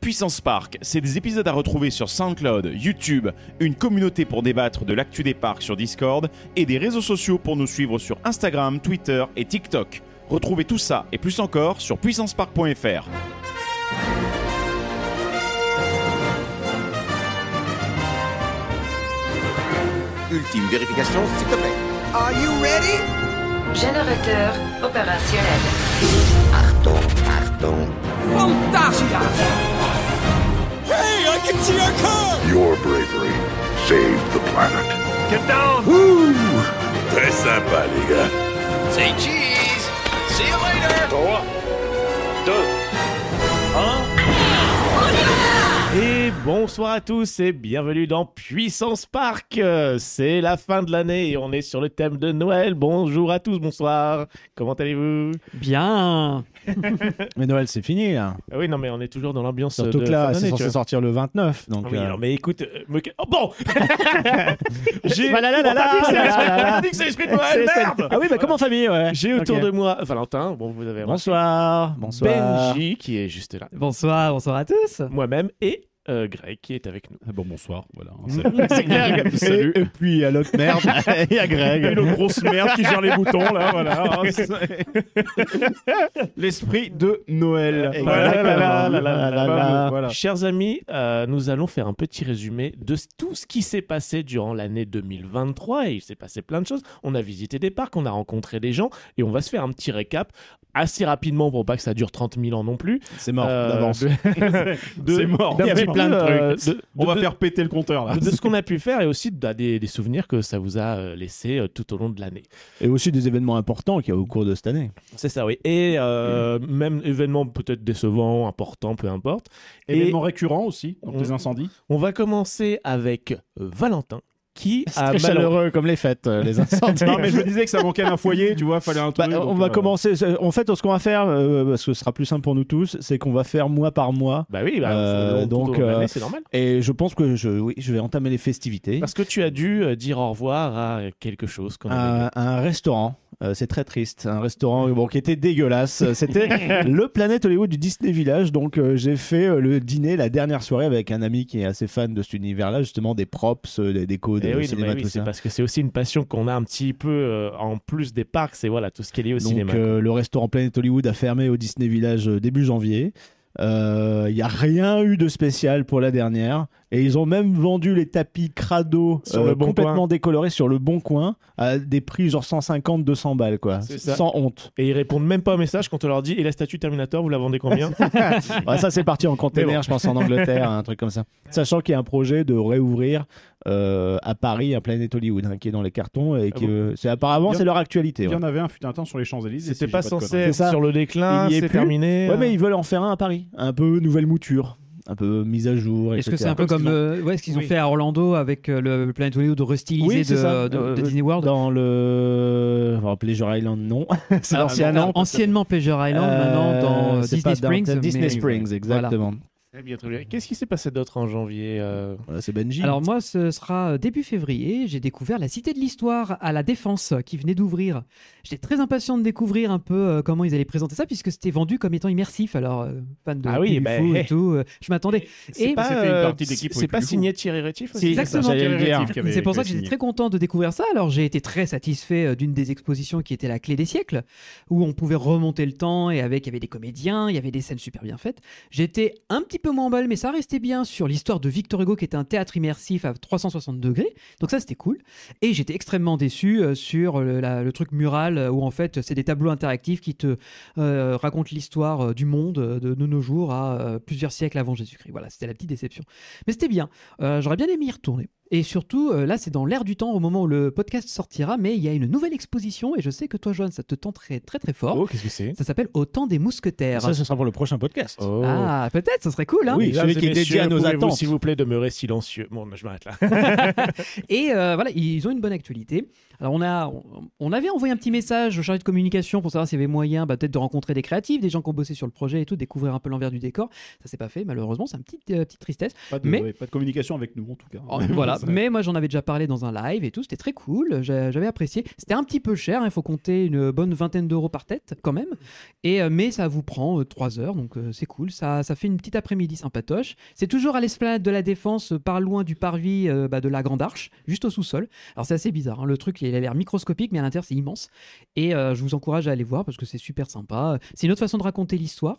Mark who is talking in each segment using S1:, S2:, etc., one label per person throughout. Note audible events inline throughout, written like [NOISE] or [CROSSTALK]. S1: Puissance Park, c'est des épisodes à retrouver sur SoundCloud, YouTube, une communauté pour débattre de l'actu des parcs sur Discord et des réseaux sociaux pour nous suivre sur Instagram, Twitter et TikTok. Retrouvez tout ça et plus encore sur puissancepark.fr.
S2: Ultime vérification, s'il te plaît.
S3: Are you ready?
S4: Générateur opérationnel.
S2: Arton, Arton.
S3: Fantasia! Hey, I can see our car!
S5: Your bravery saved the planet. Très sympa, les gars.
S6: Say cheese. See you later.
S7: Et bonsoir à tous et bienvenue dans Puissance Park. Euh, C'est la fin de l'année et on est sur le thème de Noël. Bonjour à tous, bonsoir. Comment allez-vous
S8: Bien
S9: Mais Noël, c'est fini, là.
S7: Ah Oui, non, mais on est toujours dans l'ambiance
S9: Surtout
S7: de
S9: que là,
S7: fin
S9: c'est
S7: d'année,
S9: censé
S7: tu vois.
S9: sortir le 29. Donc,
S7: Ah Oui,
S9: euh,
S7: non, mais écoute, euh, me ca- oh,
S9: [LAUGHS]
S7: bon J'ai
S9: Bah là là là
S7: on t'a
S9: là
S7: dit que c'est
S9: là
S7: l'esprit-
S9: là là
S7: on t'a dit que c'est l'esprit de Noël,
S9: c'est-
S7: merde
S9: Ah oui, bah comme en famille, ouais.
S7: J'ai autour
S9: Ok.
S7: de moi Valentin, bon, vous avez remarqué,
S9: Bonsoir. Bonsoir.
S7: Benji qui est juste là,
S8: Bonsoir, bonsoir à tous
S7: moi-même et euh, Greg qui est avec nous.
S10: Ah Bon, bonsoir, voilà. hein,
S7: C'est clair,
S9: Salut. Et, puis à l'autre
S10: [LAUGHS]
S9: merde, il y a Greg.
S7: Une grosse merde qui gère les boutons là,
S10: [LAUGHS]
S7: voilà.
S1: L'esprit de Noël.
S9: Et
S7: Voilà,
S9: Exactement.
S7: voilà, là, là, là, là, là.
S9: Voilà.
S7: Chers amis, euh, nous allons faire un petit résumé de tout ce qui s'est passé durant l'année 2023. Et il s'est passé plein de choses. On a visité des parcs, on a rencontré des gens et on va se faire un petit récap assez rapidement pour pas que ça dure 30 000 ans non plus.
S9: C'est mort,
S7: Euh,
S9: d'avance.
S7: de- de-
S1: C'est mort.
S7: d'un
S1: Il y avait
S7: petit
S1: plein de
S7: peu,
S1: trucs.
S7: euh, de-
S1: On
S7: de-
S1: va
S7: de-
S1: faire péter le compteur là.
S7: de ce qu'on a pu faire et aussi de- bah, des, des souvenirs que ça vous a euh, laissé euh, tout au long de l'année.
S9: Et aussi des événements importants qu'il y a au cours de cette année.
S7: C'est ça, oui. Et euh, même événement peut-être décevant, important, peu importe. Et-
S10: Événement récurrent aussi, donc
S7: On-
S10: les incendies.
S7: On va commencer avec euh, Valentin qui a
S9: Très
S7: Ah, malheureux.
S9: chaleureux comme les fêtes, euh, les incendies.
S10: Non, mais je me disais que ça manquait d'un foyer, tu vois, fallait un
S9: Bah,
S10: truc.
S9: on
S10: donc,
S9: va
S10: euh,
S9: commencer. c'est- En fait, ce qu'on va faire, euh, parce que ce sera plus simple pour nous tous, c'est qu'on va faire mois par mois.
S7: Bah oui, bah,
S9: Euh,
S7: on- on-
S9: donc,
S7: on- on-
S9: euh,
S7: c'est normal.
S9: Et je pense que je, oui, je vais entamer les festivités.
S7: Parce que tu as dû euh, dire au revoir à quelque chose. qu'on avait-
S9: un, un restaurant. Euh, c'est très triste. Un restaurant bon, qui était dégueulasse. Euh, C'était le Planète Hollywood du Disney Village. Donc, euh, j'ai fait euh, le dîner la dernière soirée avec un ami qui est assez fan de cet univers-là, justement des props, euh, des décos,
S7: Eh
S9: des
S7: oui,
S9: cinéma,
S7: bah oui,
S9: tout
S7: c'est
S9: ça.
S7: parce que c'est aussi une passion qu'on a un petit peu euh, en plus des parcs, c'est voilà tout ce qui est lié au cinéma.
S9: Donc, euh, le restaurant Planète Hollywood a fermé au Disney Village euh, début janvier. Euh, Il y n'y a rien eu de spécial pour la dernière. Et ils ont même vendu les tapis crado euh,
S7: Sur le Bon
S9: complètement
S7: Coin.
S9: décolorés sur le bon coin à des prix genre 150, 200 balles, quoi.
S7: C'est ça.
S9: Sans honte.
S7: [LAUGHS] Et ils répondent même pas au message quand on leur dit et la statue Terminator, vous la vendez combien
S9: Ouais, ça, c'est parti en
S7: Mais
S9: container,
S7: bon.
S9: je pense, en Angleterre, hein, un truc
S7: [LAUGHS]
S9: comme ça. Sachant qu'il y a un projet de réouvrir euh, à Paris un Planète Hollywood hein, qui est dans les cartons et
S10: Ah
S9: qui,
S10: bon
S9: euh, c'est apparemment
S10: Bien.
S9: c'est leur
S10: Il
S9: actualité.
S10: y
S9: Ouais.
S10: en avait un fut un temps sur les Champs-Élysées.
S7: C'était
S10: si
S7: pas
S10: j'ai de
S7: censé
S10: conneries.
S7: être
S9: C'est ça.
S7: sur le déclin,
S9: Il y est
S7: c'est
S9: plus.
S7: terminé.
S9: Ouais,
S7: euh,
S9: mais ils veulent en faire un à Paris, un peu nouvelle mouture, un peu mise à jour.
S8: Est-ce
S9: etc.
S8: que c'est un peu
S10: Comme
S8: comme
S10: ce
S8: euh,
S10: qu'ils
S8: ouais, ce qu'ils ont
S10: Oui.
S8: fait à Orlando avec euh, le Planet Hollywood restylisé
S9: Oui, c'est
S8: de,
S9: ça.
S8: de-
S9: Euh,
S8: de Disney World
S9: dans le enfin, Pleasure Island Non, [LAUGHS] c'est
S8: Alors,
S9: l'ancien
S8: alors,
S9: nom.
S8: Anciennement Pleasure Island, maintenant dans
S9: Euh,
S8: euh,
S9: c'est
S8: Disney
S9: pas dans-
S8: Springs.
S9: Disney
S8: mais-
S9: Springs,
S8: voilà.
S9: exactement.
S7: très bien, très bien. Qu'est-ce qui s'est passé d'autre en janvier euh
S9: Voilà, c'est Benji.
S8: Alors moi, ce sera euh, début février. J'ai découvert la Cité de l'Histoire à la Défense euh, qui venait d'ouvrir. J'étais très impatient de découvrir un peu euh, comment ils allaient présenter ça puisque c'était vendu comme étant immersif. Alors euh, fan de
S7: Ah oui,
S8: du
S7: bah,
S8: fou
S7: hey.
S8: et tout, euh, je m'attendais.
S7: C'est
S8: Et-
S7: pas,
S10: C'était une
S7: euh,
S10: partie d'équipe, oui,
S7: c'est pas
S10: plus
S7: signé Thierry Rétif aussi
S8: Exactement.
S9: j'allais le dire.
S10: Rétif qui avait-
S8: C'est pour ça que
S10: qui avait
S8: j'étais très
S10: signé.
S8: content de découvrir ça. Alors j'ai été très satisfait euh, d'une des expositions qui était la clé des siècles, où on pouvait remonter le temps et avec il y avait des comédiens, il y avait des scènes super bien faites. J'étais un petit peu moins emballé, mais ça restait bien sur l'histoire de Victor Hugo qui était un théâtre immersif à 360 degrés. Donc ça c'était cool. Et j'étais extrêmement déçu euh, sur le, la- le truc mural euh, où en fait c'est des tableaux interactifs qui te euh, racontent l'histoire euh, du monde euh, de, de nos jours à euh, plusieurs siècles avant Jésus-Christ. Voilà, c'était la petite déception. Mais c'était bien. Euh, J'aurais bien aimé y retourner. Et surtout, euh, là, c'est dans l'air du temps au moment où le podcast sortira, mais il y a une nouvelle exposition et je sais que toi, Joanne, ça te tenterait très très fort.
S7: Oh, qu'est-ce que c'est
S8: Ça s'appelle Au temps des mousquetaires.
S9: ça, ce sera pour le prochain podcast.
S7: Oh.
S8: Ah, peut-être, ça serait cool. Hein
S9: Oui,
S7: Mesdames
S9: celui qui
S7: et
S9: est dédié à
S7: messieurs,
S9: nos
S7: pouvez-vous,
S9: attentes.
S7: S'il vous plaît, demeurer silencieux. Bon, je m'arrête là.
S8: Et euh, voilà, ils ont une bonne actualité. Alors on, a, on, on avait envoyé un petit message au chargé de communication pour savoir s'il y avait moyen bah, peut-être de rencontrer des créatifs, des gens qui ont bossé sur le projet et tout, découvrir un peu l'envers du décor. Ça s'est pas fait malheureusement, c'est une petite, euh, petite tristesse.
S10: Pas de,
S8: Mais-
S7: [LAUGHS]
S10: ouais, pas de communication avec nous en tout cas.
S8: Oh, voilà, Voilà. Mais moi, j'en avais déjà parlé dans un live et tout. C'était très cool. J'a- J'avais apprécié. C'était un petit peu cher. hein. Il faut compter une bonne vingtaine d'euros par tête, quand même. Et, euh, mais ça vous prend 3 heures. Donc, euh, c'est cool. Ça, ça fait une petite après-midi sympatoche. C'est toujours à l'esplanade de la Défense, euh, pas loin du parvis euh, bah, de la Grande Arche, juste au sous-sol. Alors, c'est assez bizarre. hein. Le truc, il a l'air microscopique, mais à l'intérieur, c'est immense. Et euh, je vous encourage à aller voir parce que c'est super sympa. C'est une autre façon de raconter l'histoire.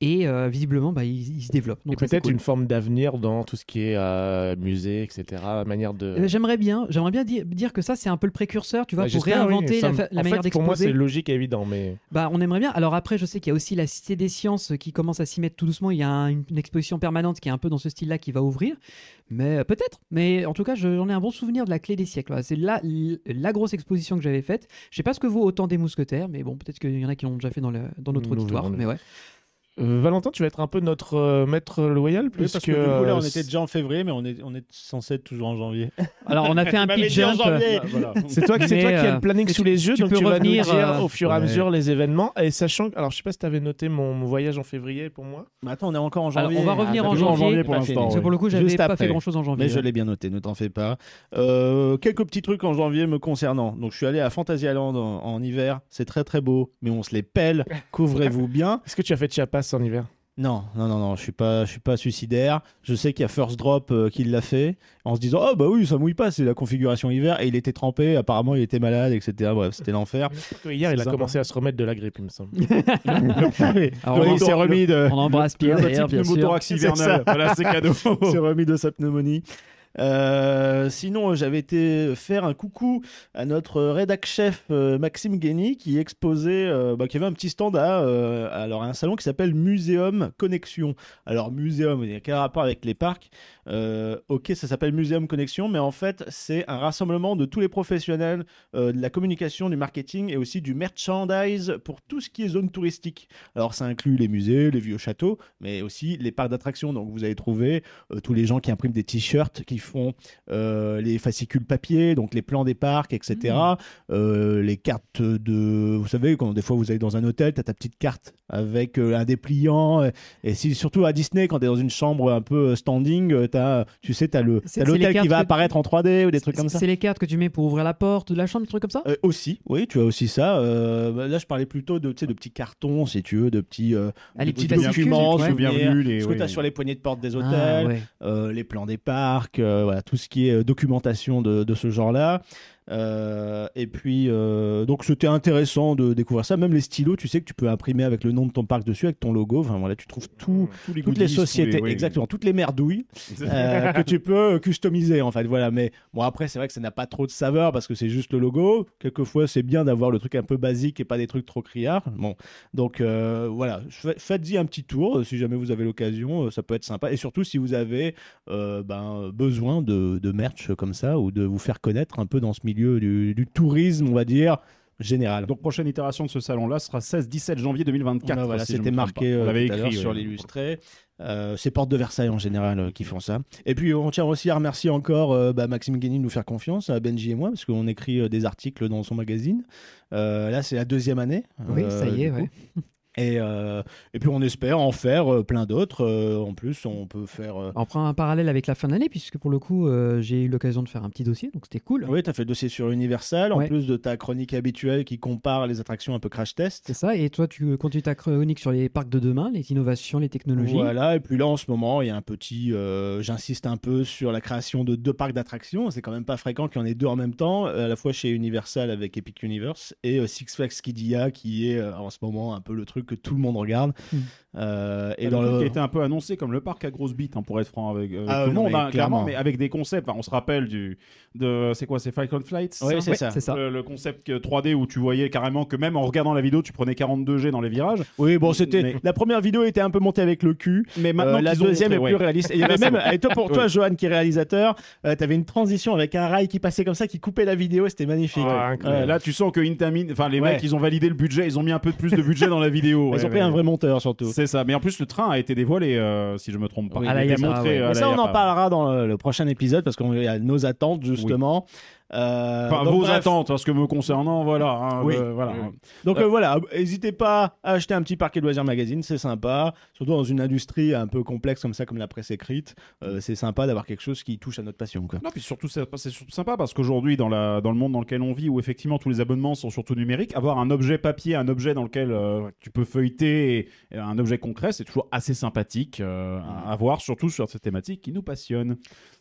S8: Et euh, visiblement, bah, il, il se développe. Donc,
S7: Et
S8: ça, c'est
S7: peut-être
S8: cool.
S7: une forme d'avenir dans tout ce qui est euh, musée, etc. Manière de.
S8: Eh ben, J'aimerais bien, j'aimerais bien di- dire que ça c'est un peu le précurseur, tu vois,
S7: Bah,
S8: pour
S7: j'espère, oui,
S8: réinventer
S7: ça
S8: la,
S7: me-
S8: fa- la
S7: en
S8: manière
S7: fait, Pour moi, c'est
S8: d'exposer.
S7: logique et évident, mais.
S8: Bah, on aimerait bien. Alors après, je sais qu'il y a aussi la Cité des Sciences qui commence à s'y mettre tout doucement. Il y a un- une, une exposition permanente qui est un peu dans ce style-là qui va ouvrir, mais euh, peut-être. Mais en tout cas, je- j'en ai un bon souvenir de la Clé des siècles. Voilà, C'est la, l- la grosse exposition que j'avais faite. Je sais pas ce que vaut autant des mousquetaires, mais bon, peut-être qu'il y en a qui l'ont déjà fait dans, le- dans notre
S7: Nous
S8: auditoire.
S7: verrons.
S8: Mais ouais.
S7: Euh, Valentin, tu vas être un peu notre euh, maître loyal,
S11: Oui,
S7: puisque.
S11: parce que, du coup, là,
S7: euh,
S11: on était déjà en février, mais on est, on est censé être toujours en janvier.
S8: Alors on
S11: [LAUGHS]
S8: a fait un
S11: m'avais
S8: pitch
S11: dit en
S8: jump. [LAUGHS] euh,
S11: janvier.
S7: C'est toi, qui- c'est
S8: Mais,
S7: toi qui as
S8: euh,
S7: le planning
S8: mais
S7: sous
S8: tu-
S7: les yeux,
S8: tu
S7: donc
S8: peux
S7: tu vas nous
S8: revenir,
S7: dire
S8: euh,
S7: au fur et à
S11: ouais.
S7: mesure les événements. Et sachant, que- alors je sais pas si tu avais noté mon mon voyage en février pour moi.
S11: Mais attends, on est encore en
S8: Alors,
S11: janvier.
S8: on va revenir
S11: Ah,
S8: en
S11: toujours
S8: janvier,
S11: pour
S9: pas
S11: l'instant.
S9: fini.
S8: Parce que pour le coup, j'avais
S9: Juste
S8: pas
S9: après.
S8: fait grand-chose en janvier.
S9: Mais je
S8: ouais.
S9: l'ai bien noté, ne t'en fais pas. Euh, quelques petits trucs en janvier me concernant. Donc je suis allé à Fantasyland en, en hiver, c'est très très beau, mais on se
S8: [LAUGHS]
S9: les pèle, couvrez-vous bien.
S7: Est-ce que tu as fait Chiapas en hiver
S9: Non, non, non, non, je suis pas, je suis pas suicidaire. Je sais qu'il y a First Drop euh, qui l'a fait en se disant oh bah oui ça mouille pas, c'est la configuration hiver et il était trempé, apparemment il était malade, etc. Bref,
S8: [LAUGHS]
S9: c'était l'enfer. [LAUGHS]
S7: Hier, il a
S9: sympa.
S7: commencé à se remettre de la grippe, il me semble.
S8: Alors,
S9: Donc,
S8: on
S9: il s'est
S8: entend-
S9: remis de,
S8: [LAUGHS]
S7: [LAUGHS]
S8: On embrasse Pierre
S9: Le
S8: d'ailleurs,
S9: petit
S8: bien sûr.
S9: pneumothorax hivernal.
S10: Voilà,
S9: [LAUGHS]
S10: c'est cadeau.
S9: Il s'est remis de sa pneumonie. Euh, sinon, euh, j'avais été faire un coucou à notre euh, rédac chef euh, Maxime Guény qui exposait, euh, bah, qui avait un petit stand à, euh, alors, à un salon qui s'appelle Muséum Connexion. Alors, Muséum, il n'y a qu'un rapport avec les parcs. Euh, ok, ça s'appelle Muséum Connexion, mais en fait, c'est un rassemblement de tous les professionnels euh, de la communication, du marketing et aussi du merchandise pour tout ce qui est zone touristique. Alors, ça inclut les musées, les vieux châteaux, mais aussi les parcs d'attractions. Donc, vous avez trouvé euh, tous les gens qui impriment des t-shirts, qui font euh, les fascicules papier, donc les plans des parcs, etc.
S8: Mmh.
S9: Euh, les cartes de, vous savez, quand des fois vous allez dans un hôtel, t'as ta petite carte avec euh, un dépliant. Et, et si surtout à Disney, quand t'es dans une chambre un peu euh, standing, euh, t'as, tu sais, t'as
S8: C'est-
S9: le, t'as
S8: c'est les
S9: l'hôtel
S8: cartes
S9: qui va
S8: que-
S9: apparaître en 3D ou des trucs comme ça.
S8: C'est les cartes que tu mets pour ouvrir la porte de la chambre, des trucs comme ça
S9: Euh, aussi, oui, tu as aussi ça. Euh, bah, là, je parlais plutôt de, tu sais, de petits cartons, si tu veux, de petits, euh,
S8: Ah,
S9: de
S8: les petits
S9: petits
S8: fascicules,
S9: documents,
S8: ouais.
S9: souvenirs,
S10: Bienvenue, les-
S9: ce que
S10: oui.
S9: tu as sur les poignées de porte des hôtels,
S8: Ah, ouais.
S9: euh, les plans des parcs, euh, voilà, tout ce qui est euh, documentation de, de ce genre-là. Euh, et puis, euh, donc c'était intéressant de découvrir ça. Même les stylos, tu sais que tu peux imprimer avec le nom de ton parc dessus, avec ton logo. Enfin voilà, tu trouves tout,
S10: Tous
S9: toutes les sociétés, exactement, toutes les merdouilles euh, que tu peux customiser en fait. Voilà, mais bon après c'est vrai que ça n'a pas trop de saveur parce que c'est juste le logo. Quelquefois c'est bien d'avoir le truc un peu basique et pas des trucs trop criards. Bon, donc euh, voilà, Fa- faites-y un petit tour euh, si jamais vous avez l'occasion, euh, ça peut être sympa. Et surtout si vous avez euh, ben, besoin de, de merch comme ça ou de vous faire connaître un peu dans ce milieu du, du tourisme, on va dire général.
S10: Donc, prochaine itération de ce salon-là sera 16-17 janvier 2024.
S9: Ah, voilà,
S10: si je
S9: c'était
S10: me trompe
S9: marqué
S10: pas.
S9: euh,
S10: On l'avait
S9: tout à l'heure
S10: écrit
S9: sur
S10: ouais.
S9: l'illustré. Euh, c'est Porte de Versailles en général euh, qui font ça. Et puis on tient aussi à remercier encore euh, bah, Maxime Guény de nous faire confiance, à Benji et moi, parce qu'on écrit euh, des articles dans son magazine. Euh, là, c'est la deuxième année.
S8: Oui, ça
S9: euh,
S8: y
S9: du
S8: est,
S9: coup.
S8: ouais.
S9: Et, euh, et puis on espère en faire euh, plein d'autres. Euh, en plus, on peut faire. euh,
S8: On prend un parallèle avec la fin d'année, puisque pour le coup, euh, j'ai eu l'occasion de faire un petit dossier, donc c'était cool.
S9: Oui, tu as fait le dossier sur Universal, en
S8: Ouais.
S9: plus de ta chronique habituelle qui compare les attractions un peu crash test.
S8: C'est ça, et toi, tu continues ta chronique sur les parcs de demain, les innovations, les technologies.
S9: Voilà, et puis là en ce moment, il y a un petit. euh, J'insiste un peu sur la création de deux parcs d'attractions. C'est quand même pas fréquent qu'il y en ait deux en même temps, euh, à la fois chez Universal avec Epic Universe et euh, Six Flags Kidia, qui est euh, en ce moment un peu le truc que tout le monde regarde.
S8: Mm.
S9: Euh, et
S10: Et
S9: dans
S10: qui a
S9: Hmm. le.
S10: été un peu annoncé comme le parc à grosse bite, hein, pour être franc avec, avec
S9: Ah,
S10: tout le
S9: non,
S10: monde,
S9: mais
S10: hein,
S9: clairement.
S10: mais avec des concepts. Enfin, on se rappelle du. de C'est quoi C'est Falcon Flight
S9: Oui, c'est
S8: Ouais,
S9: ça.
S8: C'est ça.
S10: Le, le concept que- 3D où tu voyais carrément que même en regardant la vidéo, tu prenais 42G dans les virages.
S9: Oui, bon, c'était.
S10: Mais-
S9: La première vidéo était un peu montée avec le cul.
S10: Mais
S9: Euh,
S10: maintenant,
S9: la
S10: qu'ils ont
S9: deuxième est
S10: montré,
S9: plus
S10: ouais.
S9: [LAUGHS] réaliste. Et il y avait
S10: Là, c'est
S9: même,
S10: bon.
S9: et toi, pour toi, Johan, qui est réalisateur, euh, t'avais une transition avec un rail qui passait comme ça, qui coupait la vidéo, c'était magnifique.
S7: Ah,
S9: Ouais.
S7: incroyable.
S9: Ouais.
S10: Ouais, Là, tu sens que Intamin, enfin les
S9: Ouais.
S10: mecs, ils ont validé le budget, ils ont mis un peu de plus de budget dans la vidéo.
S9: Ils
S10: ouais,
S9: ont pris
S10: ouais.
S9: un vrai monteur surtout.
S10: C'est ça. Mais en plus, le train a été dévoilé, euh, si je me trompe pas.
S8: Oui,
S10: Il
S8: à la
S10: a été
S8: IAPA,
S10: montré,
S8: ouais.
S10: euh, à
S9: Mais
S10: la
S9: ça, on en
S10: IAPA.
S9: parlera dans le, le prochain épisode parce qu'on a nos attentes justement. Euh,
S10: Enfin,
S9: donc,
S10: vos
S9: bref.
S10: attentes, parce que me concernant, voilà. hein,
S9: Oui.
S10: euh, voilà.
S9: Donc euh, voilà, n'hésitez pas à acheter un petit parquet de loisirs magazine, c'est sympa. Surtout dans une industrie un peu complexe comme ça, comme la presse écrite, euh, c'est sympa d'avoir quelque chose qui touche à notre passion. Quoi.
S10: Non, puis surtout, c'est c'est surtout sympa parce qu'aujourd'hui, dans, la- dans le monde dans lequel on vit, où effectivement tous les abonnements sont surtout numériques, avoir un objet papier, un objet dans lequel euh, tu peux feuilleter, et- et un objet concret, c'est toujours assez sympathique euh, à à voir, surtout sur cette thématique qui nous passionne.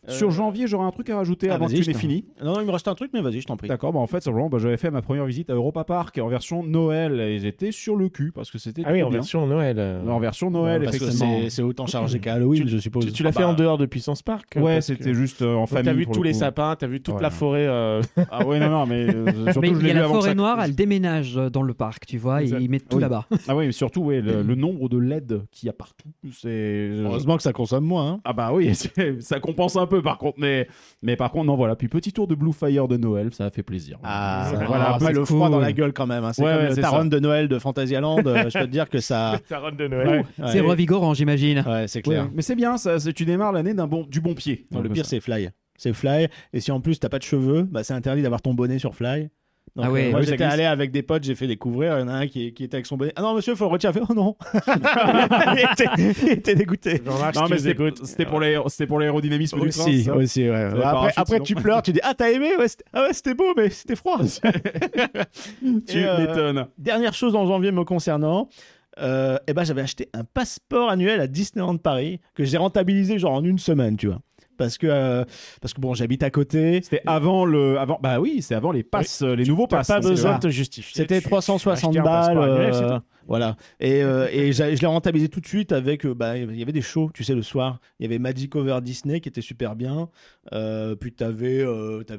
S7: Euh,
S10: Sur janvier, j'aurais un truc à rajouter
S9: Ah,
S10: avant que
S9: vas-y,
S10: tu
S9: je
S10: n'aies
S9: t'en-
S10: fini.
S9: Non, non, il me reste un truc, mais vas-y, je t'en prie.
S10: D'accord, bah en fait, simplement, bah, j'avais fait ma première visite à Europa Park en version Noël et j'étais sur le cul parce que c'était.
S7: Ah oui,
S10: trop
S7: en
S10: bien.
S7: version Noël. euh.
S10: En version Noël,
S9: Parce que
S10: effectivement.
S9: c'est- c'est autant chargé qu'à Halloween, je suppose.
S7: Tu, tu l'as
S9: Ah
S7: fait
S9: bah,
S7: en dehors de Puissance Park euh,
S10: Ouais,
S7: parce que-
S10: c'était juste euh, en
S7: Donc,
S10: famille.
S7: T'as vu
S10: pour
S7: tous
S10: le
S7: les
S10: coup.
S7: sapins, t'as vu toute
S10: Ouais.
S7: la forêt. euh,
S10: Ah ouais, non, non, mais
S8: [LAUGHS]
S10: euh, surtout,
S8: Mais
S10: je
S8: il
S10: l'ai
S8: y a la
S10: vu avant que
S8: forêt
S10: ça-
S8: noire, elle déménage euh, dans le parc, tu vois, et
S10: Exact.
S8: ils mettent tout
S10: Oui.
S8: là-bas.
S10: Ah oui, mais surtout, ouais,
S9: Mm.
S10: le, le nombre de LED qu'il y a partout, c'est...
S9: Heureusement que ça consomme moins. hein.
S10: Ah bah oui, [LAUGHS] c'est- ça compense un peu par contre, mais, mais par contre, non, voilà. Puis petit tour de Blue Fire de Noël, ça a fait plaisir.
S9: Ah,
S10: Voilà,
S9: voilà,
S10: un peu
S9: après le
S10: cool.
S9: froid dans la gueule quand même. hein. C'est
S10: Ouais,
S9: comme
S10: ouais,
S9: le
S10: c'est
S9: taron de Noël de Fantasyland. euh, je peux te dire que ça.
S7: [LAUGHS] Taron de Noël.
S9: Ouais,
S8: C'est revigorant,
S10: Ah,
S8: j'imagine.
S9: ouais, c'est
S10: Ouais,
S9: clair.
S10: Mais c'est bien, ça, c'est- tu démarres l'année d'un bon, du bon pied.
S9: Non, le pire, c'est Fly. C'est Fly. Et si en plus t'as pas de cheveux, bah, c'est interdit d'avoir ton bonnet sur Fly. Donc, euh,
S8: Ah ouais.
S9: moi
S10: Ah oui, ça
S9: j'étais
S10: glisse.
S9: allé avec des potes, j'ai fait découvrir. Il y en a un qui, qui était avec son bonnet. Ah non, monsieur, faut le retirer. Il fait, Oh
S10: [LAUGHS]
S9: non Il était- Il était dégoûté.
S7: Jean-Marc,
S10: Non,
S7: si tu
S10: mais
S7: nous
S10: Ah, c'était
S7: écoutes.
S10: c'était pour l'aéro- c'était pour l'aérodynamisme du hein. train.
S9: Aussi,
S10: ça.
S9: aussi, ouais.
S10: le
S9: Bah, après,
S10: parachute,
S9: après,
S10: sinon.
S9: tu pleures, tu dis Ah, t'as aimé ouais, c'était- Ah ouais, c'était beau, mais c'était
S10: [LAUGHS]
S9: froid.
S10: Tu
S9: Et, euh,
S10: m'étonnes.
S9: Dernière chose en janvier me concernant, euh, eh ben, j'avais acheté un passeport annuel à Disneyland Paris que j'ai rentabilisé genre en une semaine, tu vois. Parce que, euh, parce que bon, j'habite à côté.
S10: C'était avant le, avant, bah oui, c'est avant les passes, euh, les nouveaux
S7: T'as
S10: passes.
S7: pas
S10: hein, c'est
S7: besoin
S10: vrai.
S7: de te justifier.
S9: C'était
S7: Tu-
S9: 360
S7: tu as acheté un
S9: balles.
S7: passeport annuel,
S9: euh,
S7: c'est tout.
S9: voilà. Et, euh, et j'a- je l'ai rentabilisé tout de suite avec. euh, bah, Il y avait des shows, tu sais, le soir. Il y avait Magic Over Disney qui était super bien. Euh, puis tu avais,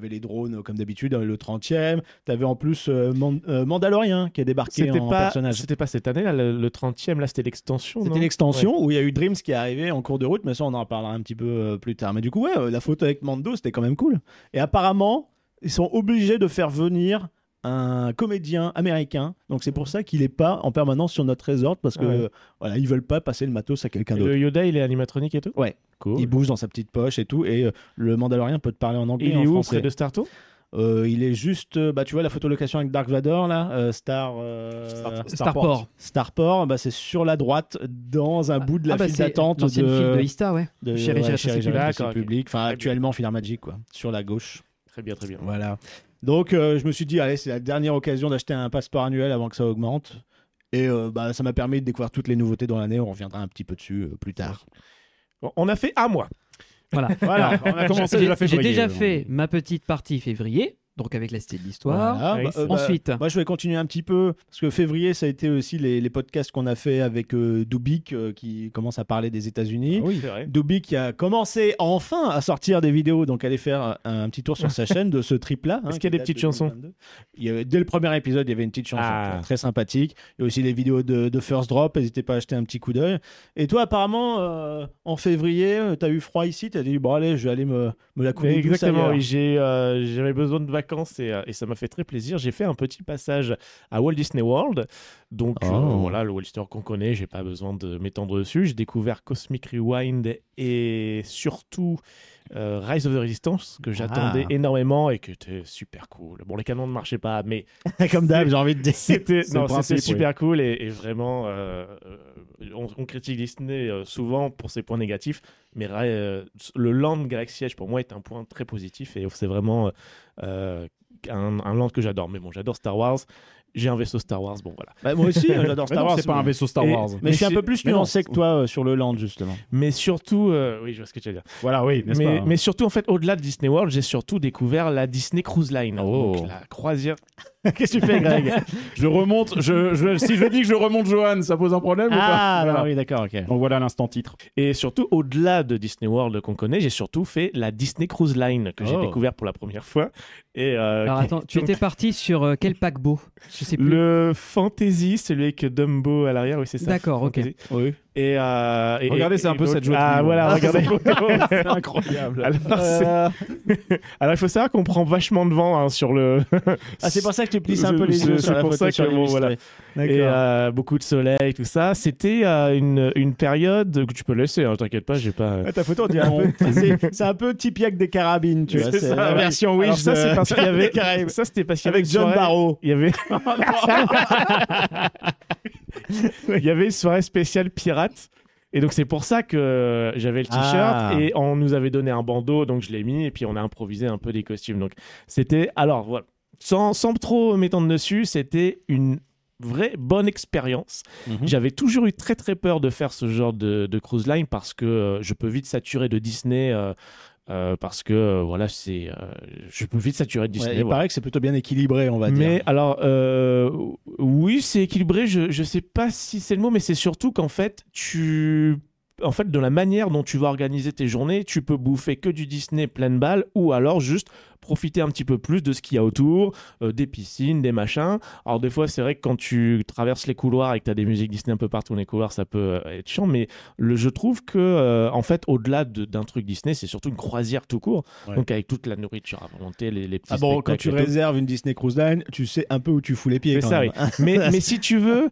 S9: les drones, comme d'habitude, hein, le 30e. Tu avais en plus euh, Man- euh, Mandalorian qui est débarqué
S7: C'était
S9: en
S7: pas,
S9: personnage.
S7: c'était pas cette année, là, le, le 30e, là, c'était l'extension.
S9: C'était
S7: non
S9: l'extension où il y a eu Dreams qui est arrivé en cours de route, mais ça on en reparlera un petit peu euh, plus tard. Mais du coup, ouais, euh, la photo avec Mando, c'était quand même cool. Et apparemment, ils sont obligés de faire venir un comédien américain. Donc c'est pour ça qu'il est pas en permanence sur notre resort parce que
S7: Ah Ouais.
S9: euh, voilà, ils veulent pas passer le matos à quelqu'un
S7: Et
S9: d'autre.
S7: Le Yoda, il est animatronique et tout
S9: Ouais.
S7: Cool.
S9: Il bouge dans sa petite poche et tout. Et euh, le Mandalorien peut te parler en anglais,
S7: Il
S9: en
S7: est où,
S9: français.
S7: près de Starto
S9: Euh, il est juste, euh, bah tu vois la photolocation avec Dark Vador là, euh, Star. euh,
S8: Starport.
S9: Starport, bah, c'est sur la droite, dans un bout de la
S8: Ah bah,
S9: file
S8: c'est
S9: d'attente de,
S8: l'ancienne file de Ista, ouais.
S9: de
S8: Chérie, j'ai la chance
S9: Chérie,
S8: et
S9: j'ai la
S7: Public.
S9: chance et
S7: D'accord,
S9: public. Enfin,
S7: bien.
S9: actuellement, Fila Magic, quoi, sur la gauche.
S7: Très bien, très bien.
S9: Voilà. Donc, euh, je me suis dit, allez, c'est la dernière occasion d'acheter un passeport annuel avant que ça augmente. Et euh, bah, ça m'a permis de découvrir toutes les nouveautés dans l'année. On reviendra un petit peu dessus euh, plus tard.
S7: Bon, on a fait un mois.
S8: Voilà.
S10: Voilà, on a commencé
S8: J'ai
S10: déjà
S8: j'ai
S10: février.
S8: déjà fait ma petite partie février, donc avec la cité de l'histoire.
S9: Voilà.
S7: oui,
S9: Bah,
S7: c'est
S9: euh,
S8: vrai. Ensuite.
S9: bah, moi, je vais continuer un petit peu parce que février, ça a été aussi les, les podcasts qu'on a fait avec euh, Dubik euh, qui commence à parler des États-Unis.
S7: Oui, c'est vrai.
S9: Dobby qui a commencé enfin à sortir des vidéos, donc allez faire euh, un, un petit tour
S7: [LAUGHS]
S9: sur sa chaîne de ce trip-là. hein,
S7: Est-ce qu'il y a
S9: qui
S7: des
S9: date
S7: petites
S9: de
S7: chansons
S9: 2022. Il y avait- Dès le premier épisode, il y avait une petite chanson
S7: Ah.
S9: tu vois, très sympathique. Il y a aussi des vidéos de, de First Drop, n'hésitez pas à acheter un petit coup d'œil. Et toi, apparemment, euh, en février, euh, t'as eu froid ici, t'as dit, bon allez, je vais aller me, me la couper.
S7: Mais Exactement, oui, j'ai, euh, j'avais besoin de vacances et, euh, et ça m'a fait très plaisir. J'ai fait un petit passage à Walt Disney World. Donc euh,
S9: Oh.
S7: voilà, le Walt Disney World qu'on connaît, j'ai pas besoin de m'étendre dessus. J'ai découvert Cosmic Rewind et surtout euh, Rise of the Resistance que j'attendais
S9: Ah.
S7: énormément et que était super cool. Bon, les canons ne marchaient pas, mais
S9: [LAUGHS] Comme d'hab, j'ai envie de dire.
S7: c'était
S10: C'est le
S7: non,
S10: principe,
S7: c'était super cool et, et vraiment euh, euh, on, on critique Disney euh, souvent pour ses points négatifs mais euh, le land Galaxy Edge pour moi est un point très positif et c'est vraiment euh, euh, un, un land que j'adore mais bon j'adore Star Wars j'ai un vaisseau Star Wars bon voilà
S9: Bah, moi aussi, euh, j'adore
S10: [LAUGHS] Mais
S9: Star
S10: non,
S9: Wars.
S10: c'est pas un
S9: mais-
S10: vaisseau Star
S7: Et-
S10: Wars.
S9: Mais je suis un
S7: c'est-
S9: peu plus
S7: mais non,
S9: nuancé que toi euh, sur le land, justement.
S7: mais surtout euh, oui je vois ce que tu veux dire
S10: Voilà, oui, n'est-ce
S7: mais,
S10: pas hein?
S7: mais surtout en fait au-delà de Disney World j'ai surtout découvert la Disney Cruise Line
S10: Oh.
S7: donc la croisière
S9: [LAUGHS]
S7: [LAUGHS]
S9: Qu'est-ce que tu fais, Greg
S10: Je remonte, je, je- si je dis que je remonte Johan, ça pose un problème ou pas
S9: Ah,
S10: Voilà.
S9: non, oui, d'accord, ok.
S10: Donc voilà l'instant titre.
S7: Et surtout, au-delà de Disney World qu'on connaît, j'ai surtout fait la Disney Cruise Line que j'ai
S9: Oh.
S7: découvert pour la première fois. Et euh,
S8: Alors
S7: qui-
S8: attends, tu
S7: donc,
S8: étais parti sur euh, quel paquebot Je sais plus.
S7: le Fantasy, celui avec Dumbo à l'arrière, oui c'est ça.
S8: D'accord, ok.
S7: Fantasy.
S9: Oui.
S7: Et, euh, et-
S10: Regardez,
S7: et-
S10: c'est un
S7: et
S10: peu
S7: donc-
S10: cette joie de
S7: Ah
S10: vivre.
S7: voilà, [LAUGHS]
S10: Ah,
S7: regardez.
S10: cette photo, c'est
S7: incroyable. [LAUGHS] Alors, c'est-
S8: Euh.
S7: Alors, il faut savoir qu'on prend vachement de vent hein, sur le.
S11: Ah, c'est pour ça que tu plisses un peu les
S7: C'est-
S11: yeux
S7: c'est
S11: sur la
S7: pour
S11: photo,
S7: ça
S11: sur
S7: que, bon,
S11: l'illustré.
S7: voilà.
S11: D'accord.
S7: [LAUGHS] Et euh, beaucoup de soleil, tout ça. C'était euh, une, une période que tu peux laisser. Hein, T'inquiète pas, j'ai pas.
S9: Ah, ta photo, on dirait un peu. c'est- C'est un peu Tipiak des Carabines, tu
S7: [LAUGHS]
S9: vois.
S7: C'est ça, la version Wish. Ça, c'est parce [LAUGHS] qu'il y avait. Ça, c'était parce qu'il y avait
S9: Avec
S7: une
S9: John
S7: soirée-
S9: Barrow.
S7: Il y
S9: [LAUGHS]
S7: avait. Il y avait une soirée spéciale pirate. Et donc, c'est pour ça que j'avais le t-shirt
S9: Ah.
S7: et on nous avait donné un bandeau, donc je l'ai mis et puis on a improvisé un peu des costumes. Donc, c'était. Alors, voilà. Sans, sans trop m'étendre dessus, c'était une vraie bonne expérience.
S9: Mmh.
S7: J'avais toujours eu très très peur de faire ce genre de, de cruise line parce que euh, je peux vite saturer de Disney. euh, euh, parce que euh, voilà, c'est, euh, je peux vite saturer de
S9: Ouais,
S7: Disney.
S9: il
S7: voilà.
S9: paraît que c'est plutôt bien équilibré, on va dire.
S7: Mais alors, euh, oui, c'est équilibré. Je je sais pas si c'est le mot, mais c'est surtout qu'en fait, tu. En fait, de la manière dont tu vas organiser tes journées, tu peux bouffer que du Disney pleine balle ou alors juste profiter un petit peu plus de ce qu'il y a autour, euh, des piscines, des machins. Alors, des fois, c'est vrai que quand tu traverses les couloirs et que tu as des musiques Disney un peu partout dans les couloirs, ça peut euh, être chiant, mais le, je trouve que, euh, en fait, au-delà de- d'un truc Disney, c'est surtout une croisière tout court.
S9: Ouais.
S7: Donc, avec toute la nourriture à volonté, les, les petits
S9: Ah bon, quand
S7: spectacles
S9: tu
S7: et tout.
S9: réserves une Disney Cruise Line, tu sais un peu où tu fous les pieds.
S7: C'est
S9: quand
S7: ça,
S9: même.
S7: oui. mais, mais si tu veux,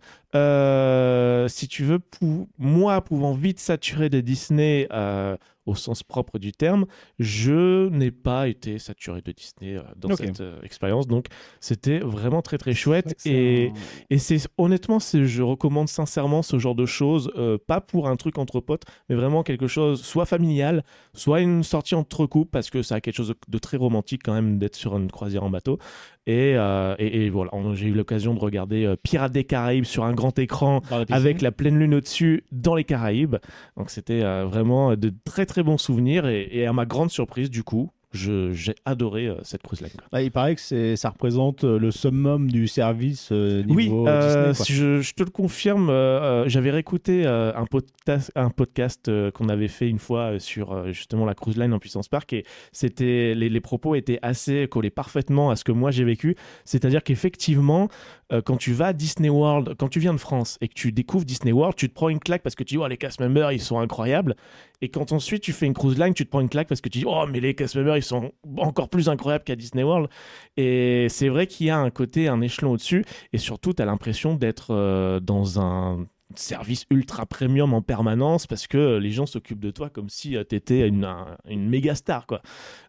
S7: euh, si tu veux, pou- moi pouvant vite saturer de Disney euh, au sens propre du terme, je n'ai pas été saturé de Disney euh, dans
S9: Ok.
S7: cette euh, expérience. Donc c'était vraiment très très chouette. Et, et c'est honnêtement, c'est- je recommande sincèrement ce genre de choses, euh, pas pour un truc entre potes, mais vraiment quelque chose soit familial, soit une sortie entre couples, parce que ça a quelque chose de- de très romantique quand même d'être sur une croisière en bateau. Et, euh, et, et voilà, on- j'ai eu l'occasion de regarder euh, Pirates des Caraïbes sur un grand écran
S11: Dans la piscine.
S7: avec la pleine lune au-dessus dans les Caraïbes. Donc c'était euh, vraiment de très très bons souvenirs et, et à ma grande surprise du coup, je- j'ai adoré euh, cette cruise line. quoi.
S9: Bah, il paraît que c'est- ça représente euh, le summum du service euh, niveau
S7: Oui, euh,
S9: Disney. quoi.
S7: si je, je te le confirme. euh, euh, J'avais réécouté euh, un, podcast- un podcast euh, qu'on avait fait une fois euh, sur euh, justement la cruise line en Puissance Park et c'était les, les propos étaient assez collés parfaitement à ce que moi j'ai vécu. C'est-à-dire qu'effectivement, euh, quand tu vas à Disney World, quand tu viens de France et que tu découvres Disney World, tu te prends une claque parce que tu dis oh les cast members ils sont incroyables. Et quand ensuite tu fais une cruise line, tu te prends une claque parce que tu dis oh mais les cast members ils sont encore plus incroyables qu'à Disney World. Et c'est vrai qu'il y a un côté, un échelon au-dessus. Et surtout, tu as l'impression d'être euh, dans un service ultra premium en permanence parce que euh, les gens s'occupent de toi comme si tu étais une, un- une méga star. Quoi.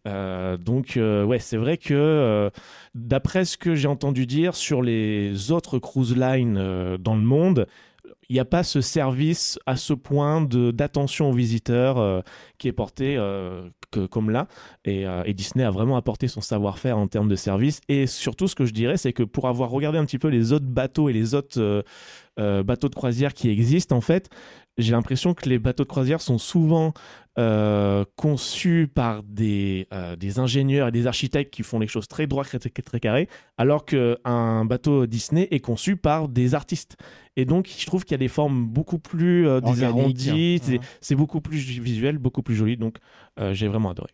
S7: Euh, donc, euh, ouais, c'est vrai que euh, d'après ce que j'ai entendu dire sur les autres cruise lines euh, dans le monde, il n'y a pas ce service à ce point de- d'attention aux visiteurs euh, qui est porté euh, que- comme là. Et, euh, et Disney a vraiment apporté son savoir-faire en termes de service. Et surtout, ce que je dirais, c'est que pour avoir regardé un petit peu les autres bateaux et les autres euh, euh, bateaux de croisière qui existent, en fait, j'ai l'impression que les bateaux de croisière sont souvent euh, conçus par des, euh, des ingénieurs et des architectes qui font les choses très droits, très, très, très carrés, alors qu'un bateau Disney est conçu par des artistes. Et donc, je trouve qu'il y a des formes beaucoup plus euh, des
S9: Organiques.
S7: arrondis, c'est- c'est beaucoup plus visuel, beaucoup plus joli. Donc, euh, j'ai vraiment adoré.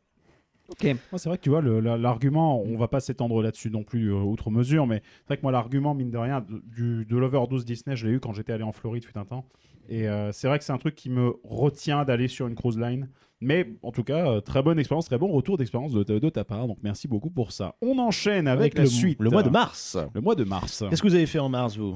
S10: Moi, c'est vrai que tu vois, le- la- l'argument, on va pas s'étendre là-dessus non plus euh, outre mesure, mais c'est vrai que moi, l'argument, mine de rien, de- du, de l'overdose Disney, je l'ai eu quand j'étais allé en Floride, fut un temps. Et euh, c'est vrai que c'est un truc qui me retient d'aller sur une cruise line. Mais en tout cas, euh, très bonne expérience, très bon retour d'expérience de, ta- de ta part. Donc merci beaucoup pour ça. On enchaîne avec, la
S9: le,
S10: suite.
S9: le mois de mars.
S10: Le mois de mars.
S9: Qu'est-ce que vous avez fait en mars, vous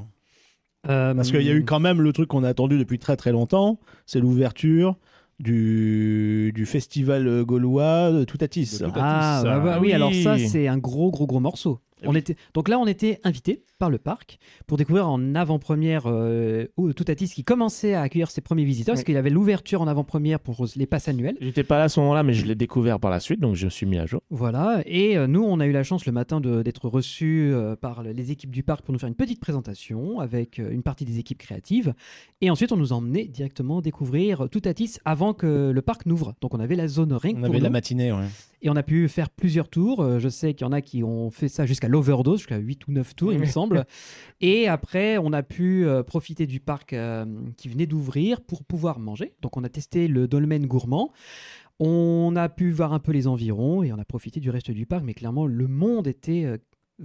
S8: Euh,
S9: Parce qu'il y a eu quand même le truc qu'on a attendu depuis très très longtemps, c'est l'ouverture du, du festival euh, gaulois de Toutatis.
S10: De Toutatis.
S8: Ah, bah, bah, oui,
S7: Oui.
S8: alors ça, c'est un gros, gros, gros morceau.
S9: Eh
S8: On était... Donc là, on était invité par le parc pour découvrir en avant-première euh, au- Toutatis qui commençait à accueillir ses premiers visiteurs parce qu'il avait l'ouverture en avant-première pour les passes annuelles.
S7: J'étais pas là à ce moment-là, mais je l'ai découvert par la suite, donc je me suis mis à jour.
S8: Voilà, et euh, nous, on a eu la chance le matin de- d'être reçus euh, par le- les équipes du parc pour nous faire une petite présentation avec euh, une partie des équipes créatives. Et ensuite, on nous emmenait directement découvrir Toutatis avant que le parc n'ouvre. Donc on avait la zone rien que
S9: On
S8: pour
S9: avait la
S8: nous.
S9: matinée, ouais.
S8: Et on a pu faire plusieurs tours. Euh, Je sais qu'il y en a qui ont fait ça jusqu'à l'overdose, jusqu'à 8 ou 9 tours, il me semble. Et après, on a pu euh, profiter du parc euh, qui venait d'ouvrir pour pouvoir manger. Donc, on a testé le dolmen gourmand. On a pu voir un peu les environs et on a profité du reste du parc. Mais clairement, le monde était euh,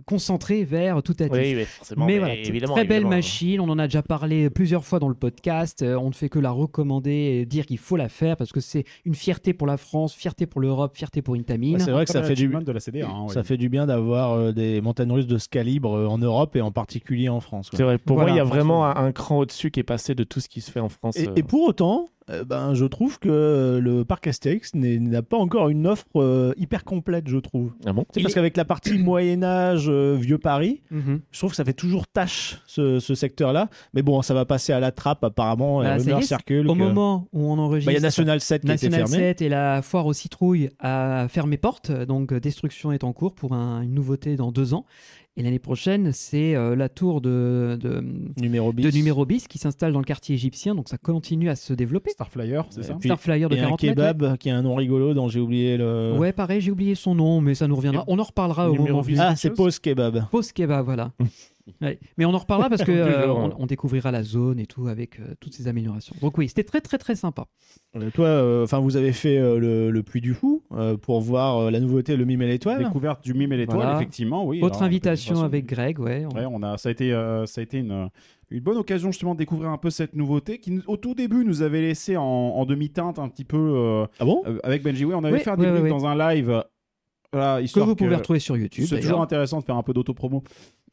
S8: concentré vers tout à
S7: Oui, oui, forcément, mais
S8: voilà, t-
S7: évidemment,
S8: très belle
S7: évidemment.
S8: machine. On en a déjà parlé plusieurs fois dans le podcast. Euh, on ne fait que la recommander et dire qu'il faut la faire parce que c'est une fierté pour la France, fierté pour l'Europe, fierté pour Intamin.
S9: Ouais, c'est vrai que ça fait du
S10: Euh, de la CDA, hein, ouais.
S9: ça fait du bien d'avoir euh, des montagnes russes de ce calibre euh, en Europe et en particulier en France. quoi.
S7: C'est vrai, pour
S9: Voilà,
S7: moi, il y a
S9: franchement.
S7: vraiment un, un cran au-dessus qui est passé de tout ce qui se fait en France.
S9: Et,
S7: euh.
S9: et pour autant, euh, ben, je trouve que euh, le parc Astérix n'est- n'a pas encore une offre euh, hyper complète, je trouve.
S7: Ah bon
S9: C'est parce qu'avec
S8: [CLEARS THROAT]
S9: la partie Moyen Âge, euh, vieux Paris, je trouve que ça fait toujours tâche ce, ce secteur-là. Mais bon, ça va passer à la trappe apparemment.
S8: Bah,
S9: à
S8: ça y
S9: Rumor
S8: est,
S9: Circle,
S8: au
S9: que-
S8: moment où on enregistre.
S9: Bah, il y a National 7 qui a été
S8: National
S9: fermé.
S8: 7 et la foire aux citrouilles a fermé porte. Donc, euh, Destruction est en cours pour un- une nouveauté dans deux ans. Et l'année prochaine, c'est euh, la tour de, de,
S9: numéro
S8: de numéro bis qui s'installe dans le quartier égyptien. Donc, ça continue à se développer.
S10: Starflyer, c'est
S9: Et
S10: ça
S9: puis-
S8: Starflyer de
S9: et
S8: 40
S9: un
S8: mètres,
S9: kebab qui a un nom rigolo dont j'ai oublié le.
S10: Euh.
S8: Ouais, pareil, j'ai oublié son nom, mais ça nous reviendra. On en reparlera au moment venu.
S9: Ah, c'est Pause Kebab.
S8: Pause Kebab,
S10: [LAUGHS]
S8: voilà. Ouais. Mais on en reparlera parce que
S9: Toujours,
S8: euh, on,
S9: ouais.
S8: on découvrira la zone et tout avec euh, toutes ces améliorations. Donc oui, c'était très très très sympa.
S9: Euh, Toi, euh, enfin, vous avez fait euh, le, le Puy du Fou euh, pour voir euh, la nouveauté, le mime et l'étoile.
S10: Découverte du mime et l'étoile,
S8: Voilà.
S10: effectivement, oui.
S8: Autre
S10: Alors,
S8: invitation
S10: de toute façon,
S8: avec Greg, ouais. On-
S10: Ouais, on a, ça a été, euh, ça a été une, une bonne occasion justement de découvrir un peu cette nouveauté qui, nous- au tout début, nous avait laissé en, en demi-teinte un petit peu. euh,
S9: ah bon
S10: Avec Benji, oui, on avait
S8: Oui,
S10: fait un
S8: oui,
S10: débrief
S8: oui, oui.
S10: dans un live. euh, Voilà,
S8: que
S10: histoire
S8: vous pouvez retrouver sur YouTube.
S10: C'est toujours
S8: d'ailleurs.
S10: intéressant de faire un peu d'autopromo.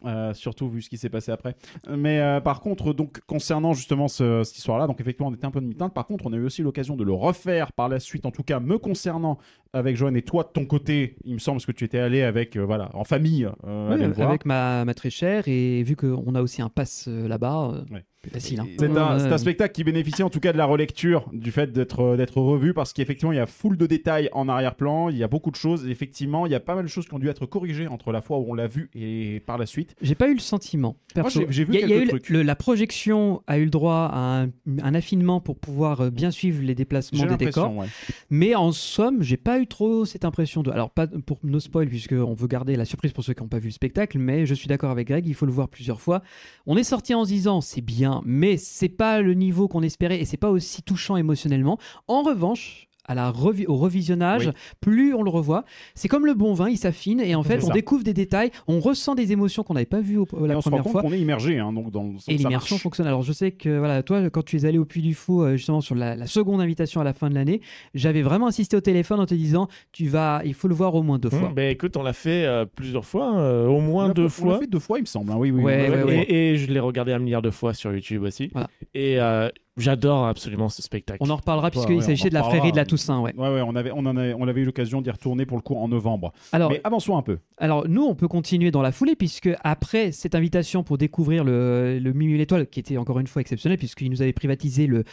S10: euh, surtout vu ce qui s'est passé après. Mais euh, par contre, donc concernant justement ce- cette histoire-là, donc effectivement on était un peu de mi-teinte. Par contre, on a eu aussi l'occasion de le refaire par la suite, en tout cas me concernant avec Joanne et toi de ton côté. Il me semble parce que tu étais allé avec euh, voilà en famille. euh,
S8: Ouais,
S10: aller le voir.
S8: avec ma, ma très chère et vu qu'on a aussi un pass euh, là-bas, euh, plus facile. hein.
S10: C'est un,
S8: Ouais,
S10: c'est un
S8: ouais.
S10: spectacle qui bénéficie en tout cas de la relecture, du fait d'être euh, d'être revu, parce qu'effectivement, il y a foule de détails en arrière-plan, il y a beaucoup de choses, et effectivement, il y a pas mal de choses qui ont dû être corrigées entre la fois où on l'a vu et par la suite.
S8: J'ai pas eu le sentiment. perso.
S10: Moi, j'ai- j'ai vu
S8: Il y a- il y a
S10: quelques
S8: eu le-
S10: trucs.
S8: le- la projection a eu le droit à un, un affinement pour pouvoir euh, bien suivre les déplacements
S10: J'ai
S8: des
S10: l'impression,
S8: décors.
S10: ouais.
S8: Mais en somme, j'ai pas eu trop cette impression de. Alors, pas pour nos spoil, puisqu'on veut garder la surprise pour ceux qui n'ont pas vu le spectacle, mais je suis d'accord avec Greg, il faut le voir plusieurs fois. On est sorti en se disant, c'est bien, mais c'est pas le niveau qu'on espérait et c'est pas aussi touchant émotionnellement. En revanche, à la revi- au revisionnage,
S12: Oui.
S8: plus on le revoit, c'est comme le bon vin, il s'affine et en fait,
S10: C'est
S8: on
S10: ça.
S8: découvre des détails, on ressent des émotions qu'on n'avait pas vues au- la
S10: Et on se rend
S8: première
S10: compte
S8: fois.
S10: qu'on est immergé, hein, donc dans le sens
S8: Et
S10: ça
S8: l'immersion
S10: marche.
S8: fonctionne. Alors je sais que voilà, toi, quand tu es allé au Puy du Fou, euh, justement sur la, la seconde invitation à la fin de l'année, j'avais vraiment insisté au téléphone en te disant, tu vas, il faut le voir au moins
S10: Mmh.
S8: deux fois.
S7: Hum, ben, écoute, on l'a fait euh, plusieurs fois, euh, au moins deux
S10: On
S7: fois.
S10: l'a fait deux fois, il me semble. hein, Oui, oui.
S7: Ouais,
S10: on l'a fait
S7: ouais,
S10: deux
S7: ouais.
S10: fois.
S7: Et, et je l'ai regardé un milliard de fois sur YouTube aussi. Et euh, j'adore absolument ce spectacle.
S8: On en reparlera
S10: Ouais,
S8: puisqu'il
S10: ouais,
S8: s'agissait
S10: on en
S8: de la
S10: reparlera.
S8: frérie de la Toussaint, ouais.
S10: Ouais, ouais, on avait, on en avait, on avait eu l'occasion d'y retourner pour le coup en novembre.
S8: Alors-
S10: Mais avançons un peu.
S8: Alors nous, on peut continuer dans la foulée puisque après cette invitation pour découvrir le, le Mimi et l'Étoile, qui était encore une fois exceptionnel puisqu'il nous avait privatisé le,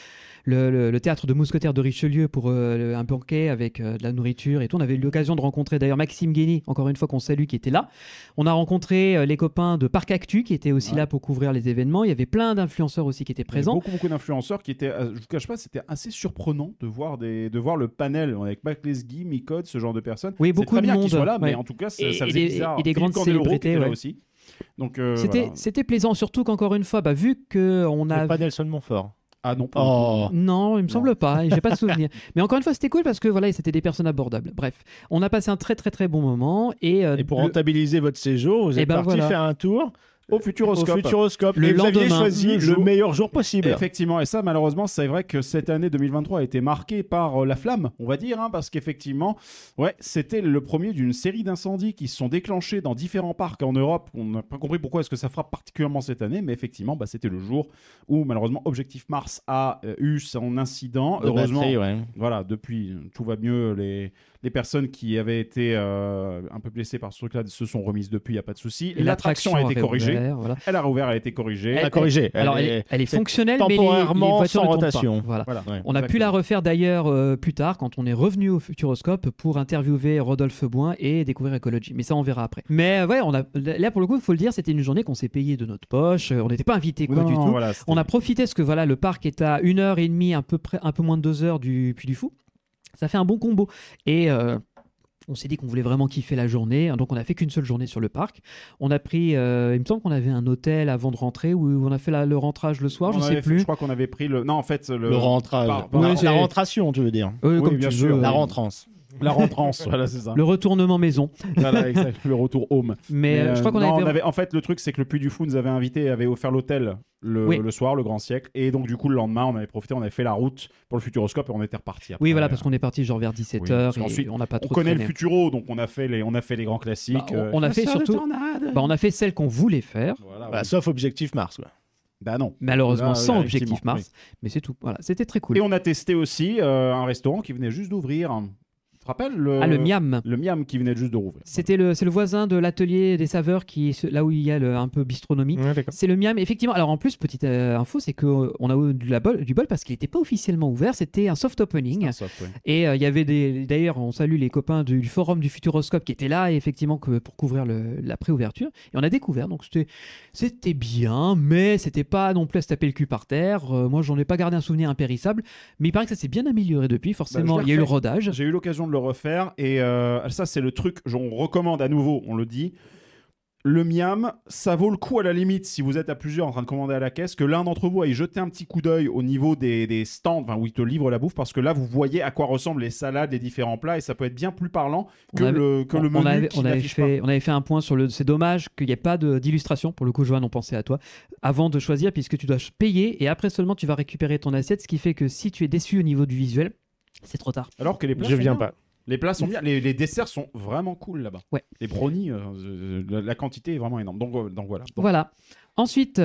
S8: le, le- le théâtre de mousquetaires de Richelieu pour euh, le- un banquet avec euh, de la nourriture et tout. On avait eu l'occasion de rencontrer d'ailleurs Maxime Guény, encore une fois qu'on salue, qui était là. On a rencontré euh, les copains de Parc Actu qui étaient aussi là pour couvrir les événements. Il y avait plein d'influenceurs aussi qui étaient
S10: Il y avait
S8: présents.
S10: Beaucoup, beaucoup d'influenceurs qui étaient, euh, je vous cache pas, c'était assez surprenant de voir, des, de voir le panel avec Mac Lesguy, Micode, ce genre de personnes.
S8: Oui,
S10: C'est
S8: beaucoup
S10: très
S8: de
S10: bien qu'ils
S8: monde,
S10: soient là, mais
S8: ouais.
S10: en tout cas, ça,
S8: Et-
S10: ça
S8: et
S10: faisait
S8: des-
S10: bizarre.
S8: et des
S10: Philippe
S8: grandes
S10: Candeloro qui
S8: célébrités,
S10: était là
S8: ouais.
S10: aussi. Donc, euh,
S8: C'était
S10: voilà.
S8: c'était plaisant, surtout qu'encore une fois, bah, vu qu'on a
S9: Pas Nelson Montfort.
S10: Ah non. Pas
S9: oh.
S8: Non, il me semble pas. J'ai pas de souvenir. Mais encore une fois, c'était cool parce que voilà, c'était des personnes abordables. Bref, on a passé un très très très bon moment et, euh,
S9: Et pour
S8: le-
S9: rentabiliser votre séjour, vous
S8: Eh
S9: êtes
S8: ben
S9: parti
S8: voilà.
S9: faire un tour
S10: au Futuroscope.
S9: Au Futuroscope.
S8: Le
S9: et vous aviez
S8: lendemain.
S9: choisi
S10: Le
S9: le,
S10: jour-
S9: meilleur jour possible.
S10: Effectivement, et ça, malheureusement, c'est vrai que cette année 2023 a été marquée par euh, la flamme, on va dire, hein, parce qu'effectivement, ouais, c'était le premier d'une série d'incendies qui se sont déclenchés dans différents parcs en Europe. On n'a pas compris pourquoi est-ce que ça frappe particulièrement cette année, mais effectivement, bah, c'était le jour où, malheureusement, Objectif Mars a euh, eu son incident.
S9: De
S10: Heureusement,
S9: batterie, ouais.
S10: voilà, depuis, euh, tout va mieux. Les, les personnes qui avaient été euh, un peu blessées par ce truc-là se sont remises depuis, il n'y a pas de souci.
S8: Et
S10: L'attraction a
S8: l'attraction
S10: été
S8: a
S10: corrigée.
S8: réouvert, voilà.
S10: Elle a rouvert, elle a été corrigée.
S8: Elle-
S10: a
S8: elle- alors, elle, est- elle est fonctionnelle, mais les- les,
S9: temporairement
S8: voitures
S9: sans
S8: ne tournent pas.
S9: rotation.
S8: Voilà.
S9: Voilà. Ouais,
S8: on a pu
S9: exactement.
S8: la refaire d'ailleurs euh, plus tard quand on est revenu au Futuroscope pour interviewer Rodolphe Boin et découvrir Ecology. Mais ça, on verra après. Mais euh, ouais, on a, là pour le coup, il faut le dire, c'était une journée qu'on s'est payé de notre poche. Euh, On n'était pas invité quoi
S10: Non,
S8: du
S10: non,
S8: tout.
S10: voilà, c'était-
S8: on a profité parce que voilà, le parc est à une heure et demie, un peu près, un peu moins de deux heures du Puy du Fou. Ça fait un bon combo. Et euh, on s'est dit qu'on voulait vraiment kiffer la journée, hein, donc on a fait qu'une seule journée sur le parc. On a pris, euh, il me semble qu'on avait un hôtel avant de rentrer où on a fait la- le rentrage le soir,
S10: On
S8: je
S10: avait
S8: sais
S10: fait-
S8: plus.
S10: je crois qu'on avait pris le. Non, en fait, le,
S9: Le ah, rentrage.
S10: Par- par-
S9: la,
S10: par-
S9: la rentration, tu veux dire.
S8: Oui, comme
S10: bien
S8: tu
S10: sûr.
S8: veux,
S9: La
S8: oui.
S9: rentrance.
S8: [LAUGHS]
S10: La rentrance, voilà, c'est ça.
S8: Le retournement maison.
S10: Voilà, exact, le retour home.
S8: Mais, euh, je crois qu'on
S10: non,
S8: avait-
S10: on En fait, le truc, c'est que le Puy du Fou nous avait invité, avait offert l'hôtel le,
S8: Oui.
S10: le soir, le grand siècle. Et donc, du coup, le lendemain, on avait profité, on avait fait la route pour le Futuroscope et on était reparti. après.
S8: Oui, voilà, parce qu'on est parti genre vers 17h
S10: Parce qu'ensuite,
S8: et on n'a pas trop
S10: connaît le
S8: traîné.
S10: Futuro, donc on a fait les, on a fait les grands classiques.
S8: Bah, on-
S10: euh,
S8: on a
S10: La
S8: fait
S10: sœur de
S8: surtout-
S10: Tornade.
S8: Bah, on a fait celle qu'on voulait faire.
S10: Bah, oui.
S9: Sauf Objectif Mars, quoi.
S10: Bah non.
S8: Malheureusement,
S10: Là,
S8: sans
S10: effectivement,
S8: Objectif Mars. Mais c'est tout. Voilà, c'était très cool.
S10: Et on a testé aussi euh, un restaurant qui venait juste d'ouvrir. Tu te rappelles le...
S8: Ah, le Miam.
S10: Le Miam qui venait juste de rouvrir.
S8: C'était le, c'est le voisin de l'atelier des saveurs qui, se- là où il y a le, un peu bistronomie. c'est le Miam. Effectivement. Alors en plus, petite euh, info, c'est que euh, on a eu de la bol, du bol parce qu'il n'était pas officiellement ouvert. C'était un soft opening. Et euh, il y avait des. D'ailleurs, on salue les copains du forum du Futuroscope qui étaient là, et effectivement, que, pour couvrir le- la pré-ouverture. Et on a découvert. Donc c'était, c'était bien, mais c'était pas non plus à se taper le cul par terre. Euh, moi, j'en ai pas gardé un souvenir impérissable. Mais il paraît que ça s'est bien amélioré depuis. Forcément,
S10: Bah, je
S8: il
S10: l'ai
S8: y a eu le
S10: refait.
S8: rodage.
S10: J'ai eu l'occasion de le refaire et euh, ça c'est le truc, j'en- on recommande à nouveau, on le dit. Le miam, ça vaut le coup à la limite si vous êtes à plusieurs en train de commander à la caisse que l'un d'entre vous aille jeter un petit coup d'œil au niveau des, des stands, enfin, où ils te livrent la bouffe parce que là vous voyez à quoi ressemblent les salades, les différents plats et ça peut être bien plus parlant que
S8: on avait-
S10: le que
S8: on-
S10: le
S8: on
S10: menu.
S8: avait,
S10: qui
S8: on avait
S10: n'affiche pas.
S8: fait, on avait fait un point sur le. C'est dommage qu'il n'y ait pas de- d'illustration pour le coup, Johan. On pensait à toi avant de choisir, puisque tu dois ch- payer et après seulement tu vas récupérer ton assiette. Ce qui fait que si tu es déçu au niveau du visuel, c'est trop tard.
S10: Alors que les plats
S8: Je
S10: sont
S8: viens
S10: bien.
S8: pas.
S10: Les plats sont bien, les, les desserts sont vraiment cool là-bas.
S8: Ouais.
S10: Les brownies, euh, euh, la, la quantité est vraiment énorme. Donc, euh, donc voilà. Donc,
S8: Voilà. Ensuite.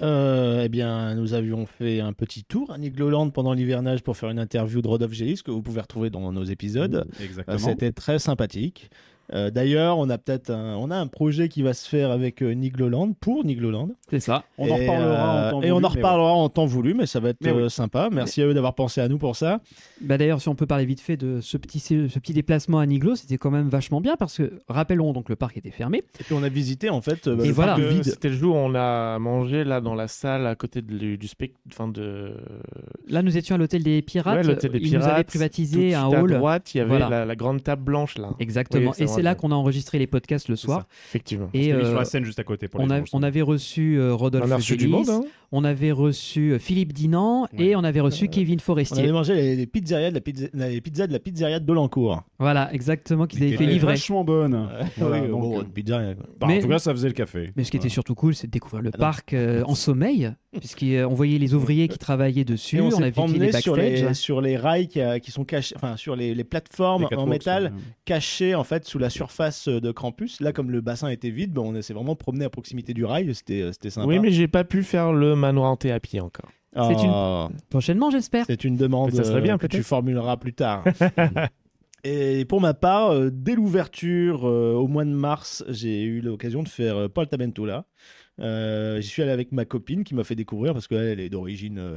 S9: eh bien, nous avions fait un petit tour à Nigloland pendant l'hivernage pour faire une interview de Rodolphe Gélis que vous pouvez retrouver dans nos épisodes.
S10: Exactement.
S9: Euh, C'était très sympathique. Euh, D'ailleurs, on a peut-être un, on a un projet qui va se faire avec euh, Nigloland pour Nigloland.
S8: C'est ça.
S10: On en reparlera en temps
S9: Et on
S10: voulu,
S9: en
S10: mais
S9: reparlera en temps voulu, mais ça va être
S10: Mais oui.
S9: euh, sympa. Merci à eux d'avoir pensé à nous pour ça.
S8: Bah d'ailleurs, si on peut parler vite fait de ce petit, ce petit déplacement à Niglo, c'était quand même vachement bien parce que, rappelons, donc le parc était fermé.
S9: Et puis on a visité en fait. euh,
S8: Et
S9: le
S8: voilà.
S9: parc, euh,
S8: Vide.
S7: C'était le jour où on a mangé là dans la salle à côté de- du spectre. Enfin de.
S8: Là, nous étions à l'hôtel des pirates.
S7: Ouais, l'hôtel des
S8: Ils nous avaient
S7: Pirates, tout de
S8: privatisé un
S7: suite à
S8: hall.
S7: droite, il y avait
S8: Voilà.
S7: la, la grande table blanche là.
S8: Exactement.
S7: Oui,
S8: et c'est
S7: vrai,
S8: là
S7: ouais.
S8: qu'on a enregistré les podcasts le soir.
S7: Effectivement.
S8: Et
S7: C'était mis
S8: euh,
S7: sur la scène juste à côté pour
S8: on,
S7: les
S8: a-
S7: gens,
S10: hein.
S8: on avait reçu euh, Rodolphe
S7: On a reçu du
S8: Gélis,
S7: monde, hein.
S8: on avait reçu euh, Philippe Dinan et on avait
S7: Euh,
S8: reçu Kevin
S9: On
S8: Forestier.
S9: avait mangé les, les pizzerias de la pizza, les pizzas de la pizzeria de Dolancourt.
S8: Voilà, exactement, qu'ils avaient
S9: était
S8: fait livrer.
S10: vachement bonne. Voilà,
S9: oui,
S10: donc,
S9: bon,
S10: euh,
S9: une pizzeria, quoi.
S10: bah, en tout cas, ça faisait le café.
S8: Mais ce qui
S10: Voilà.
S8: était surtout cool, c'est de découvrir le parc euh, en sommeil, puisqu'on voyait les ouvriers qui travaillaient dessus,
S9: Et on,
S8: on, a
S9: s'est
S8: visité les
S9: promené
S8: backstage.
S9: sur les, sur les rails qui, euh, qui sont cachés, enfin sur les, les plateformes
S10: Les quatre
S9: en
S10: walks,
S9: métal
S10: ouais.
S9: cachées en fait sous la surface euh, de Krampus. Là, comme le bassin était vide, ben, on s'est vraiment promené à proximité du rail. C'était euh, c'était sympa.
S7: Oui, mais j'ai pas pu faire le manoir hanté à pied encore.
S8: C'est une-
S9: Ah.
S8: Prochainement, j'espère.
S9: C'est une demande
S7: Ça serait bien,
S9: euh, que tu
S7: peut-être.
S9: formuleras
S7: [LAUGHS]
S9: plus tard. Et pour ma part, euh, dès l'ouverture euh, au mois de mars, j'ai eu l'occasion de faire euh, Paul Tabentola. Euh, J'y suis allé avec ma copine qui m'a fait découvrir parce qu'elle elle est d'origine euh,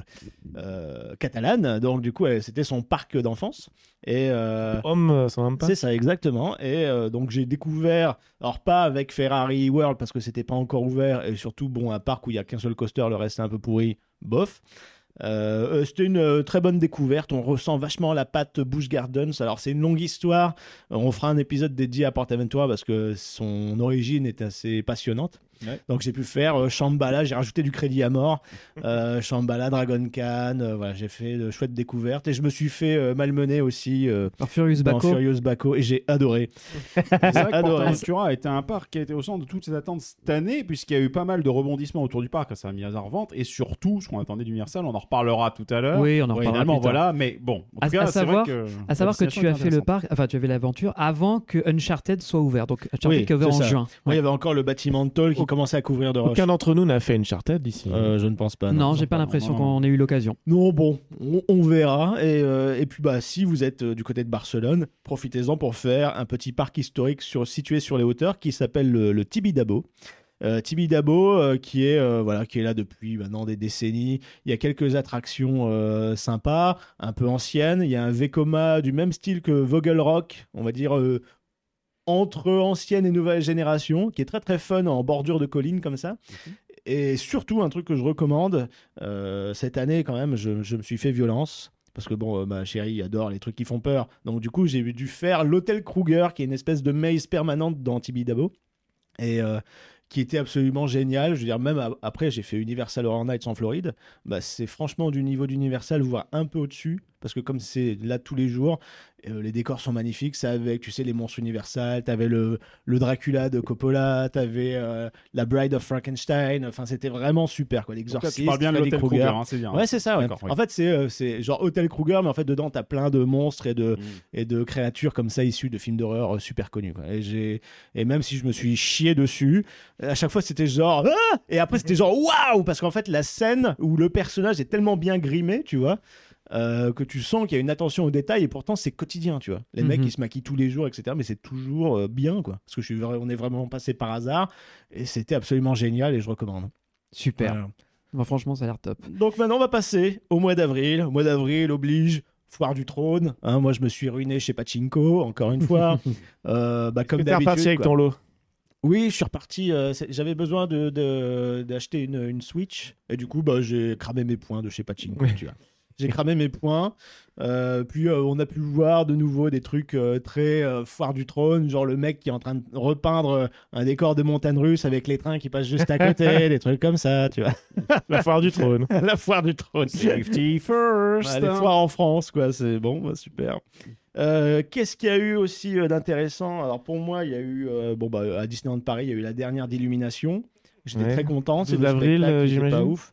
S9: euh, catalane, donc du coup elle- c'était son parc d'enfance. Et euh,
S7: Homme, euh, sans même pas.
S9: c'est ça, exactement. Et euh, donc j'ai découvert, alors pas avec Ferrari World parce que c'était pas encore ouvert, et surtout, bon, un parc où il y a qu'un seul coaster, le reste est un peu pourri, bof. Euh, euh, c'était une euh, très bonne découverte. On ressent vachement la patte Bush Gardens. Alors, c'est une longue histoire. Euh, On fera un épisode dédié à Portaventura parce que son origine est assez passionnante.
S10: Ouais.
S9: Donc, j'ai pu faire euh, Shambhala. J'ai rajouté du crédit à mort. Euh, Shambhala, Dragon Khan. euh, voilà, j'ai fait de chouettes découvertes. Et je me suis fait euh, malmener aussi. euh,
S8: Par Furious
S9: dans
S8: Baco.
S9: Furious Baco et j'ai adoré.
S10: [LAUGHS] C'est vrai que
S9: Adoré.
S10: Portaventura a été un parc qui a été au centre de toutes ces attentes cette année, puisqu'il y a eu pas mal de rebondissements autour du parc, hein, ça a mis à sa revente, et surtout ce qu'on attendait d'Universal, on en reparlera tout à l'heure.
S8: Oui, on en
S10: Ouais,
S8: reparlera
S10: finalement,
S8: plus tard.
S10: voilà, mais bon, en tout
S8: À,
S10: cas,
S8: à
S10: c'est
S8: savoir,
S10: vrai que,
S8: à savoir que
S10: la destination
S8: tu as
S10: est
S8: fait le
S10: intéressante.
S8: parc, enfin tu avais l'aventure avant que Uncharted soit ouvert. Donc Uncharted
S9: Oui,
S8: qui est ouvert
S9: c'est
S8: en
S9: ça.
S8: juin.
S9: Moi, il y avait encore le bâtiment de tôle qui commençait à couvrir de roches.
S7: Aucun d'entre nous n'a fait une chartade ici.
S9: Euh, je ne pense pas.
S8: non, j'ai pas l'impression
S9: non, non.
S8: qu'on ait eu l'occasion.
S9: Non, bon, on, on verra. Et, euh, et puis, bah, si vous êtes euh, du côté de Barcelone, profitez-en pour faire un petit parc historique sur, situé sur les hauteurs qui s'appelle le, le Tibidabo. Euh, Tibidabo, euh, qui est euh, voilà, qui est là depuis maintenant des décennies. Il y a quelques attractions euh, sympas, un peu anciennes. Il y a un Vekoma du même style que Vogel Rock, on va dire euh, entre ancienne et nouvelle génération, qui est très très fun en bordure de colline comme ça. Et surtout, un truc que je recommande, euh, cette année quand même, je, je me suis fait violence. Parce que bon, euh, ma chérie adore les trucs qui font peur. Donc du coup, j'ai dû faire l'hôtel Kruger, qui est une espèce de maze permanente dans Tibidabo. Et euh, qui était absolument génial. Je veux dire, même a- après, j'ai fait Universal Horror Nights en Floride. Bah, c'est franchement du niveau d'Universal, voire un peu au-dessus. parce que comme c'est là tous les jours, euh, les décors sont magnifiques. Ça avec, tu sais, les monstres universels, t'avais le, le Dracula de Coppola, t'avais euh, la Bride of Frankenstein. Enfin, c'était vraiment super, quoi. L'exorciste.
S10: tu parles bien de
S9: Freddy
S10: l'Hôtel
S9: Krueger.
S10: Kruger, hein, c'est bien.
S9: Ouais, c'est ça. ouais.
S10: D'accord, oui.
S9: En fait, c'est euh, c'est genre Hôtel Kruger, mais en fait, dedans, t'as plein de monstres et de, et de créatures comme ça issues de films d'horreur euh, super connus. quoi. Et, j'ai- et même si je me suis chié dessus, à chaque fois, c'était genre. Ah et après, c'était genre waouh Parce qu'en fait, la scène où le personnage est tellement bien grimé, tu vois. euh, que tu sens qu'il y a une attention aux détails et pourtant c'est quotidien tu vois les mecs
S10: Mhm.
S9: ils se maquillent tous les jours etc mais c'est toujours euh, bien quoi parce que je suis vra- on est vraiment passé par hasard et c'était absolument génial et je recommande
S8: super franchement ça a l'air top
S9: donc maintenant, on va passer au mois d'avril. Au mois d'avril oblige, foire du trône. Hein, moi, je me suis ruiné chez Pachinko, encore une
S7: [LAUGHS]
S9: fois. Euh, bah, comme
S7: que t'es reparti
S9: d'habitude.
S7: avec
S9: quoi.
S7: ton
S9: [LAUGHS]
S7: lot
S9: Oui, je suis reparti. euh, c'est- J'avais besoin d'acheter de, d'acheter une, une Switch. Et du coup, bah, j'ai cramé mes points de chez Pachinko. tu vois. J'ai cramé mes points. Euh, puis euh, on a pu voir de nouveau des trucs euh, très euh, foire du trône, genre le mec qui est en train de repeindre euh, un décor de montagne russe avec les trains qui passent juste
S7: [LAUGHS]
S9: à côté, des trucs comme ça, tu vois.
S7: La foire du trône.
S9: [LAUGHS]
S7: Bah,
S9: La foire du trône.
S10: Safety first.
S9: Ouais, les foires Bah, en France, quoi. C'est bon, bah, super. Euh, Qu'est-ce qu'il y a eu aussi euh, d'intéressant Alors pour moi, il y a eu euh, bon bah à Disneyland Paris, il y a eu la dernière d'Illumination. J'étais
S7: Ouais.
S9: très content.
S7: De
S9: c'est le
S7: l'avril,
S9: spectacle
S7: euh,
S9: qui était Pas
S7: j'imagine.
S9: ouf.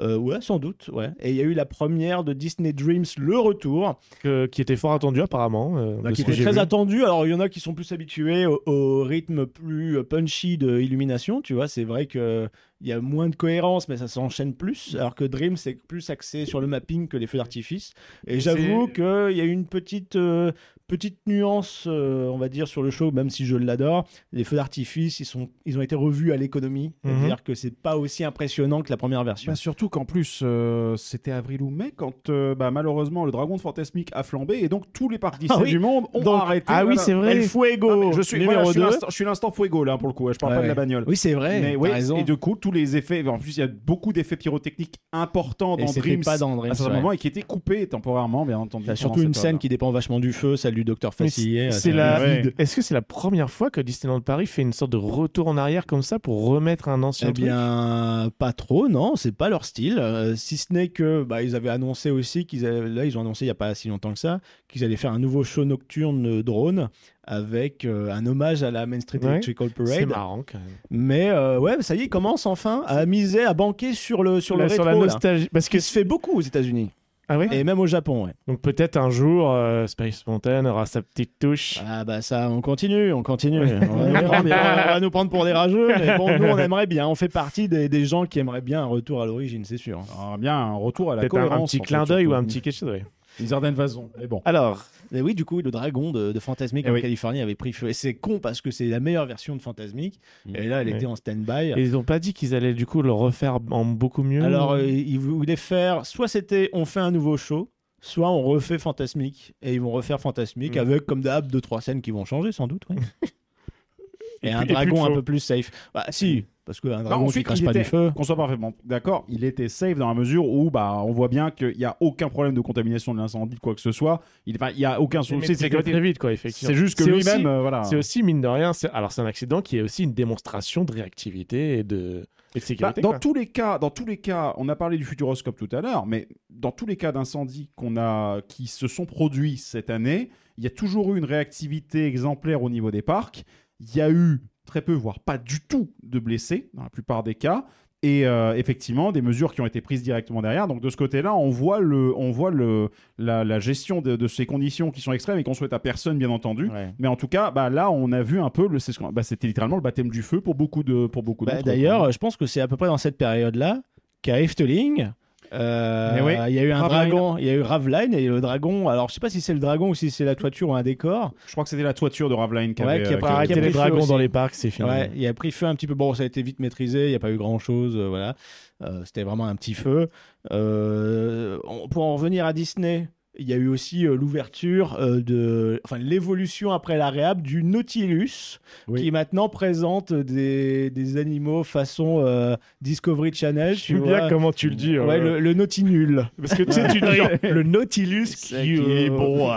S9: Euh, ouais, sans doute. Ouais. Et il y a eu la première de Disney Dreams, le retour,
S7: Que- qui était fort attendu apparemment. euh, de
S9: Bah, qui
S7: ce que
S9: était
S7: j'ai
S9: très
S7: vu.
S9: attendue. Alors il y en a qui sont plus habitués au, au rythme plus euh, punchy de Illumination. Tu vois, c'est vrai que il y a moins de cohérence, mais ça s'enchaîne
S7: Mm.
S9: plus. Alors que Dreams c'est plus axé sur le mapping que les feux d'artifice. Et j'avoue qu'il y a eu une petite, euh, petite nuance, euh, on va dire, sur le show, même si je l'adore. Les feux d'artifice, ils, sont, ils ont été revus à l'économie.
S7: Mm-hmm.
S10: Mhm.
S9: C'est-à-dire que c'est pas aussi impressionnant que la première version.
S10: Bah, surtout qu'en plus, euh, c'était avril ou mai quand euh, bah, malheureusement le dragon de Fantasmique a flambé et donc tous les parcs Disney
S9: Ah oui.
S10: du monde ont
S9: Donc-
S10: arrêté.
S9: Ah oui,
S10: voilà.
S9: c'est vrai. El Fuego,
S10: Non, Ah, mais je suis,
S9: numéro
S10: voilà, je suis
S9: deux.
S10: l'instant- je suis l'instant Fuego là pour le coup. hein, Je parle
S9: Ouais,
S10: pas de la
S9: ouais.
S10: bagnole.
S9: Oui, c'est vrai,
S10: Mais
S9: t'as
S10: oui,
S9: raison.
S10: Et du coup, tous les effets. En plus, il y a beaucoup d'effets pyrotechniques importants
S9: Et
S10: dans
S9: c'était
S10: Dreams. ah, Bah,
S9: pas dans Dreams,
S10: à certains
S9: ouais.
S10: moments et qui étaient coupés temporairement, bien entendu.
S9: T'as surtout
S10: pendant
S9: une
S10: cette
S9: scène
S10: période.
S9: qui dépend vachement du feu, celle du docteur euh,
S7: Mais
S9: Facilier.
S7: c'est- c'est la- Est-ce que c'est la première fois que Disneyland Paris fait une sorte de retour en arrière comme ça pour remettre un ancien
S9: Eh
S7: truc
S9: bien, pas trop, non, c'est pas leur style. Euh, si ce n'est que, bah, ils avaient annoncé aussi qu'ils avaient- là, ils ont annoncé il n'y a pas si longtemps que ça, qu'ils allaient faire un nouveau show nocturne euh, drone avec euh, un hommage à la Main Street
S7: Ouais.
S9: Electrical Parade.
S7: C'est marrant quand même.
S9: Mais euh, ouais, ça y est, ils commencent enfin à miser, à banquer sur le sur le
S7: Là, sur
S9: rétro,
S7: la
S9: là.
S7: nostalgie, parce
S9: Ce qui se fait beaucoup aux États-Unis.
S7: Ah ouais
S9: Et même au Japon, ouais.
S7: Donc peut-être un jour euh, Space Mountain aura sa petite touche.
S9: Ah bah ça, on continue, on continue. on, va nous [LAUGHS] prendre, on va nous prendre pour des rageux, mais bon, nous on aimerait bien, on fait partie des, des gens qui aimeraient bien un retour à l'origine, c'est sûr.
S10: Ah, bien un retour à la
S7: Peut-être un, un
S10: cohérence.
S7: petit
S10: en fait,
S7: clin d'œil ou
S10: surtout.
S7: un petit quelque chose. ouais.
S10: Les Ardennes Vason. Mais bon.
S7: Alors,
S9: Et oui, du coup, le dragon de, de Fantasmic
S10: Eh
S9: en
S10: oui.
S9: Californie avait pris feu. Et c'est con parce que c'est la meilleure version de Fantasmic.
S10: Mm.
S9: Et là, elle
S7: Ouais.
S9: était en stand-by.
S7: ils n'ont pas dit qu'ils allaient du coup le refaire en beaucoup mieux.
S9: Alors,
S7: ou-
S9: euh, ils voulaient faire soit c'était on fait un nouveau show, soit on refait Fantasmic. Et ils vont refaire Fantasmic
S7: Mm.
S9: avec, comme d'hab, deux, trois scènes qui vont changer sans doute. oui. [LAUGHS] et, un
S7: plus- et plus de
S9: dragon un
S7: feu.
S9: peu plus safe. Bah, si, parce qu'un
S10: Bah,
S9: dragon qui
S10: ensuite,
S9: crache
S10: il
S9: pas
S10: était-
S9: du feu.
S10: Qu'on soit parfaitement d'accord, il était safe dans la mesure où bah, on voit bien qu'il n'y a aucun problème de contamination de l'incendie, quoi que ce soit. Il enfin, il n'y a aucun
S7: Mais
S10: souci de
S7: c'est
S10: sécurité.
S7: très vite quoi, effectivement.
S10: C'est juste que
S7: C'est aussi-
S10: lui-même, euh, voilà.
S7: C'est aussi mine de rien. c'est- Alors c'est un accident qui est aussi une démonstration de réactivité et de, et de
S10: Bah,
S7: sécurité.
S10: dans
S7: quoi.
S10: tous les cas, dans tous les cas, on a parlé du futuroscope tout à l'heure, mais dans tous les cas d'incendies qu'on a, qui se sont produits cette année, il y a toujours eu une réactivité exemplaire au niveau des parcs. Il y a eu très peu, voire pas du tout, de blessés dans la plupart des cas. Et euh, effectivement, des mesures qui ont été prises directement derrière. Donc de ce côté-là, on voit le, on voit le, la, la gestion de, de ces conditions qui sont extrêmes et qu'on souhaite à personne, bien entendu.
S9: Ouais.
S10: Mais en tout cas, bah là, on a vu un peu, le, c'est ce qu'on- bah, c'était littéralement le baptême du feu pour beaucoup de, pour beaucoup
S9: Bah,
S10: d'entre eux, quoi.
S9: D'ailleurs, je pense que c'est à peu près dans cette période-là qu'à Efteling, euh,
S10: Eh
S9: il
S10: oui.
S9: y a eu un
S10: Raveline.
S9: dragon, il y a eu Raveline et le dragon. Alors, je sais pas si c'est le dragon ou si c'est la toiture ou un décor.
S10: Je crois que c'était la toiture de Raveline qui
S9: Ouais,
S10: avait
S9: qui a
S10: euh,
S9: pas
S10: qui-
S9: arrêté
S7: Arrêter
S9: pris
S7: les
S9: feu
S7: dragons dans
S9: aussi.
S7: les parcs, c'est fini.
S9: Ouais, il a pris feu un petit peu. Bon, ça a été vite maîtrisé. Il n'y a pas eu grand chose. voilà, Euh, c'était vraiment un petit feu. Euh, on- pour en revenir à Disney. Il y a eu aussi euh, l'ouverture euh, de, enfin l'évolution après la réhab du Nautilus,
S10: Oui.
S9: qui maintenant présente des, des animaux façon euh, Discovery Channel. Tu
S7: J'aime bien
S9: vois.
S7: comment tu le dis.
S9: Ouais,
S7: euh,
S9: le, le nautinul.
S7: Parce que tu
S9: [LAUGHS]
S7: sais, tu dis genre, le Nautilus
S9: C'est
S7: qui.
S9: qui est
S7: euh,
S9: bon, [LAUGHS]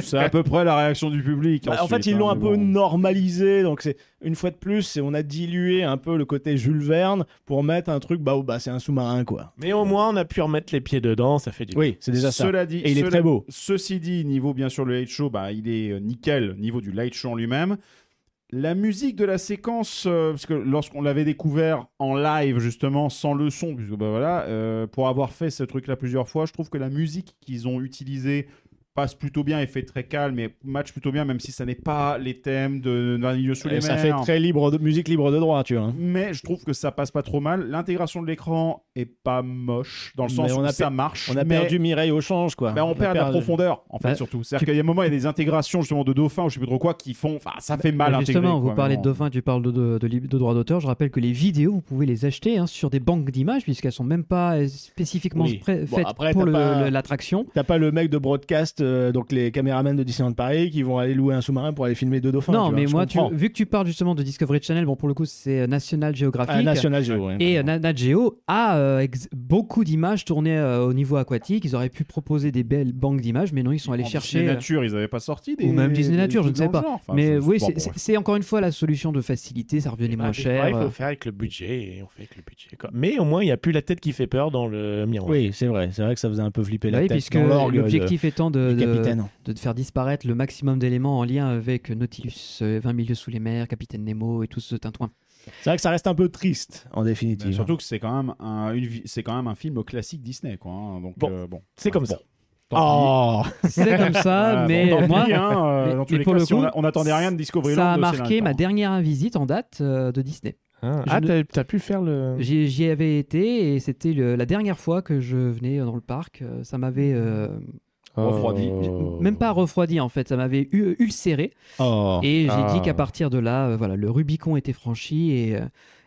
S10: C'est à peu près la réaction du public.
S9: Bah, en
S10: ensuite,
S9: fait, ils
S10: hein,
S9: l'ont un
S10: mais
S9: peu
S10: bon.
S9: normalisé. Donc, c'est une fois de plus, c'est- on a dilué un peu le côté Jules Verne pour mettre un truc. Bah, oh, bah c'est un sous-marin, quoi.
S7: Mais au moins, on a pu remettre les pieds dedans, ça fait
S1: du
S9: Oui,
S1: coup.
S9: c'est déjà ça.
S10: Cela dit,
S9: Et il est
S10: cela-
S9: très beau.
S10: Ceci dit, niveau bien sûr le light show, bah, il est euh, nickel, niveau du light show en lui-même. La musique de la séquence, euh, parce que lorsqu'on l'avait découvert en live justement, sans le son, puisque bah, voilà, euh, pour avoir fait ce truc-là plusieurs fois, je trouve que la musique qu'ils ont utilisée passe plutôt bien et fait très calme et match plutôt bien, même si ça n'est pas les thèmes de Vanille sous les
S9: Et ça fait
S10: mers.
S9: très libre de musique libre de droit, tu vois. hein.
S10: Mais je trouve que ça passe pas trop mal. L'intégration de l'écran est pas moche, dans le sens
S9: Mais
S10: où
S9: on a
S10: ça
S9: per-
S10: marche.
S9: On a
S10: mais-
S9: perdu Mireille au change, quoi.
S10: bah, on, perd la
S9: perdu-
S10: profondeur, en fait,
S9: Bah,
S10: surtout. C'est-à-dire qu'il y a des moments, il y a des intégrations justement de dauphins ou je sais plus trop quoi qui font. Enfin, ça fait mal
S8: Bah,
S10: intégrer.
S8: Justement,
S10: quoi,
S8: vous parlez de
S10: mais bon.
S8: Dauphin, tu parles de, de, de lib- de droits d'auteur. Je rappelle que les vidéos, vous pouvez les acheter hein, sur des banques d'images, puisqu'elles sont même pas euh, spécifiquement
S9: Oui.
S8: pré-
S9: Bon,
S8: faites
S9: après,
S8: pour
S9: t'as
S8: le-
S9: pas-
S8: le- l'attraction.
S9: T'as pas le mec de broadcast, euh, donc les caméramans de Disneyland Paris, qui vont aller louer un sous-marin pour aller filmer deux dauphins.
S8: Non,
S9: tu vois,
S8: mais
S9: je
S8: moi, tu-
S9: comprends.
S8: vu que tu parles justement de Discovery Channel, bon, pour le coup, c'est euh, National Geographic.
S9: Ah, National Geo, ouais.
S8: Et euh, Na- Nat Geo a euh, ex- beaucoup d'images tournées euh, au niveau aquatique. Ils auraient pu proposer des belles banques d'images, mais non, ils sont allés
S10: En
S8: chercher.
S10: Disney
S8: euh,
S10: Nature, ils n'avaient pas sorti des.
S8: Ou même Disney
S10: des
S8: Nature, je ne
S10: trucs dans
S8: sais
S10: le
S8: pas.
S10: genre. Enfin,
S8: mais
S10: je-
S8: oui,
S10: bon,
S8: c'est-
S10: bon,
S8: c'est
S10: bref.
S8: c'est encore une fois la solution de facilité, ça revenait
S7: Bah,
S8: moins
S7: des fois,
S8: cher. euh,
S7: Il faut faire avec le budget et on fait avec le budget. Quoi. Mais au moins, il n'y a plus la tête qui fait peur dans le miroir.
S9: Oui, c'est vrai. C'est vrai que ça faisait un peu flipper la
S8: Bah oui,
S9: tête
S8: puisque
S9: dans l'orgue
S8: l'objectif
S9: de-
S8: étant de,
S9: du
S8: euh, de-
S9: capitaine. hein.
S8: de faire disparaître le maximum d'éléments en lien avec Nautilus, euh, 20 milieux sous les mers, Capitaine Nemo et tout ce tintouin.
S9: C'est vrai que ça reste un peu triste, en définitive.
S8: hein.
S10: Mais Surtout que c'est quand même un, une vi- c'est quand même un film classique Disney, quoi. hein. Donc
S9: Bon,
S10: euh, bon.
S7: c'est comme ça.
S9: Oh
S8: C'est comme ça,
S10: [LAUGHS] Voilà,
S8: mais
S10: Ah, bon, tant
S8: moi,
S10: pis, hein, euh,
S8: mais-
S10: dans tous
S8: mais
S10: les
S8: pour
S10: cas,
S8: le
S10: si on
S8: coup,
S10: a- on attendait rien de Discovery
S8: ça
S10: Land,
S8: a
S10: de
S8: marqué
S10: Céline
S8: ma
S10: Alper.
S8: dernière visite en date euh, de Disney.
S7: Ah,
S8: Je
S7: ah,
S8: ne-
S7: t'as t'as pu faire le.
S8: J'y j'y avais été et c'était le- la dernière fois que je venais dans le parc. Euh, Ça m'avait euh,
S10: Refroidi.
S7: Oh.
S8: même pas refroidi en fait, ça m'avait u- ulcéré.
S9: Oh.
S8: Et j'ai
S7: Ah.
S8: dit qu'à partir de là, euh, voilà, le Rubicon était franchi. Et, euh,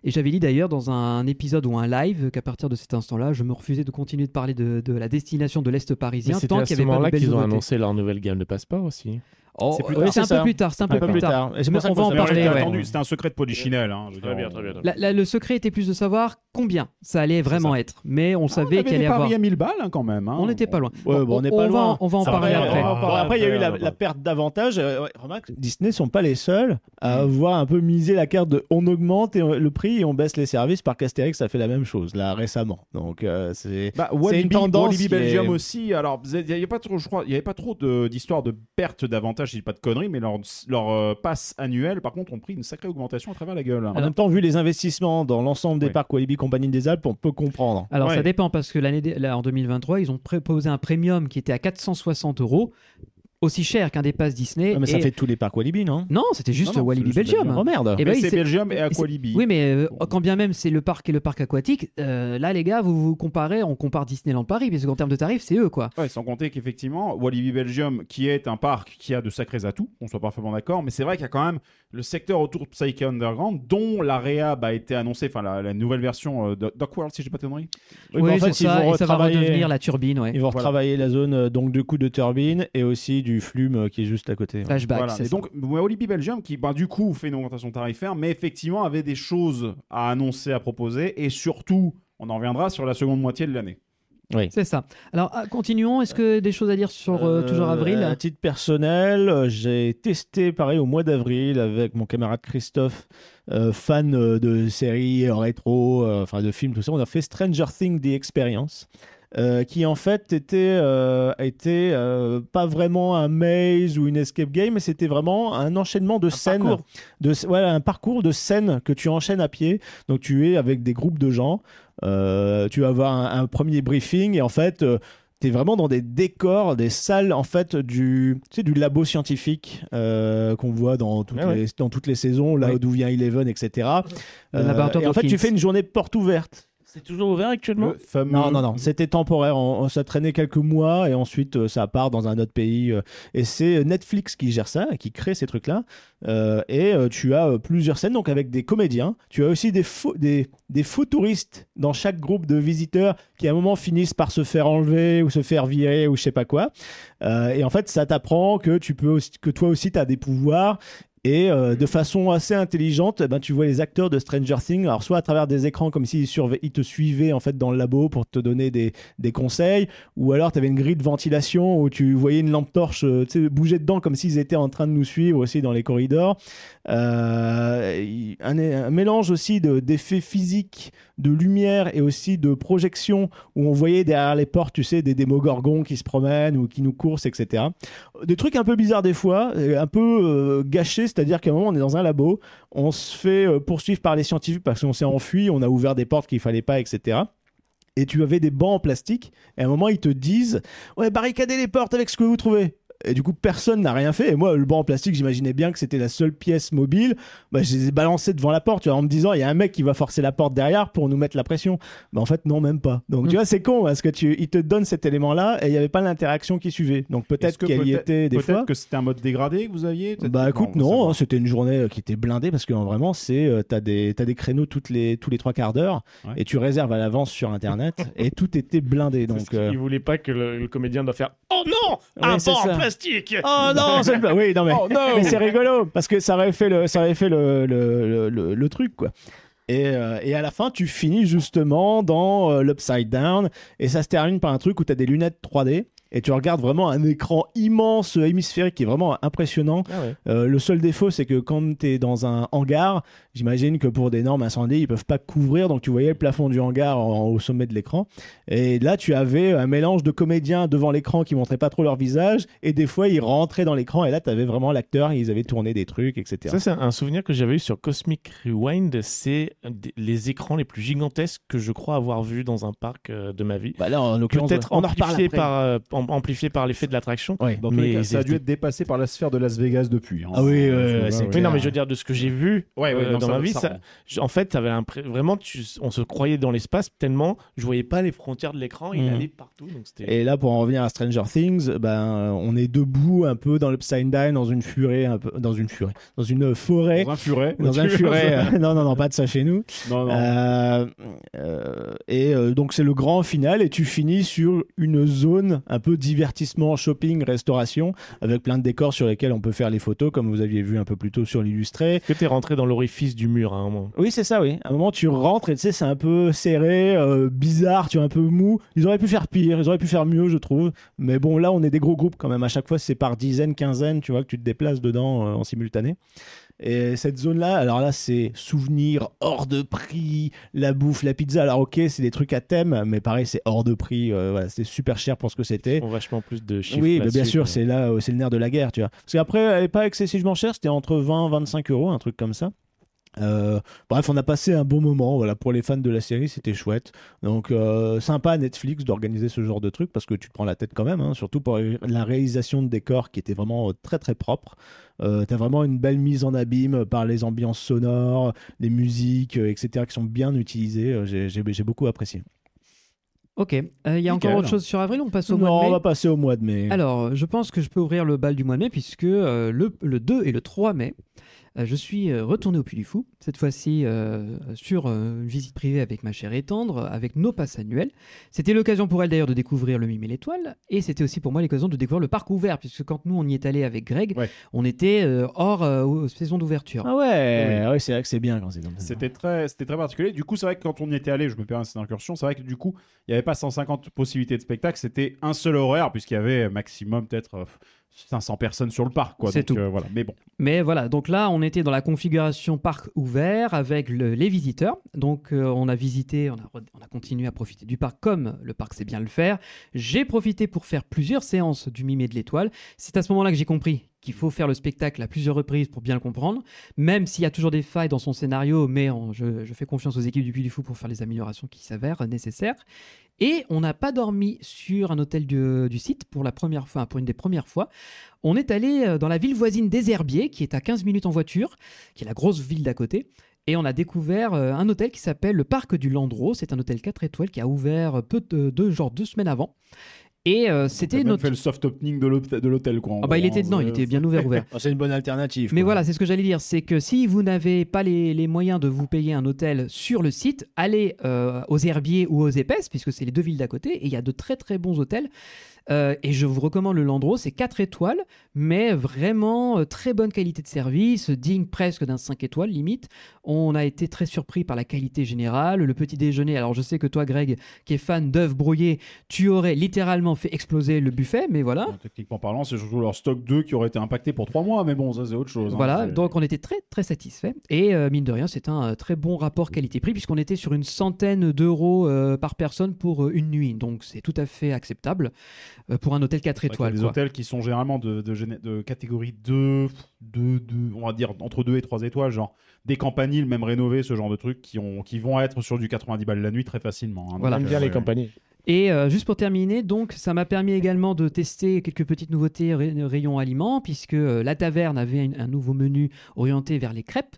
S8: et j'avais dit d'ailleurs dans un épisode ou un live qu'à partir de cet instant-là, je me refusais de continuer de parler de, de la destination de l'Est
S7: Mais
S8: parisien
S7: c'était
S8: tant
S7: à
S8: qu'il
S7: ce
S8: n'y avait pas
S7: moment-là
S8: de belles
S7: qu'ils ont
S8: nouveautés.
S7: annoncé leur nouvelle gamme de passeports aussi.
S8: Oh,
S9: C'est plus
S8: euh,
S9: tard,
S8: c'est un
S9: c'est ça.
S8: peu plus tard, c'est un peu
S9: D'accord.
S8: plus
S9: Plus
S8: tard.
S9: tard. Et c'est pour
S8: Mais
S9: ça
S8: on
S9: qu'on
S8: va en
S9: s'est
S8: parler.
S9: arrêté
S10: Mais on
S8: ouais.
S10: l'a attendu, C'était un secret de polichinelle. Hein, je veux
S7: Très
S10: dire,
S7: bien,
S10: bon,
S7: très bien. très bien.
S8: La- la- le secret était plus de savoir combien ça allait vraiment être, mais on
S10: On avait
S8: savait qu'il allait
S10: des
S8: avoir.
S10: paris à 1000 balles hein, quand même. hein.
S8: On n'était pas loin.
S9: Ouais, bon, on n'est pas
S8: va-
S9: loin.
S8: on va en
S7: Ça
S8: parler
S7: va, on va
S8: après.
S7: en
S9: Bon, après, il y a eu la,
S7: Ah, Après,
S9: la perte d'avantages. Euh, ouais, remarque, Disney sont pas les seuls
S8: Mm.
S9: à avoir un peu misé la carte de on augmente et on- le prix et on baisse les services. Par Astérix, ça fait la même chose, là, récemment. Donc, euh, c'est
S10: Bah,
S9: c'est
S10: Walibi,
S9: une tendance.
S10: Walibi
S9: qui
S10: Belgium
S9: est-
S10: aussi. Alors, vous avez- il n'y avait pas trop, je crois, il y avait pas trop de- d'histoire de perte d'avantages, si je dis pas de conneries, mais leur, leur euh, passe annuelle, par contre, ont pris une sacrée augmentation à travers la gueule.
S8: Ah
S9: En même temps, vu les investissements dans l'ensemble des
S10: Ouais.
S9: parcs Walibi Compagnie des Alpes, on peut comprendre.
S8: Alors
S10: Ouais.
S8: ça dépend parce que l'année dé- là, en 2023, ils ont proposé un premium qui était à 460 euros, aussi cher qu'un des passes Disney.
S9: Ah, mais ça
S8: et-
S9: fait tous les parcs Walibi, non
S8: Non, c'était juste
S10: Non, non,
S8: Walibi
S10: c'est juste
S8: Belgium.
S9: Oh merde
S8: Eh ben
S10: mais
S8: oui,
S10: c'est
S8: c'est-
S10: Belgium et
S8: c'est-
S10: Aqualibi.
S8: Oui, mais euh,
S10: Bon.
S8: quand bien même c'est le parc et le parc aquatique, euh, là les gars, vous vous comparez, on compare Disneyland Paris, parce qu'en termes de tarifs, c'est eux quoi.
S10: Ouais, sans compter qu'effectivement, Walibi Belgium, qui est un parc qui a de sacrés atouts, on soit parfaitement d'accord, mais c'est vrai qu'il y a quand même le secteur autour de Psyche Underground, dont la réhab a été annoncée, enfin la, la nouvelle version euh, de Duckworld, si j'ai pas de conneries.
S9: Oui, mais en fait,
S8: c'est
S9: ils
S8: ça,
S9: vont
S8: et ça va
S9: retravailler-
S8: redevenir la turbine, ouais.
S9: Ils vont
S10: Voilà.
S9: retravailler la zone euh, donc du coup de turbine et aussi du flume euh, qui est juste à côté.
S8: Flashback.
S10: Voilà.
S8: c'est
S10: Et
S8: ça.
S10: donc, Walibi Belgium, qui bah, du coup fait une augmentation tarifaire, mais effectivement avait des choses à annoncer, à proposer, et surtout, on en reviendra sur la seconde moitié de l'année.
S8: C'est ça. Alors ah, continuons, est-ce que des choses à dire sur euh, toujours avril
S9: Euh, À titre personnel, euh, j'ai testé pareil au mois d'avril avec mon camarade Christophe, euh, fan euh, de séries euh, rétro, euh, enfin de films, tout ça. On a fait Stranger Things The Experience. euh, qui en fait était, euh, était euh, pas vraiment un maze ou une escape game, mais c'était vraiment un enchaînement de scènes,
S7: parcours.
S9: de voilà un parcours de scènes que tu enchaînes à pied. Donc tu es avec des groupes de gens, euh, tu vas avoir un, un premier briefing et en fait euh, T'es vraiment dans des décors, des salles en fait du, tu sais, du labo scientifique euh, qu'on voit dans toutes,
S7: Ah ouais.
S9: les, dans toutes les saisons, là
S7: Oui.
S9: d'où vient Eleven, etc.
S8: Le laboratoire
S9: et en fait,
S8: Dawkins.
S9: tu fais une journée porte ouverte.
S7: C'est toujours ouvert actuellement
S10: Le fameux-
S9: Non, non, non, c'était temporaire. On, on- ça traînait quelques mois et ensuite euh, ça part dans un autre pays. euh, et c'est Netflix qui gère ça, qui crée ces trucs-là. Euh, et euh, tu as euh, plusieurs scènes donc avec des comédiens. Tu as aussi des faux, des, des faux touristes dans chaque groupe de visiteurs qui à un moment finissent par se faire enlever ou se faire virer ou je sais pas quoi. Euh, et en fait, ça t'apprend que tu peux aussi- que toi aussi tu as des pouvoirs Et euh, de façon assez intelligente, eh ben, tu vois les acteurs de Stranger Things, alors soit à travers des écrans comme s'ils surve- ils te suivaient en fait dans le labo pour te donner des, des conseils, ou alors tu avais une grille de ventilation où tu voyais une lampe torche euh, tu sais, bouger dedans comme s'ils étaient en train de nous suivre aussi dans les corridors. Euh, y- un, un mélange aussi de- d'effets physiques, de lumière et aussi de projection où on voyait derrière les portes, tu sais, des démogorgons qui se promènent ou qui nous coursent, etc. Des trucs un peu bizarres des fois, euh, un peu euh, gâchés, c'est-à-dire qu'à un moment on est dans un labo, on se fait euh, poursuivre par les scientifiques parce qu'on s'est enfui, on a ouvert des portes qu'il fallait pas, etc et tu avais des bancs en plastique. Et à un moment, ils te disent Ouais, barricadez les portes avec ce que vous trouvez. Et du coup, personne n'a rien fait. Et moi, le banc en plastique, j'imaginais bien que c'était la seule pièce mobile. Bah, je les ai balancés devant la porte, tu vois, en me disant Il y a un mec qui va forcer la porte derrière pour nous mettre la pression. Bah, en fait, non, même pas. Donc,
S10: Mm.
S9: tu vois, c'est con hein, parce que tu, ils te donnent cet élément-là et il n'y avait pas l'interaction qui suivait. Donc,
S10: Est-ce
S9: peut-être
S10: que
S9: qu'elle y
S10: peut-être-
S9: était des
S10: peut-être
S9: fois.
S10: que c'était un mode dégradé que vous aviez peut-être
S9: Bah
S10: que-
S9: écoute, non, hein, c'était une journée euh, qui était blindée parce que euh, vraiment, c'est euh, t'as des t'as des créneaux toutes les tous les trois quarts d'heure et tu réserves à l'avance sur internet et tout était blindé donc. euh,
S7: Il voulait pas que le, le comédien doit faire Oh non
S9: Oui,
S7: Un
S9: c'est
S7: banc
S9: ça.
S7: en plastique
S9: Oh non, c'est pas- oui, non mais,
S7: Oh no.
S9: mais c'est rigolo parce que ça aurait fait le, ça aurait fait le, le, le- le- le truc quoi. Et, euh, et à la fin, tu finis justement dans euh, l'upside down et ça se termine par un truc où tu as des lunettes 3D et tu regardes vraiment un écran immense euh, hémisphérique qui est vraiment impressionnant.
S7: Ah ouais.
S9: Euh, le seul défaut, c'est que quand tu es dans un hangar, j'imagine que pour des normes incendies, ils peuvent pas couvrir, donc tu voyais le plafond du hangar en- au sommet de l'écran. Et là, tu avais un mélange de comédiens devant l'écran qui montraient pas trop leur visage, et des fois, ils rentraient dans l'écran, et là, tu avais vraiment l'acteur, et ils avaient tourné des trucs, etc.
S7: Ça, c'est un souvenir que j'avais eu sur Cosmic Rewind. C'est un des- les écrans les plus gigantesques que je crois avoir vu dans un parc euh, de ma vie.
S9: Bah là, en l'occurrence,
S7: peut-être
S9: on en reparle
S7: amplifié
S9: après.
S7: par, euh, am- amplifié par l'effet de l'attraction.
S10: Dans tous les
S7: mais
S10: cas, ça a
S7: c'était-
S10: dû être dépassé par la sphère de Las Vegas depuis. hein.
S7: Ah oui,
S10: C'est-
S7: ouais,
S10: c'est-
S7: ouais, c'est
S10: ouais.
S7: clair. Oui, non, mais je veux dire, de ce que j'ai vu
S10: Ouais, ouais,
S7: euh,
S10: non,
S7: dans
S10: ça-
S7: ma vie,
S10: ça
S7: ça-
S10: rend.
S7: j- en fait, ça avait l'impré- vraiment, tu- on se croyait dans l'espace tellement je voyais pas les frontières de l'écran, il
S9: Mhm.
S7: allait partout. Donc c'était...
S9: Et là, pour en revenir à Stranger Things, ben, euh, on est debout un peu dans l'upside down, dans une furée, un peu, dans une furée, dans une euh, forêt.
S10: Dans un furet.
S9: Dans un furet. euh, non, non, non, pas de ça chez nous.
S10: Non, non.
S9: Euh, euh, et euh, donc, c'est le grand final, et tu finis sur une zone un peu divertissement, shopping, restauration, avec plein de décors sur lesquels on peut faire les photos, comme vous aviez vu un peu plus tôt sur l'illustré.
S7: Est-ce que t'es rentré dans l'orifice du mur hein, à un moment
S9: Oui, c'est ça, oui. À un moment, tu rentres et tu sais, c'est un peu serré, euh, bizarre, tu vois, un peu mou. Ils auraient pu faire pire, ils auraient pu faire mieux, je trouve. Mais bon, là, on est des gros groupes quand même. À chaque fois, c'est par dizaines, quinzaines, tu vois, que tu te déplaces dedans euh, en simultané. Et cette zone-là, alors là, c'est souvenirs hors de prix, la bouffe, la pizza. Alors, ok, c'est des trucs à thème, mais pareil, c'est hors de prix. euh, voilà, c'est super cher pour ce que c'était.
S7: Ils font vachement plus de chiffres.
S9: Oui, bah, bien
S7: là-dessus,
S9: sûr,
S7: quoi.
S9: c'est là, euh, c'est le nerf de la guerre, tu vois. Parce qu'après, elle est pas excessivement chère, c'était entre 20 25 euros, un truc comme ça. Euh, bref, on a passé un bon moment. Voilà, pour les fans de la série, c'était chouette. Donc, euh, sympa Netflix d'organiser ce genre de truc parce que tu te prends la tête quand même, hein, surtout pour la réalisation de décors qui était vraiment euh, très très propre. Euh, T'as vraiment une belle mise en abîme par les ambiances sonores, les musiques, euh, etc., qui sont bien utilisées. Euh, j'ai- J'ai j'ai beaucoup apprécié.
S8: Ok, euh, il y a encore
S9: Nickel.
S8: autre chose sur avril, on passe au mois
S9: Non,
S8: de mai.
S9: on va passer au mois de mai.
S8: Alors, je pense que je peux ouvrir le bal du mois de mai puisque euh, le, le 2 et le 3 mai, euh, je suis euh, retourné au Puy du Fou, cette fois-ci euh, sur euh, une visite privée avec ma chère et tendre, euh, avec nos passes annuels. C'était l'occasion pour elle d'ailleurs de découvrir le mime et l'étoile et c'était aussi pour moi l'occasion de découvrir le parc ouvert puisque quand nous on y est allé avec Greg, on était euh, hors euh, saison d'ouverture.
S9: Ah ouais, ouais, c'est vrai que c'est bien quand c'est comme ça.
S10: C'était très, c'était très particulier. Du coup, c'est vrai que quand on y était allé, je me permets cette incursion, c'est vrai que du coup, il n'y avait pas 150 possibilités de spectacle, c'était un seul horaire, puisqu'il y avait maximum peut-être euh, 500 personnes sur le parc. quoi.
S8: C'est
S10: Donc,
S8: tout.
S10: euh, voilà. Mais bon.
S8: Mais voilà, donc là, on était dans la configuration parc ouvert avec le- les visiteurs. Donc, euh, on a visité, on a, re- on a continué à profiter du parc comme le parc sait bien le faire. J'ai profité pour faire plusieurs séances du Mime et de l'Étoile. C'est à ce moment-là que j'ai compris qu'il faut faire le spectacle à plusieurs reprises pour bien le comprendre, même s'il y a toujours des failles dans son scénario, mais on- je, je fais confiance aux équipes du Puy du Fou pour faire les améliorations qui s'avèrent nécessaires. Et on n'a pas dormi sur un hôtel du, du site pour la première fois, pour une des premières fois. On est allé euh, dans la ville voisine des Herbiers, qui est à 15 minutes en voiture, qui est la grosse ville d'à côté. Et on a découvert euh, un hôtel qui s'appelle le Parc du Landreau. C'est un hôtel 4 étoiles qui a ouvert euh, peu de, de- genre deux semaines avant. Et euh, c'était
S10: T'as même
S8: notre.
S10: fait le soft opening de l'hôtel- de l'hôtel, quoi. en
S8: Ah bah, il
S10: gros,
S8: était
S10: hein,
S8: dedans, il
S10: c'est-
S8: était bien ouvert, ouvert.
S9: Ah, c'est une bonne alternative.
S8: Mais voilà, c'est ce que j'allais dire, c'est que si vous n'avez pas les, les moyens de vous payer un hôtel sur le site, allez euh, aux Herbiers ou aux Épaisses, puisque c'est les deux villes d'à côté, et il y a de très très bons hôtels. Euh, et je vous recommande le Landro, c'est 4 étoiles, mais vraiment euh, très bonne qualité de service, digne presque d'un 5 étoiles limite. On a été très surpris par la qualité générale, le petit déjeuner. Alors je sais que toi Greg, qui est fan d'œufs brouillés, tu aurais littéralement fait exploser le buffet, mais voilà.
S10: Techniquement parlant, c'est surtout leur stock 2 qui aurait été impacté pour 3 mois, mais bon, ça c'est autre chose. hein.
S8: Voilà,
S10: C'est-
S8: donc on était très très satisfait et euh, mine de rien, c'est un euh, très bon rapport qualité-prix puisqu'on était sur une centaine d'euros euh, par personne pour euh, une nuit, donc c'est tout à fait acceptable euh, pour un hôtel 4
S10: c'est vrai qu'il y a
S8: étoiles.
S10: Des
S8: quoi.
S10: hôtels qui sont généralement de, de géné- de catégorie 2, 2, 2, on va dire entre 2 et 3 étoiles, genre des campaniles, même rénovées, ce genre de trucs qui, ont, qui vont être sur du 90 balles la nuit très facilement. hein.
S8: Voilà.
S10: Donc,
S8: J'aime bien les
S7: campaniles.
S8: Et euh, juste pour terminer, donc ça m'a permis également de tester quelques petites nouveautés ra- rayon aliments, puisque euh, la taverne avait une- un nouveau menu orienté vers les crêpes,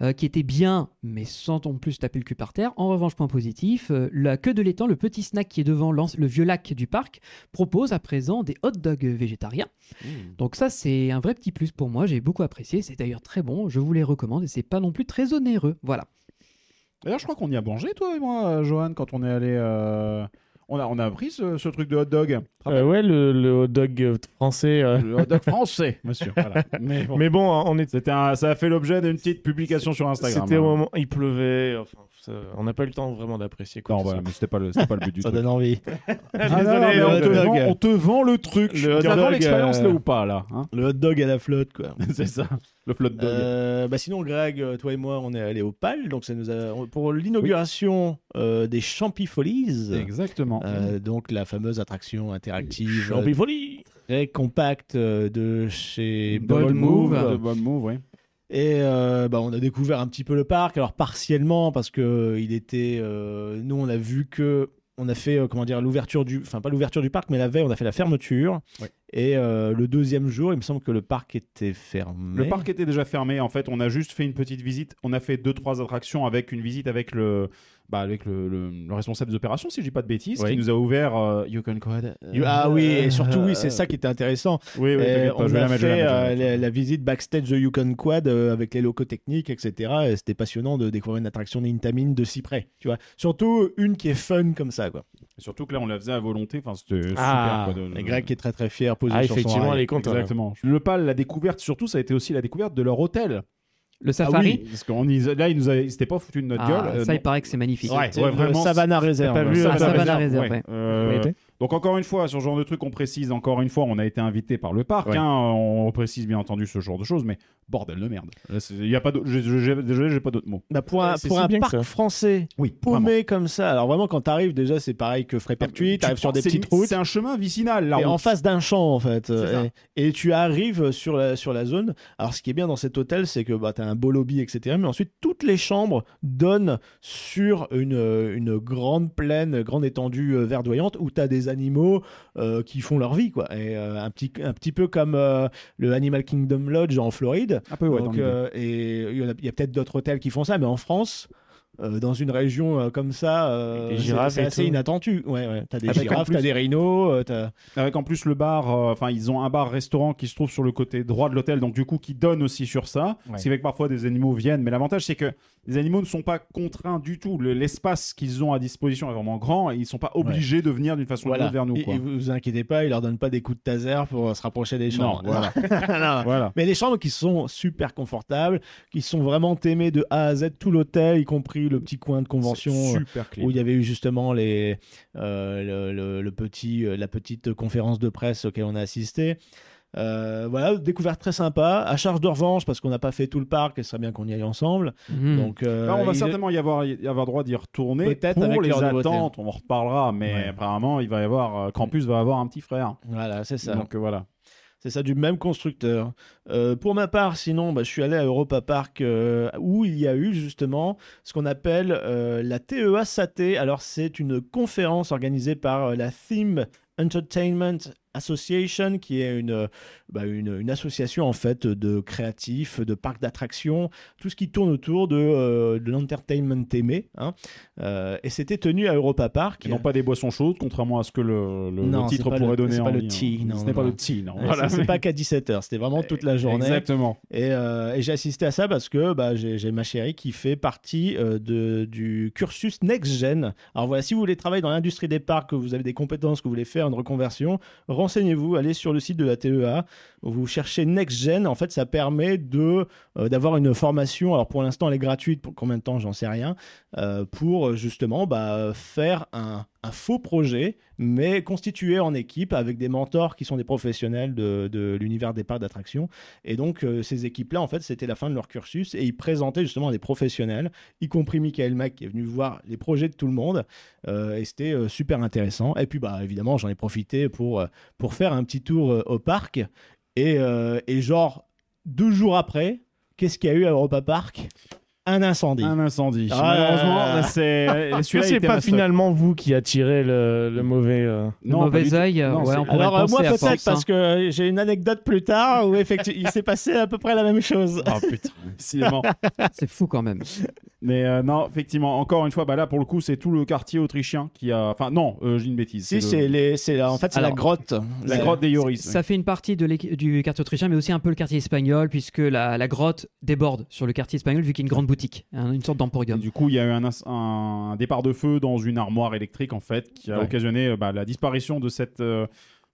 S8: euh, qui était bien, mais sans en plus taper le cul par terre. En revanche, point positif, euh, la queue de l'étang, le petit snack qui est devant l'an- le vieux lac du parc, propose à présent des hot dogs végétariens.
S10: Mmh.
S8: Donc ça, c'est un vrai petit plus pour moi. J'ai beaucoup apprécié. C'est d'ailleurs très bon. Je vous les recommande et c'est pas non plus très onéreux. Voilà.
S10: D'ailleurs, je crois qu'on y a mangé, toi et moi, euh, Johan, quand on est allé. euh, On, a, on a pris ce, ce truc de hot dog.
S7: Euh, ouais, le, le hot dog euh, français. euh.
S10: Le hot dog français, [LAUGHS] monsieur. voilà. Mais
S7: [LAUGHS]
S10: bon,
S7: Mais bon, on est...
S10: c'était un- ça a fait l'objet d'une petite publication sur Instagram.
S7: C'était au
S10: hein.
S7: moment, il pleuvait. enfin, ça- on n'a pas eu le temps vraiment d'apprécier. quoi que
S10: Non,
S7: ce
S10: voilà,
S7: soit.
S10: mais c'était pas, le- c'était pas le but du
S9: Ça
S10: truc.
S9: donne envie.
S10: Ah non,
S7: Désolé,
S10: mais
S7: hot
S10: on, te
S7: dog.
S10: vend, on te vend le truc.
S9: Le
S10: Je
S9: hot
S10: veux dire,
S9: dog,
S10: vends l'expérience
S9: euh,
S10: là ou pas là hein
S9: Le hot dog à la flotte, quoi.
S10: [LAUGHS] C'est ça, le float dog.
S9: Euh, bah sinon, Greg, euh, toi et moi, on est allé au PAL, donc ça nous a pour l'inauguration euh, des Champifolies.
S10: Exactement.
S9: Euh, donc la fameuse attraction interactive euh,
S7: Champi folie.
S9: très compacte euh, de chez
S8: Bold
S9: Bold
S8: Move.
S9: Move.
S10: De bonne move, oui.
S9: Et euh, bah, on a découvert un petit peu le parc, alors partiellement parce que euh, il était. euh, nous, on a vu que on a fait euh, comment dire l'ouverture du, enfin pas l'ouverture du parc, mais la veille, on a fait la fermeture.
S10: Ouais.
S9: Et euh, le deuxième jour, il me semble que le parc était fermé.
S10: Le parc était déjà fermé. En fait, on a juste fait une petite visite. On a fait deux trois attractions avec une visite avec le, bah, avec le, le- le responsable des opérations, si je dis pas de bêtises,
S9: Oui.
S10: qui nous a ouvert euh, Yukon Code.
S9: You- Ah oui, et surtout oui, c'est ça qui était intéressant.
S10: Oui, oui.
S9: Et
S10: t'inquiète pas,
S9: on
S10: je vais la
S9: a
S10: mettre, je vais
S9: fait
S10: la mettre,
S9: euh,
S10: je vais la
S9: la,
S10: mettre.
S9: la visite backstage de Yukon Quad euh, avec les locaux techniques, etc. Et c'était passionnant de découvrir une attraction Nintamine de si près, tu vois. Surtout une qui est fun comme ça, quoi.
S10: Et Surtout que là, on la faisait à volonté. Enfin, c'était
S7: Ah,
S10: super. quoi, de-
S9: Et Greg qui est très très fier, posé
S7: Ah,
S9: sur son
S7: effectivement,
S9: rail.
S7: elle est contente.
S10: Exactement. Le PAL, la découverte surtout, ça a été aussi la découverte de leur hôtel.
S8: Le
S10: Ah
S8: safari.
S10: oui, parce qu'on y- là, ils nous avaient- ils s'étaient pas foutu de notre
S8: Ah,
S10: gueule. Euh,
S8: ça, il
S10: non.
S8: paraît que c'est magnifique.
S10: Ouais,
S9: C'est
S10: ouais,
S9: le
S10: vraiment.
S9: Euh, Savannah Reserve.
S7: pas vu,
S10: Ça,
S7: euh,
S10: ça,
S8: Savannah
S10: ça,
S8: Reserve, ouais.
S10: Euh,
S7: Vous avez été
S10: donc encore une fois, sur ce genre de truc, on précise encore une fois, on a été invité par le parc.
S7: Ouais.
S10: hein, on précise bien entendu ce genre de choses, mais bordel de merde. Là, c'est- Il y a pas, d'autre- j'ai- j'ai- désolé, j'ai pas d'autres mots.
S9: Bah, pour un,
S7: C'est
S9: pour
S7: si
S9: un
S7: bien que
S9: parc
S7: ça.
S9: français
S10: Oui,
S9: paumé comme ça, alors vraiment quand t'arrives déjà c'est pareil que Frépertuis,
S10: Tu
S9: t'arrives sur
S10: prends-
S9: des
S10: c'est
S9: petites
S10: une-
S9: routes.
S10: C'est un chemin vicinal. La
S9: Et en
S10: route.
S9: face d'un champ en fait.
S10: ça.
S9: Et, et tu arrives sur la, sur la zone. Alors ce qui est bien dans cet hôtel, c'est que bah, tu as un beau lobby, etc. Mais ensuite, toutes les chambres donnent sur une, euh, une grande plaine, grande étendue euh, verdoyante où tu as des animaux euh, qui font leur vie. quoi. Et euh, un, petit, un petit peu comme euh, le Animal Kingdom Lodge en Floride.
S10: un peu, ouais, dans
S9: Donc,
S10: l'idée.
S9: euh, et il y en a, il y a peut-être d'autres hôtels qui font ça, mais en France. euh, dans une région euh, comme ça, euh,
S7: Avec des
S9: c'est-
S7: girafes
S9: c'est
S7: et
S9: assez
S7: tout.
S9: inattendu. Ouais, ouais. T'as des
S10: Avec en
S9: girafes,
S10: plus-
S9: t'as des rhinos, euh, t'as-
S10: Avec en plus le bar, euh, enfin ils ont un bar-restaurant qui se trouve sur le côté droit de l'hôtel, donc du coup qui donne aussi sur ça.
S7: Ouais.
S10: Ce qui fait que parfois des animaux viennent, mais l'avantage c'est que les animaux ne sont pas contraints du tout. Le- L'espace qu'ils ont à disposition est vraiment grand et ils sont pas obligés de venir d'une façon ou d'une
S9: Voilà.
S10: autre vers nous.
S9: Et,
S10: Quoi.
S9: et vous inquiétez pas, ils leur donnent pas des coups de taser pour euh, se rapprocher des
S10: Non,
S9: chambres.
S10: voilà. [LAUGHS]
S9: Non.
S10: voilà.
S9: [LAUGHS] Mais des chambres qui sont super confortables, qui sont vraiment aimées de A à Z, tout l'hôtel, y compris le petit coin de convention
S10: C'est
S9: euh,
S10: super clean.
S9: où il y avait eu justement les, euh, le, le- le petit, euh, la petite conférence de presse auquel on a assisté. Euh, voilà, découverte très sympa, à charge de revanche parce qu'on n'a pas fait tout le parc, et ce serait bien qu'on y aille ensemble.
S8: Mhm.
S9: Donc, euh,
S10: Hmm. Là, on va
S9: il-
S10: certainement y avoir, y avoir droit d'y retourner.
S9: Peut-être
S10: pour
S9: avec
S10: les
S9: leur nouveauté.
S10: attentes, on en reparlera, mais
S9: Ouais.
S10: apparemment, il va y avoir, euh, Campus va avoir un petit frère.
S9: Voilà, c'est ça.
S10: Donc euh, voilà.
S9: C'est ça, du même constructeur. Euh, pour ma part, sinon, bah, je suis allé à Europa Park euh, où il y a eu justement ce qu'on appelle euh, la TEA SAT. Alors, c'est une conférence organisée par euh, la Theme Entertainment Association, qui est une, euh, bah, une, une association en fait de créatifs, de parcs d'attractions, tout ce qui tourne autour de, euh, de l'entertainment aimé. hein. Euh, et c'était tenu à Europa Park.
S10: Et non pas des boissons chaudes, contrairement à ce que le, le-
S9: Non,
S10: le
S9: c'est
S10: titre
S9: pas
S10: pourrait
S9: le-
S10: donner.
S9: c'est pas
S10: en
S9: le
S10: ligne.
S9: tea, non,
S10: Ce n'est
S9: non,
S10: pas
S9: non.
S10: le tea, non.
S9: Ouais,
S10: Voilà.
S9: c'est-
S10: [LAUGHS]
S9: C'est pas qu'à 17h, c'était vraiment toute la journée.
S10: Exactement.
S9: Et, euh, et j'ai assisté à ça parce que bah, j'ai j'ai ma chérie qui fait partie euh, de, du cursus Next Gen. Alors voilà, si vous voulez travailler dans l'industrie des parcs, que vous avez des compétences, que vous voulez faire une reconversion, renseignez-vous, allez sur le site de la TEA, vous cherchez Next Gen. En fait, ça permet de euh, d'avoir une formation. Alors pour l'instant, elle est gratuite. Pour combien de temps, j'en sais rien. euh, pour euh, justement bah, faire un, un faux projet, mais constitué en équipe avec des mentors qui sont des professionnels de, de l'univers des parcs d'attractions. Et donc, euh, ces équipes-là, en fait, c'était la fin de leur cursus et ils présentaient justement des professionnels, y compris Michael Mack qui est venu voir les projets de tout le monde. Euh, et c'était euh, super intéressant. Et puis, bah, évidemment, j'en ai profité pour, euh, pour faire un petit tour euh, au parc. Et, euh, et genre, deux jours après, qu'est-ce qu'il y a eu à Europa Park un incendie.
S10: Un incendie.
S9: Ah,
S10: Malheureusement,
S7: Est-ce
S10: [LAUGHS] c'est. euh,
S7: que
S10: celui-là
S7: Ah, c'est
S10: était
S7: pas
S10: resté-
S7: finalement vous qui attirez le, le mauvais. euh,
S10: Non, mauvais pas du tout. œil, euh, Non, ouais, c'est- on pourrait
S9: Alors, euh,
S10: penser
S9: moi,
S10: à
S9: peut-être
S10: force,
S9: parce
S10: hein.
S9: que j'ai une anecdote plus tard où effectivement, il s'est passé à peu près la même chose.
S10: Ah putain, [LAUGHS] décidément.
S8: hein. c'est fou quand même.
S10: Mais euh, non, effectivement, encore une fois, bah là pour le coup, c'est tout le quartier autrichien qui a. Enfin, non, euh, j'ai une bêtise.
S9: Si,
S10: le-
S9: c'est les- c'est la- en fait, c'est la
S10: Alors,
S9: grotte.
S10: La grotte des Yoris.
S8: Ça fait une partie de l'équi- du quartier autrichien, mais aussi un peu le quartier espagnol, puisque la, la grotte déborde sur le quartier espagnol, vu qu'il y a une grande boutique, hein, une sorte d'emporium.
S10: Du coup, il y a eu un, ins- un départ de feu dans une armoire électrique, en fait, qui a
S8: Ouais.
S10: occasionné euh, bah, la disparition de cette, euh,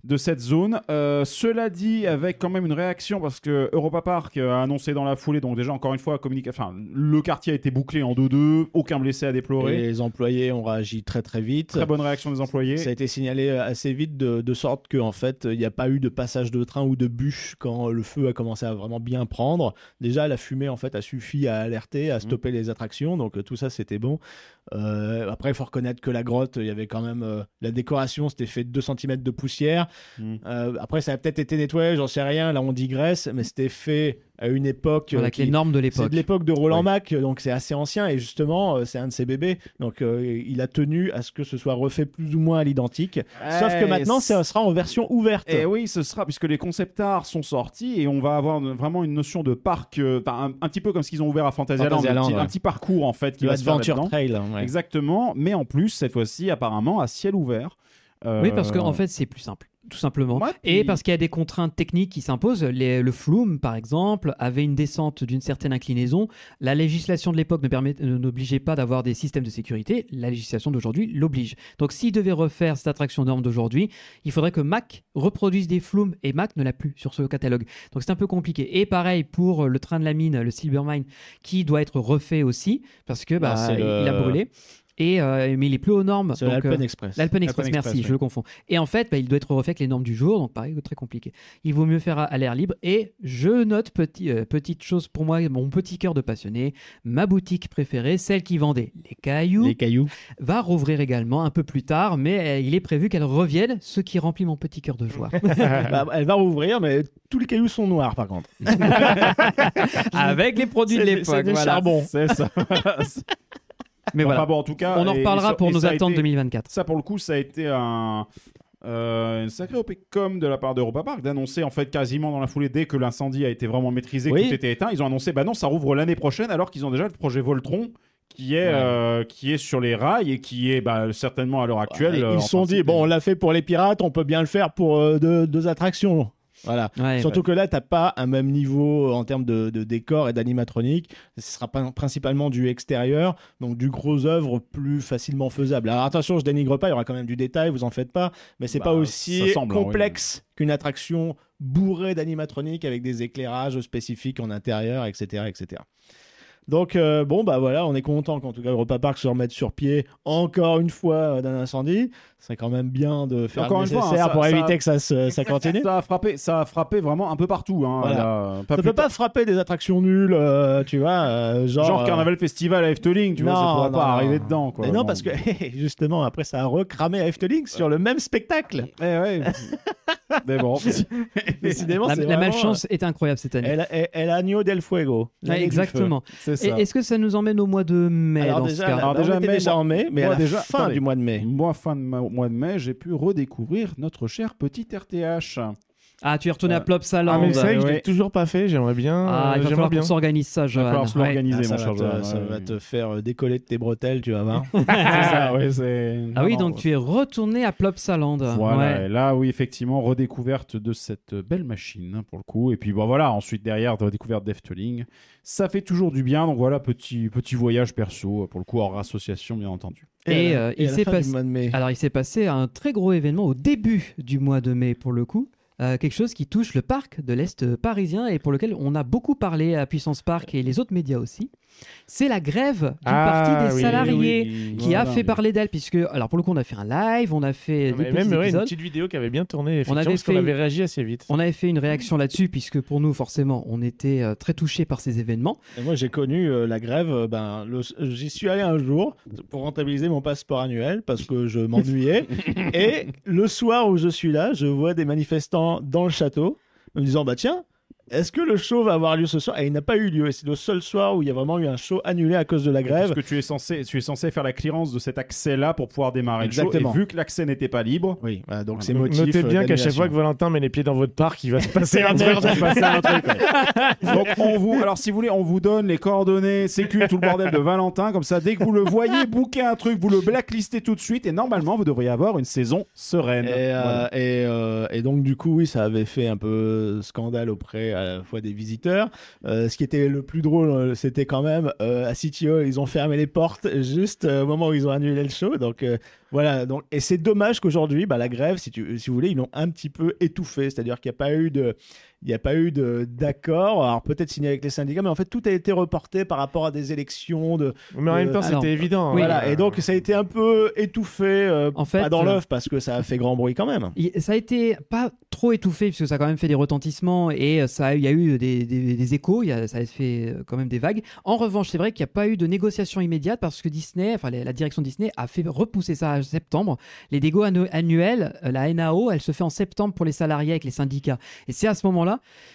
S10: de cette zone. Euh, cela dit, avec quand même une réaction, parce que Europa Park euh, a annoncé dans la foulée, donc déjà, encore une fois, communica- enfin, le quartier a été bouclé en 2-2, aucun blessé à
S9: Et
S10: déplorer.
S9: les employés ont réagi très très vite.
S10: Très bonne réaction des employés.
S9: Ça a été signalé euh, assez vite de, de sorte que en fait il n'y a pas eu de passage de train ou de bûche quand euh, le feu a commencé à vraiment bien prendre. Déjà la fumée en fait a suffi à alerter, à stopper les attractions, donc euh, tout ça c'était bon. Euh, après il faut reconnaître que la grotte, il y avait quand même euh, la décoration, c'était fait de 2 cm de poussière. Euh, après ça a peut-être été nettoyé, j'en sais rien, là on digresse, mais c'était fait à une époque euh,
S8: Avec les
S9: qui-
S8: normes de
S9: c'est
S8: l'époque.
S9: de l'époque de Roland Mac, donc c'est assez ancien et justement euh, c'est un de ses bébés. Donc euh, il a tenu à ce que ce soit refait plus ou moins à l'identique. Sauf que
S10: Ouais,
S9: maintenant
S10: c'est-
S9: ça sera en version ouverte.
S10: Et Eh, oui, ce sera, puisque les concept arts sont sortis et on va avoir une- vraiment une notion de parc, euh, enfin, un, un petit peu comme ce qu'ils ont ouvert à Fantasyland,
S9: Fantasyland,
S10: un, petit,
S9: ouais.
S10: un petit parcours en fait qui
S9: Le
S10: va se faire
S9: Adventure
S10: là-dedans.
S9: Trail, hein, ouais.
S10: Exactement, mais en plus, cette fois-ci, apparemment, à ciel ouvert. Euh,
S8: Oui, parce qu'en en fait, c'est plus simple, tout simplement.
S10: Ouais,
S8: Et
S10: puis-
S8: parce qu'il y a des contraintes techniques qui s'imposent. Les- Le Flume, par exemple, avait une descente d'une certaine inclinaison. La législation de l'époque ne permet- ne- n'obligeait pas d'avoir des systèmes de sécurité. La législation d'aujourd'hui l'oblige. Donc, s'il devait refaire cette attraction norme d'aujourd'hui, il faudrait que Mac reproduise des Flumes et Mac ne l'a plus sur ce catalogue. Donc, c'est un peu compliqué. Et pareil pour euh, le train de la mine, le Silvermine, qui doit être refait aussi parce que bah,
S9: c'est
S8: il,
S9: le-
S8: il a brûlé. Et euh, mais il est plus aux normes.
S9: C'est
S8: Donc,
S9: l'Alpen
S8: euh,
S9: Express.
S8: L'Alpen
S9: L'Alpen
S8: Express,
S9: Express,
S8: merci,
S9: oui.
S8: je le confonds. Et en fait, bah, il doit être refait avec les normes du jour, donc pareil, très compliqué. Il vaut mieux faire à, à l'air libre. Et je note, petit, euh, petite chose pour moi, mon petit cœur de passionné, ma boutique préférée, celle qui vendait les
S10: Euh,
S8: cailloux, [LAUGHS]
S9: les cailloux.
S8: va rouvrir également un peu plus tard, mais euh, il est prévu qu'elle revienne, ce qui remplit mon petit cœur de joie.
S9: [LAUGHS] Bah, elle va rouvrir, mais tous les cailloux sont noirs par contre.
S8: avec les produits de
S9: C'est-
S8: l'époque.
S9: c'est du
S8: voilà.
S9: charbon.
S10: C'est ça.
S8: Mais
S10: Enfin
S8: voilà.
S10: bon, en tout cas,
S8: on en
S10: et-
S8: reparlera
S10: et ça-
S8: pour
S10: et
S8: nos
S10: ça a
S8: attentes
S10: été-
S8: 2024.
S10: Ça, pour le coup, ça a été un. euh, une sacrée OPCOM de la part d'Europa Park d'annoncer en fait quasiment dans la foulée dès que l'incendie a été vraiment maîtrisé, que
S9: Oui.
S10: tout était éteint, ils ont annoncé bah non ça rouvre l'année prochaine alors qu'ils ont déjà le projet Voltron qui est, euh, qui est sur les rails et qui est bah, certainement à l'heure actuelle.
S9: Et
S10: euh, en
S9: ils se sont
S10: principe,
S9: dit bon on l'a fait pour les pirates, on peut bien le faire pour euh, deux, deux attractions. Voilà.
S8: Ouais,
S9: Surtout
S8: ouais.
S9: que là, t'as pas un même niveau euh, en termes de, de décor et d'animatronique. Ce sera pas- principalement du extérieur, donc du gros œuvre plus facilement faisable. Alors attention, je dénigre pas, il y aura quand même du détail, vous en faites pas, mais c'est
S10: Bah,
S9: pas aussi
S10: ça semble, hein,
S9: complexe qu'une attraction bourrée d'animatronique avec des éclairages spécifiques en intérieur, etc., etc. Donc euh, bon bah voilà, on est content qu'en tout cas Europa Park se remette sur pied encore une fois euh, d'un incendie. C'est quand même bien de faire
S10: Encore
S9: le
S10: une fois, hein,
S9: nécessaire
S10: ça-
S9: pour
S10: ça-
S9: éviter que ça, se- ça continue.
S10: Ça a frappé, ça a frappé vraiment un peu partout. Hein,
S9: Voilà.
S10: là. Pas
S9: ça
S10: plus
S9: peut pas frapper des attractions nulles, euh, tu vois, euh, genre.
S10: Genre
S9: euh,
S10: Carnaval Festival à Efteling, tu vois, ça
S9: non,
S10: pourra
S9: non,
S10: pas
S9: non.
S10: arriver dedans. Quoi.
S9: Mais non, parce que [LAUGHS] eh, justement, après, ça a recramé à Efteling sur le même spectacle.
S10: [LAUGHS] Mais bon.
S9: Décidément,
S8: La,
S9: [LAUGHS] c'est
S8: la
S9: vraiment,
S8: malchance
S9: euh,
S8: est incroyable cette année.
S9: El, El- El Año del Fuego. l'année
S8: Ouais,
S9: du
S8: exactement.
S9: feu.
S8: Et Est-ce que ça nous emmène au mois de mai
S9: Alors
S8: dans
S9: déjà,
S8: ce cas
S9: là, Alors on déjà, était mai, déjà en mai, mais à la fin du
S10: mois de mai. Moi, fin de ma- mois, mois de mai, j'ai pu redécouvrir notre cher petit RTH.
S8: Ah, tu es retourné à Plopsaland.
S7: Ah, mais c'est vrai que je l'ai
S8: Ouais.
S7: toujours pas fait, j'aimerais bien.
S8: Ah, il va
S7: euh, j'aimerais
S8: falloir
S7: bien.
S8: qu'on s'organise ça,
S9: Il Ah, va
S8: Johan.
S9: falloir se l'organiser,
S7: Ouais.
S9: mon cher Johan.
S7: Ça va
S10: [LAUGHS]
S9: te faire décoller de tes bretelles, tu vas voir.
S8: Ah oui, donc tu es retourné à Plopsaland.
S10: Voilà,
S8: Ouais.
S10: et là, oui, effectivement, redécouverte de cette belle machine, hein, pour le coup. Et puis, bon, voilà, ensuite, derrière, redécouverte d'Efteling. Ça fait toujours du bien. Donc, voilà, petit, petit voyage perso, pour le coup, hors association, bien entendu.
S8: Et, euh, il s'est passé. Alors il s'est passé un très gros événement au début du mois de mai pour le coup. Euh, quelque chose qui touche le parc de l'Est parisien et pour lequel on a beaucoup parlé à Puissance Park et les autres médias aussi. C'est la grève du
S7: Ah,
S8: parti des
S7: oui,
S8: salariés
S7: oui,
S8: qui a
S7: voilà.
S8: fait parler d'elle puisque alors pour le coup on a fait un live, on a fait
S7: Mais
S8: des petits
S7: même ouais, une
S8: épisodes.
S7: petite vidéo qui avait bien tourné,
S8: On
S7: effectivement,
S8: avait
S7: parce qu'on
S8: fait-
S7: avait réagi assez vite.
S8: On avait fait une réaction là-dessus puisque pour nous forcément on était euh, très touchés par ces événements.
S9: Et moi, j'ai connu euh, la grève. euh, Ben, le- j'y suis allé un jour pour rentabiliser mon passeport annuel parce que je
S10: [LAUGHS]
S9: m'ennuyais. et le soir où je suis là, je vois des manifestants dans le château me disant bah tiens. Est-ce que le show va avoir lieu ce soir Et il n'a pas eu lieu. Et c'est le seul soir où il y a vraiment eu un show annulé à cause de la grève.
S10: Parce que tu es censé, tu es censé faire la clearance de cet accès-là pour pouvoir démarrer le
S9: Exactement.
S10: show. Et vu que l'accès n'était pas libre. bah,
S9: Oui, donc
S10: c'est euh,
S7: Notez
S8: euh,
S7: bien qu'à chaque fois que Valentin met les pieds dans votre parc, il va
S8: [LAUGHS]
S7: se passer un truc.
S10: Il va se passer un truc, Donc on vous, alors si vous voulez, on vous donne les coordonnées, sécu, tout le bordel de Valentin, comme ça, dès que vous le voyez, bouquez un truc, vous le blacklistez tout de suite, et normalement vous devriez avoir une saison sereine.
S9: Et, euh, et, euh, et donc, du coup, oui, ça avait fait un peu scandale auprès à la fois des visiteurs. Euh, ce qui était le plus drôle, euh, c'était quand même euh, à City Hall, ils ont fermé les portes juste euh, au moment où ils ont annulé le show. Donc, euh, voilà. Donc, et c'est dommage qu'aujourd'hui, bah, la grève, si, tu, si vous voulez, ils l'ont un petit peu étouffée. C'est-à-dire qu'il n'y a pas eu de. Il n'y a pas eu de- d'accord, alors peut-être signé avec les syndicats, mais en fait tout a été reporté par rapport à des élections. De,
S7: Mais en
S9: de-
S7: même temps, c'était évident, hein.
S9: Voilà,
S7: Oui.
S9: et donc ça a été un peu étouffé, euh,
S8: fait,
S9: pas dans
S8: euh,
S9: l'œuf, parce que ça a fait grand bruit quand même.
S8: Il- Ça a été pas trop étouffé puisque ça a quand même fait des retentissements et euh, ça a- il y a eu des, des- des échos, il y a- ça a fait euh, quand même des vagues. En revanche, c'est vrai qu'il n'y a pas eu de négociation immédiate parce que Disney, enfin la la direction Disney a fait repousser ça à septembre. Les dégâts annu- annuels, euh, la NAO, elle se fait en septembre pour les salariés avec les syndicats. Et c'est à ce moment-là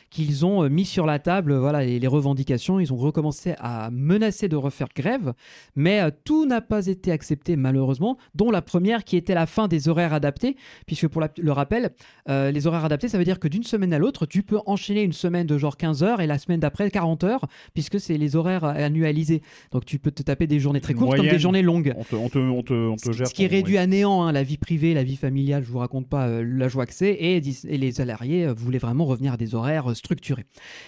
S8: qu'ils ont euh, mis sur la table euh, voilà les, les revendications. Ils ont recommencé à menacer de refaire grève, mais euh, tout n'a pas été accepté malheureusement, dont la première qui était la fin des horaires adaptés, puisque pour la- le rappel, euh, les horaires adaptés, ça veut dire que d'une semaine à l'autre, tu peux enchaîner une semaine de genre 15 heures et la semaine d'après 40 heures, puisque c'est les horaires euh, annualisés. Donc tu peux te taper des journées très courtes comme des journées longues.
S10: On te, on te, on te, on te gère.
S8: Ce qui est
S10: ton-
S8: réduit à néant hein, la vie privée, la vie familiale, je vous raconte pas euh, la joie que c'est, et, dis- et les salariés euh, voulaient vraiment revenir à des horaires euh, structurés.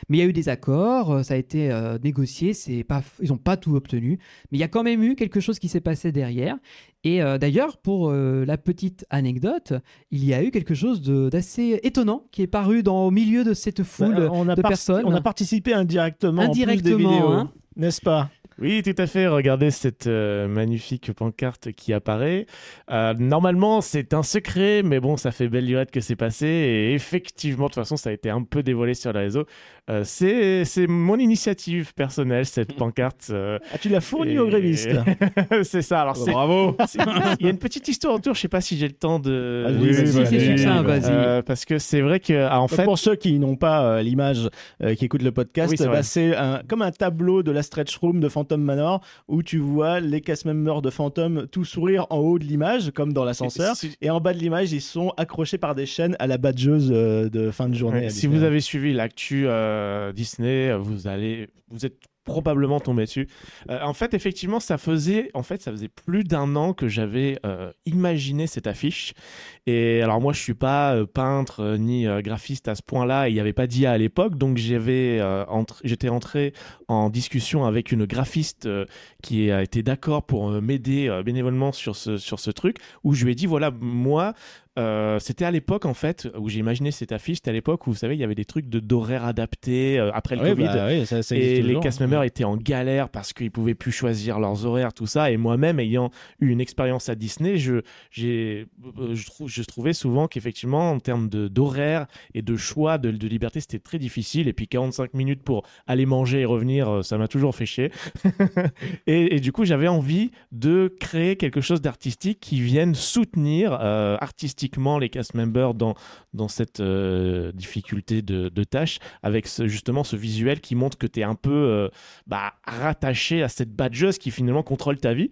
S8: Mais il y a eu des accords, euh, ça a été euh, négocié, c'est pas, f- ils n'ont pas tout obtenu, mais il y a quand même eu quelque chose qui s'est passé derrière. Et euh, d'ailleurs, pour euh, la petite anecdote, il y a eu quelque chose de- d'assez étonnant qui est paru dans, au milieu de cette foule
S9: Bah, on a
S8: de
S9: parti-
S8: personnes.
S9: On a participé indirectement,
S8: Indirectement,
S9: en plus des vidéos,
S8: hein.
S9: n'est-ce pas
S7: Oui, tout à fait. Regardez cette euh, magnifique pancarte qui apparaît. Euh, normalement, c'est un secret, mais bon, ça fait belle lurette que c'est passé. Et effectivement, de toute façon, ça a été un peu dévoilé sur les réseaux. Euh, c'est c'est mon initiative personnelle, cette pancarte. euh, [LAUGHS]
S9: Ah, tu l'as fourni aux grévistes.
S7: c'est ça. Alors,
S9: Oh,
S7: c'est-
S9: bravo.
S7: c'est- Il y a une petite histoire autour. Je sais pas si j'ai le temps de.
S9: Vas-y, Ah Oui, vas-y, vas-y, c'est vas-y, succinct, vas-y.
S7: Euh, parce que c'est vrai que, ah, [LAUGHS] en
S9: Donc,
S7: fait,
S9: Pour ceux qui n'ont pas euh, l'image, euh, qui écoutent le podcast,
S7: Oui, c'est
S9: bah,
S7: vrai.
S9: c'est un- comme un tableau de la stretch room de Phantom Manor où tu vois les cast members de Phantom tout sourire en haut de l'image, comme dans l'ascenseur, et en bas de l'image, ils sont accrochés par des chaînes à la badgeuse euh, de fin de journée.
S7: Ouais,
S9: à
S7: si
S9: Disneyland.
S7: vous avez suivi l'actu euh, Disney, euh, vous allez, vous êtes probablement tombé dessus. Euh, en fait, effectivement, ça faisait, en fait, ça faisait plus d'un an que j'avais euh, imaginé cette affiche. Et alors moi, je suis pas euh, peintre euh, ni euh, graphiste à ce point-là. et Il n'y avait pas d'IA à l'époque, donc j'avais, euh, entr- j'étais entré en discussion avec une graphiste euh, qui a été d'accord pour euh, m'aider euh, bénévolement sur ce sur ce truc. Où je lui ai dit, voilà, moi, euh, c'était à l'époque en fait où j'ai imaginé cette affiche, c'était à l'époque où vous savez il y avait des trucs de d'horaires adaptés euh, après le
S9: Oui,
S7: Covid
S9: bah oui, ça- ça existe
S7: et les
S9: toujours.
S7: cast members étaient en galère parce qu'ils pouvaient plus choisir leurs horaires tout ça et moi-même ayant eu une expérience à Disney, je j'ai euh, je, trou- je trouvais souvent qu'effectivement en termes de d'horaires et de choix de, de liberté c'était très difficile et puis 45 minutes pour aller manger et revenir euh, ça m'a toujours fait chier [LAUGHS] et, et du coup j'avais envie de créer quelque chose d'artistique qui vienne soutenir euh, artistiquement tactiquement les cast members dans, dans cette euh, difficulté de, de tâche, avec ce- justement ce visuel qui montre que tu es un peu euh, bah, rattaché à cette badgeuse qui finalement contrôle ta vie.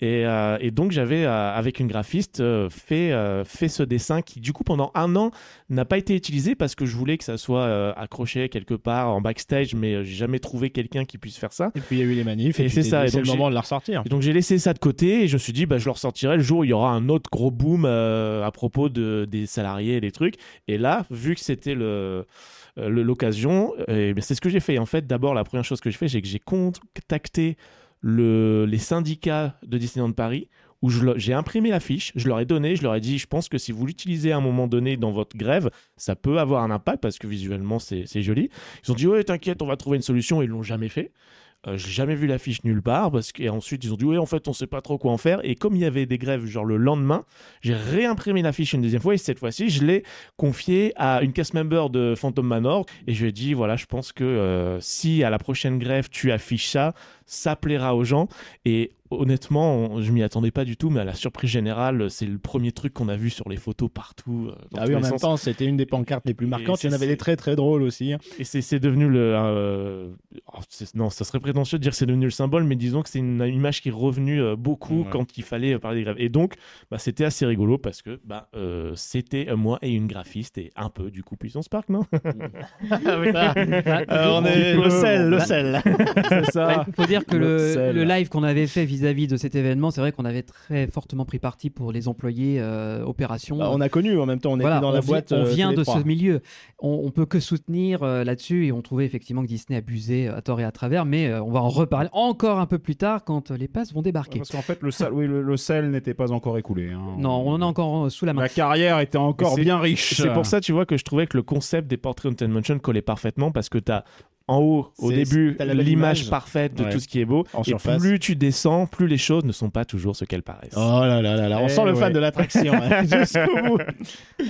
S7: Et, euh, et donc j'avais, euh, avec une graphiste, euh, fait, euh, fait ce dessin qui, du coup, pendant un an, n'a pas été utilisé parce que je voulais que ça soit euh, accroché quelque part en backstage, mais euh, j'ai jamais trouvé quelqu'un qui puisse faire ça.
S9: Et puis il y a eu les manifs,
S7: et,
S9: et tu
S7: c'est
S9: t'es
S7: ça.
S9: dit,
S7: et
S9: c'est
S7: donc
S9: le
S7: j'ai-
S9: moment de la ressortir.
S7: et donc j'ai laissé ça de côté et je me suis dit, bah, je le ressortirai le jour où il y aura un autre gros boom euh, à propos de, des salariés et des trucs. Et là, vu que c'était le euh, le- l'occasion, euh, ben, c'est ce que j'ai fait. En fait, d'abord, la première chose que je fais, c'est que j'ai contacté le, les syndicats de Disneyland Paris où je le- j'ai imprimé la fiche, je leur ai donné, je leur ai dit, je pense que si vous l'utilisez à un moment donné dans votre grève, ça peut avoir un impact parce que visuellement c'est c'est joli. Ils ont dit, ouais, t'inquiète, on va trouver une solution, ils l'ont jamais fait. Euh, j'ai jamais vu la fiche nulle part parce que et ensuite ils ont dit ouais en fait on sait pas trop quoi en faire et comme il y avait des grèves genre le lendemain j'ai réimprimé la fiche une deuxième fois et cette fois-ci je l'ai confiée à une cast member de Phantom Manor et je lui ai dit voilà je pense que euh, si à la prochaine grève tu affiches ça ça plaira aux gens et honnêtement on- je m'y attendais pas du tout mais à la surprise générale c'est le premier truc qu'on a vu sur les photos partout euh, dans
S9: Ah
S7: tous
S9: oui, en
S7: les
S9: même
S7: sens.
S9: temps, c'était une des pancartes les plus marquantes. Il y en
S7: c'est-
S9: avait des très très drôles aussi.
S7: Et c'est c'est devenu le. euh, oh, c'est- non, ça serait prétentieux de dire que c'est devenu le symbole, mais disons que c'est une image qui est revenue euh, beaucoup
S9: Ouais.
S7: quand il fallait euh, parler des grèves. Et donc, bah, c'était assez rigolo parce que bah, euh, c'était euh, moi et une graphiste et un peu du coup Puissance Park, non
S9: Euh, on est- le sel,
S7: Bah,
S9: le sel. C'est ça.
S8: Il faut dire que
S9: Le
S8: le,
S9: sel.
S8: le live qu'on avait fait vis-à-vis de cet événement, c'est vrai qu'on avait très fortement pris parti pour les employés euh, opération.
S9: Bah, on a connu en même temps, on était
S8: Voilà,
S9: dans la
S8: vi-
S9: boîte.
S8: on
S9: euh,
S8: vient
S9: tous les
S8: de
S9: trois.
S8: ce milieu. On, on peut que soutenir euh, là-dessus et on trouvait effectivement que Disney abusait euh, à tort et à travers, mais euh, on va en reparler encore un peu plus tard quand euh, les passes vont débarquer.
S10: Parce qu'en fait, le sel, oui, le, le sel n'était pas encore écoulé. hein.
S8: Non, on en a encore euh, sous la main.
S10: La carrière était encore
S7: C'est-
S10: bien riche.
S7: C'est pour ça, tu vois, que je trouvais que le concept des portraits Haunted Mansion collait parfaitement parce que tu as en haut, au
S9: C'est-
S7: début,
S9: t'as la belle
S7: l'image
S9: image.
S7: parfaite de
S9: Ouais.
S7: tout ce qui est beau.
S9: En
S7: et
S9: surface.
S7: plus tu descends, plus les choses ne sont pas toujours ce qu'elles paraissent.
S9: Oh là là là là, on
S7: Eh
S9: sent le fan
S7: ouais.
S9: de l'attraction
S7: [LAUGHS]
S9: hein, jusqu'au bout.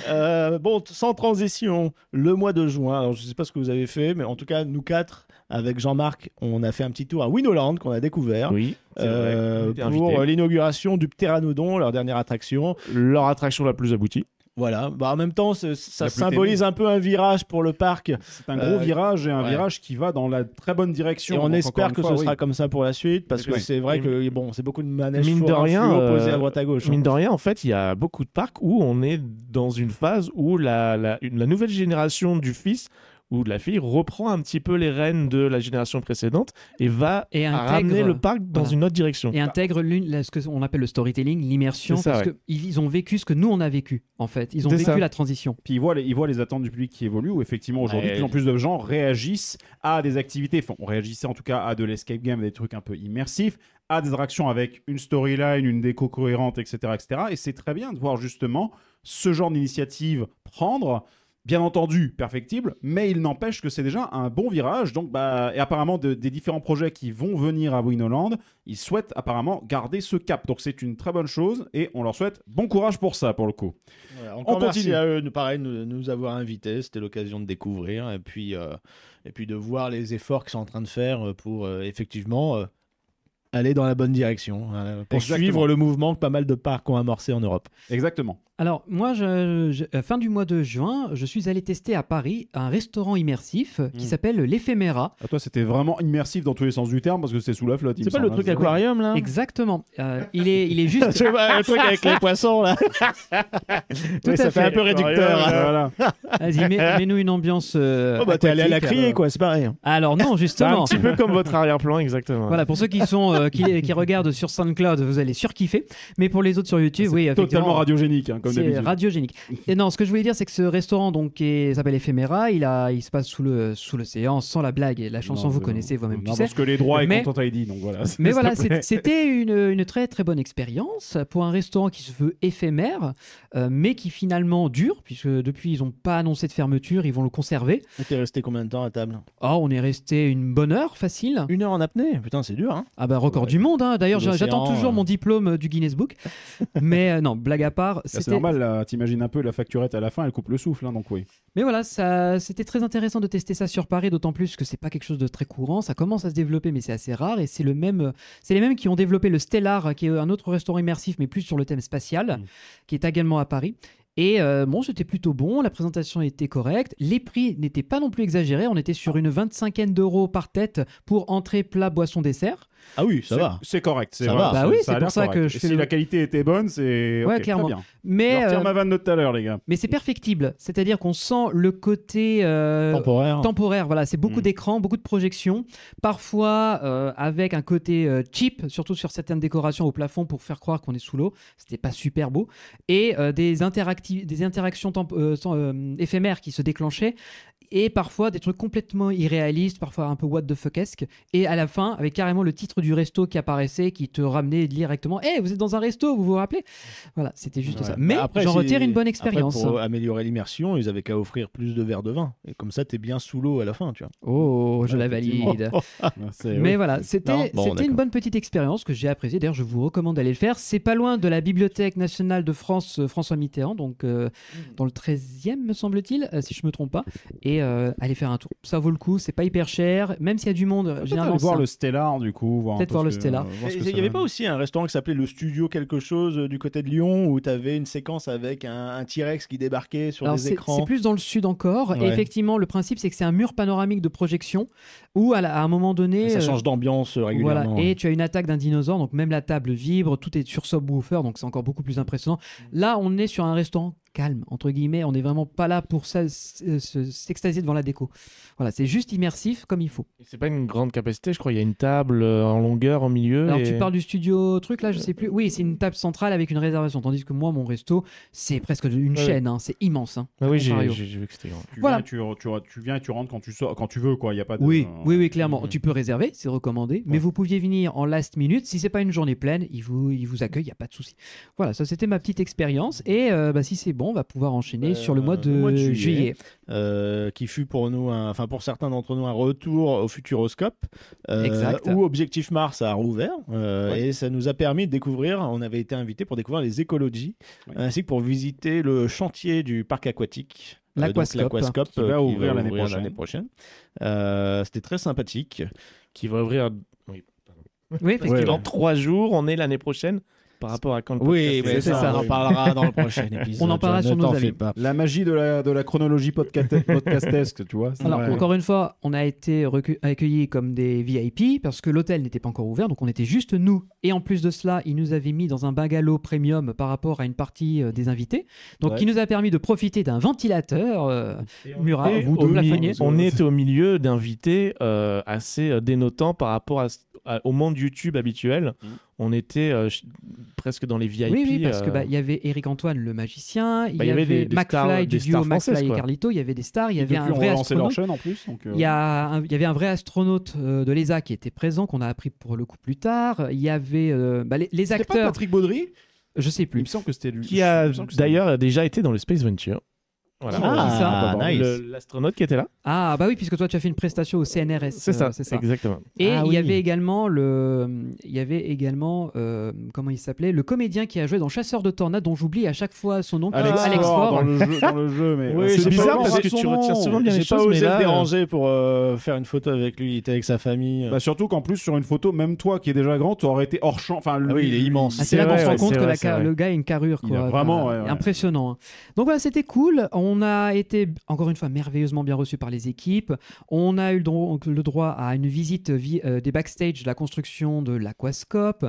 S9: Euh, bon, t- sans transition, le mois de juin, alors je sais pas ce que vous avez fait, mais en tout cas, nous quatre, avec Jean-Marc, on a fait un petit tour à Winoland qu'on a découvert.
S7: Oui, c'est
S9: euh,
S7: vrai. On était
S9: pour
S7: invités.
S9: euh, l'inauguration du Pteranodon, leur dernière attraction.
S7: Leur attraction la plus aboutie.
S9: Voilà, bah, en même temps, c'est- ça
S10: La plus
S9: symbolise un peu un virage pour le parc.
S10: C'est un gros virage et un virage qui va dans la très bonne direction.
S9: Et on
S10: Donc, encore
S9: espère
S10: une
S9: que
S10: fois,
S9: ce
S10: oui.
S9: sera comme ça pour la suite, parce que
S10: Oui.
S9: c'est vrai
S10: Et-
S9: que bon, c'est beaucoup de manèges
S7: mine de
S9: forains
S7: rien,
S9: fluo posés
S7: euh,
S9: à droite à gauche. hein.
S7: Mine de rien, en fait, il y a beaucoup de parcs où on est dans une phase où la, la, une- la nouvelle génération du fils ou de la fille reprend un petit peu les rênes de la génération précédente et va
S8: Et intègre-
S7: ramener le parc dans
S8: voilà.
S7: une autre direction.
S8: Et intègre l'une- la- ce qu'on appelle le storytelling, l'immersion,
S7: C'est ça,
S8: parce
S7: ouais.
S8: qu'ils ils ont vécu ce que nous on a vécu en fait. Ils ont
S7: C'est
S8: vécu
S7: ça.
S8: la transition.
S10: Puis ils voient, les, ils voient les attentes du public qui évoluent, où effectivement aujourd'hui,
S7: Ouais.
S10: de plus en plus de gens réagissent à des activités. Enfin, on réagissait en tout cas à de l'escape game, à des trucs un peu immersifs, à des interactions avec une storyline, une déco cohérente, etc. etc. Et c'est très bien de voir justement ce genre d'initiative prendre. Bien entendu, perfectible, mais il n'empêche que c'est déjà un bon virage. Donc, bah, et apparemment, de- des différents projets qui vont venir à Winoland, ils souhaitent apparemment garder ce cap. Donc, c'est une très bonne chose et on leur souhaite bon courage pour ça, pour le coup.
S9: Voilà,
S10: On
S9: encore merci
S10: continue.
S9: à eux, nous- pareil, nous, nous avoir invités. C'était l'occasion de découvrir et puis, euh, et puis de voir les efforts qu'ils sont en train de faire euh, pour euh, effectivement euh, aller dans la bonne direction, voilà, pour
S10: Exactement.
S9: suivre le mouvement que pas mal de parcs ont amorcé en Europe.
S10: Exactement.
S8: Alors moi, je, je- euh, fin du mois de juin, je suis allé tester à Paris un restaurant immersif euh,
S9: Hmm.
S8: qui s'appelle l'Éphéméra.
S10: À Ah, toi, c'était vraiment immersif dans tous les sens du terme parce que c'est sous la flotte. il
S9: C'est
S10: me
S9: pas le
S10: semble,
S9: truc
S10: hein,
S9: aquarium là
S8: Exactement. Euh, il est, il est juste.
S9: [LAUGHS] C'est pas le truc avec les poissons là
S8: Tout
S9: Oui,
S8: à
S9: Ça fait
S8: fait.
S9: un peu réducteur.
S10: c'est-
S9: hein.
S10: Voilà.
S8: Vas-y, mets- mets-nous une ambiance. euh,
S9: Oh bah t'es allé à la
S8: aquatique,
S9: crier
S8: alors.
S9: quoi, [LAUGHS] c'est pareil. hein.
S8: Alors non, justement.
S7: Un petit peu comme votre arrière-plan, exactement.
S8: Voilà, pour ceux qui sont euh, qui,
S9: [LAUGHS]
S8: qui regardent sur SoundCloud, vous allez surkiffer. Mais pour les autres sur
S9: Ah,
S8: YouTube, oui, effectivement,
S10: Totalement radiogénique, hein, comme
S8: C'est
S10: d'habitude.
S8: radiogénique. Et non, ce que je voulais dire, c'est que ce restaurant donc qui est- s'appelle Ephéméra, il a, il se passe sous le sous l'océan, sans la blague. Et la chanson,
S10: Non,
S8: vous
S10: c'est-
S8: connaissez, vous même
S10: Non,
S8: tu sais.
S10: parce que les droits
S8: Mais-
S10: et Content ID, donc voilà.
S8: [LAUGHS] Mais
S10: s'il [LAUGHS]
S8: voilà,
S10: te plaît.
S8: c'est- c'était une, une très très bonne expérience pour un restaurant qui se veut éphémère, euh, mais qui finalement dure, puisque depuis ils n'ont pas annoncé de fermeture, ils vont le conserver.
S9: T'es resté combien de temps à table
S8: Oh, on est resté une bonne heure facile.
S9: Une heure en apnée Putain, c'est dur. Hein
S8: Ah bah record du monde, hein. d'ailleurs j'a-
S9: L'océan,
S8: j'attends toujours
S9: euh.
S8: mon diplôme euh, du Guinness Book. mais euh, non, blague à part,
S10: Là, C'est
S8: c'était...
S10: normal, là, t'imagines un peu la facturette à la fin, elle coupe le souffle, hein, donc oui.
S8: Mais voilà, ça, c'était très intéressant de tester ça sur Paris, d'autant plus que c'est pas quelque chose de très courant. Ça commence à se développer, mais c'est assez rare. Et c'est le même, c'est les mêmes qui ont développé le Stellar, qui est un autre restaurant immersif, mais plus sur le thème spatial, qui est également à Paris. Et euh, bon, c'était plutôt bon, la présentation était correcte, les prix n'étaient pas non plus exagérés, on était sur une vingt-cinquaine d'euros par tête pour entrée, plat, boisson, dessert.
S9: Ah oui, ça
S10: C'est-
S9: va.
S10: C'est correct. c'est
S9: Ça
S10: vrai,
S9: va.
S8: Bah oui, c'est
S10: a
S8: pour
S10: l'air
S8: ça
S10: correct.
S8: que je
S10: Et
S8: fais
S10: Si
S8: le-
S10: la qualité était bonne, c'est.
S8: Ouais,
S10: ok, très
S8: clairement.
S10: bien.
S8: Mais,
S10: Je retire
S8: euh,
S10: ma vanne de tout à l'heure, les gars.
S8: Mais c'est perfectible, c'est-à-dire qu'on sent le côté euh,
S9: Temporaire.
S8: temporaire, Voilà, c'est
S9: Mm.
S8: beaucoup d'écrans, beaucoup de projections, parfois euh, avec un côté euh, cheap, surtout sur certaines décorations au plafond pour faire croire qu'on est sous l'eau. C'était pas super beau et euh, des interacti- des interactions temp- euh, sans- euh, éphémères qui se déclenchaient. Et parfois des trucs complètement irréalistes, parfois un peu what the fuckesque. Et à la fin, avec carrément le titre du resto qui apparaissait, qui te ramenait directement. Eh, vous êtes dans un resto, vous vous rappelez Voilà, c'était juste ça. Mais
S9: Bah, Après,
S8: j'en
S9: c'est-
S8: retire une bonne
S9: après,
S8: expérience.
S9: Pour améliorer l'immersion, ils avaient qu'à offrir plus de verres de vin. Et comme ça, t'es bien sous l'eau à la fin, tu vois.
S8: Oh, je la
S9: effectivement.
S8: valide.
S9: C'est-
S8: Mais
S9: oui.
S8: voilà, c'était
S9: Non, bon,
S8: c'était une
S9: d'accord.
S8: bonne petite expérience que j'ai appréciée. D'ailleurs, je vous recommande d'aller le faire. C'est pas loin de la Bibliothèque nationale de France euh, François Mitterrand, donc euh, dans le 13e, me semble-t-il, euh, si je me trompe pas. Et euh, allez faire un tour. Ça vaut le coup, c'est pas hyper cher, même s'il y a du monde.
S10: Peut-être
S8: Généralement,
S10: aller voir
S8: ça-
S10: le Stellar, du coup. un
S8: Peut-être
S10: peu
S8: voir
S10: ce
S8: le
S10: que-
S8: Stellar.
S10: voir ce que
S9: Il
S10: ça
S9: n'y avait
S10: donne.
S9: pas aussi un restaurant qui s'appelait le Studio quelque chose euh, du côté de Lyon où tu avais une séquence avec un, un T-Rex qui débarquait sur
S8: Alors,
S9: des
S8: c'est-
S9: écrans
S8: C'est plus dans le sud encore. Et
S9: Ouais.
S8: effectivement, le principe, c'est que c'est un mur panoramique de projection où, à, la- à un moment donné.
S9: Ça
S8: euh,
S9: change d'ambiance euh,
S8: Voilà,
S9: régulièrement.
S8: et tu as une attaque d'un dinosaure, donc même la table vibre, tout est sur subwoofer, donc c'est encore beaucoup plus impressionnant. Là, on est sur un restaurant calme, entre guillemets, on n'est vraiment pas là pour ça- s- euh, se- s'extasier devant la déco. Voilà, c'est juste immersif comme il faut.
S7: C'est pas une grande capacité, je crois. Il y a une table euh, en longueur, en milieu.
S8: Alors
S7: et-
S8: tu parles du studio truc là, je sais plus. Oui, c'est une table centrale avec une réservation, tandis que moi, mon resto, c'est presque une
S7: Ouais.
S8: chaîne, hein, c'est immense. hein,
S7: Ah oui,
S8: à
S7: j'ai
S8: contrario.
S7: j'ai- j'ai vu que c'était grand.
S10: Tu
S8: Voilà.
S10: viens, tu, re- tu, re- tu viens et tu rentres quand tu, sors, quand tu veux, quoi. Il y a pas de. Euh,
S8: Oui, oui, oui, clairement. Tu peux réserver, c'est recommandé. Mais vous pouviez venir en last minute. Si c'est pas une journée pleine, ils vous, ils vous accueillent, il n'y a pas de souci. Voilà, ça c'était ma petite expérience. Et euh, bah, si c'est bon, on va pouvoir enchaîner sur le mois de,
S9: Le mois de
S8: juillet.
S9: euh, qui fut pour nous, un- enfin pour certains d'entre nous, un retour au Futuroscope, euh,
S8: Exact.
S9: où Objectif Mars a rouvert, euh, et ça nous a permis de découvrir, on avait été invités pour découvrir les écologies, euh, ainsi que pour visiter le chantier du parc aquatique. euh, donc
S8: L'Aquascope.
S9: l'Aquascope,
S10: Qui
S9: euh,
S10: va ouvrir l'année prochaine.
S9: prochaine. Euh, C'était très sympathique.
S7: Qui va ouvrir. Oui,
S8: Oui,
S7: parce que
S8: effectivement.
S7: dans trois jours, on est l'année prochaine par rapport à quand le
S9: Oui,
S7: podcast
S9: mais
S7: est
S9: ça,
S7: sorti.
S9: on en parlera dans le prochain épisode.
S8: On en parlera
S9: Ne
S8: sur nos
S9: t'en
S8: avis.
S9: fais pas.
S10: La magie de la, de la chronologie podcast- podcastesque, tu vois. c'est
S8: Alors,
S10: vrai.
S8: encore une fois, on a été recue- accueillis comme des VIP parce que l'hôtel n'était pas encore ouvert, donc on était juste nous. Et en plus de cela, ils nous avaient mis dans un bungalow premium par rapport à une partie euh, des invités. Donc,
S9: Ouais.
S8: qui nous a permis de profiter d'un ventilateur euh, mural
S9: Ah,
S7: Et
S8: ou
S7: au mi-
S8: plafonnier.
S7: on est au milieu d'invités euh, assez euh, dénotants par rapport à- à- au monde YouTube habituel.
S9: Mm.
S7: On était euh, ch- presque dans les VIP.
S8: Oui, oui, parce
S7: euh,
S8: que bah, il y avait Eric Antoine, le magicien, il
S7: Bah,
S8: y avait,
S7: des- des
S8: McFly
S7: stars-
S8: du
S7: des
S8: duo
S7: stars françaises,
S8: McFly et
S7: quoi.
S8: Carlito, il y avait des stars, il y avait
S10: Depuis,
S8: un
S10: on
S8: vrai
S10: relancé leur
S8: astronaute.
S10: chaîne en plus. donc, euh,
S8: Il y, a un- il y avait un vrai astronaute euh, de l'ESA qui était présent, qu'on a appris pour le coup plus tard. Il y avait euh, bah, les, les
S10: C'était pas
S8: acteurs,
S10: Patrick Baudry
S8: je sais
S10: Il
S8: plus.
S10: me semble que c'était lui.
S7: Qui a
S10: Il me semble que c'était-
S7: d'ailleurs déjà été dans le Space Venture. Voilà.
S9: Ah,
S8: Qui ça
S9: d'abord. nice.
S7: Le- L'astronaute qui était là.
S8: Ah bah oui, puisque toi tu as fait une prestation au CNRS.
S7: C'est
S8: euh,
S7: ça, exactement.
S8: Et
S9: Ah
S8: il y
S9: oui.
S8: avait également le, il y avait également euh, comment il s'appelait, le comédien qui a joué dans Chasseur de tornades, dont j'oublie à chaque fois son nom.
S10: Alex,
S8: Alex
S10: Ford,
S8: Ford.
S10: dans le jeu, dans le jeu
S7: [LAUGHS]
S10: mais euh,
S9: Oui,
S7: c'est
S9: j'ai
S7: bizarre
S9: pas-
S7: parce que
S9: son
S7: tu
S9: nom.
S7: retires souvent bien les
S9: J'ai pas
S7: choses,
S9: osé
S7: mais là,
S9: le déranger pour euh, faire une photo avec lui. Il était avec sa
S7: euh,
S9: famille. euh,
S10: Bah, surtout qu'en plus sur une photo, même toi qui est déjà grand, tu aurais été hors champ. Enfin,
S9: Ah oui, il est immense.
S8: Ah, c'est là
S7: C'est
S8: qu'on se
S7: vrai,
S8: rend
S7: ouais,
S8: compte
S7: c'est
S8: que
S7: vrai,
S8: la
S7: c'est
S8: ca-
S7: vrai.
S8: le gars a une carrure.
S10: Il
S8: quoi.
S10: a vraiment,
S8: Enfin,
S10: ouais, ouais.
S8: Impressionnant. hein. Donc voilà, c'était cool. On a été, encore une fois, merveilleusement bien reçus par les équipes. On a eu le dro- le droit à une visite vi- euh, des backstage de la construction de l'Aquascope.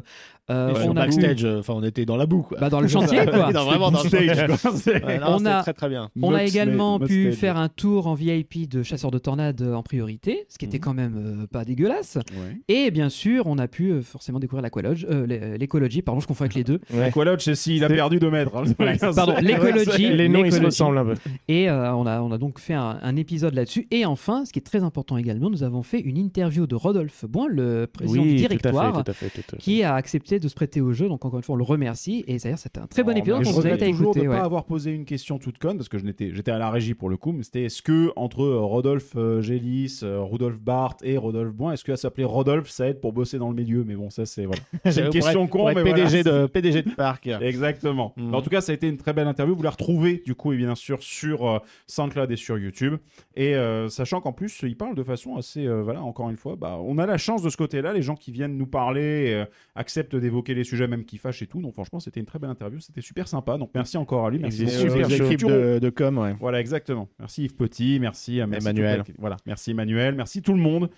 S8: Euh,
S9: Ouais,
S8: on
S9: sur
S8: a eu-
S9: backstage, euh, enfin, on était dans la boue, quoi.
S8: bah,
S7: [LAUGHS]
S8: dans le
S9: [LAUGHS]
S8: chantier, quoi.
S9: Non, vraiment dans le
S10: stage. quoi. C'est-
S9: Ouais, non,
S8: On
S9: c'était
S8: a-
S9: très
S8: [LAUGHS]
S9: très bien.
S8: On a
S10: Mux-
S8: également
S10: Mux-
S8: pu
S10: Mustang.
S8: faire un tour en VIP de chasseurs de tornades en priorité, ce qui
S7: Mhm.
S8: était quand même euh, pas dégueulasse.
S10: Ouais.
S8: Et bien sûr, on a pu euh, forcément découvrir l'aqualoge, euh, l'é- l'écologie, pardon, je confonds
S7: [LAUGHS]
S8: avec les deux.
S10: Aqualodge, c'est s'il a
S7: C'est-
S10: perdu 2 mètres. hein. [LAUGHS]
S8: Pardon, l'écologie.
S7: [LAUGHS] Les noms, ils se
S8: l'écologie.
S7: ressemblent un peu.
S8: Et euh, on, a, on a donc fait un, un épisode là-dessus. Et enfin, ce qui est très important également, nous avons fait une interview de Rodolphe Boin, le président du
S7: Oui, tout à
S8: directoire,
S7: fait, tout à fait. tout à fait.
S8: qui a accepté de se prêter au jeu. Donc encore une fois, on le remercie. Et d'ailleurs, c'était un très bon
S10: Oh,
S8: épisode
S10: mais
S8: qu'on
S10: Je
S8: vous invite
S10: regrette
S8: à
S10: toujours de
S8: écouter.
S10: ne
S8: ouais.
S10: pas avoir posé une question toute conne parce que je n'étais, j'étais à la régie pour le coup, mais c'était est-ce que entre euh, Rodolphe euh, Gélis, euh, Rudolf Barthes et Rodolphe Boin, est-ce que s'appeler Rodolphe ça aide pour bosser dans le milieu Mais bon, ça c'est voilà. C'est une
S9: Pour
S10: question
S9: être-
S10: con,
S9: pour être
S10: mais voilà,
S9: PDG
S10: c'est-
S9: de PDG de parc.
S10: Exactement.
S9: Mm.
S10: Mais En tout cas, ça a été une très belle interview. Vous la retrouvez du coup et bien sûr sur euh, SoundCloud et sur YouTube. Et euh, sachant qu'en plus, ils parlent de façon assez, euh, voilà, encore une fois, bah, on a la chance de ce côté-là, les gens qui viennent nous parler euh, acceptent d'évoquer les sujets même qui fâchent et tout. Donc franchement, c'était une très belle interview, c'était super sympa. Donc merci encore à lui, merci
S9: des
S10: beaucoup.
S9: super
S10: Merci
S9: équipes
S10: Turon.
S9: de- de com, ouais.
S10: Voilà, exactement. Merci Yves Petit, merci à merci
S9: Emmanuel.
S10: toute la- Voilà, merci Emmanuel, merci tout le monde.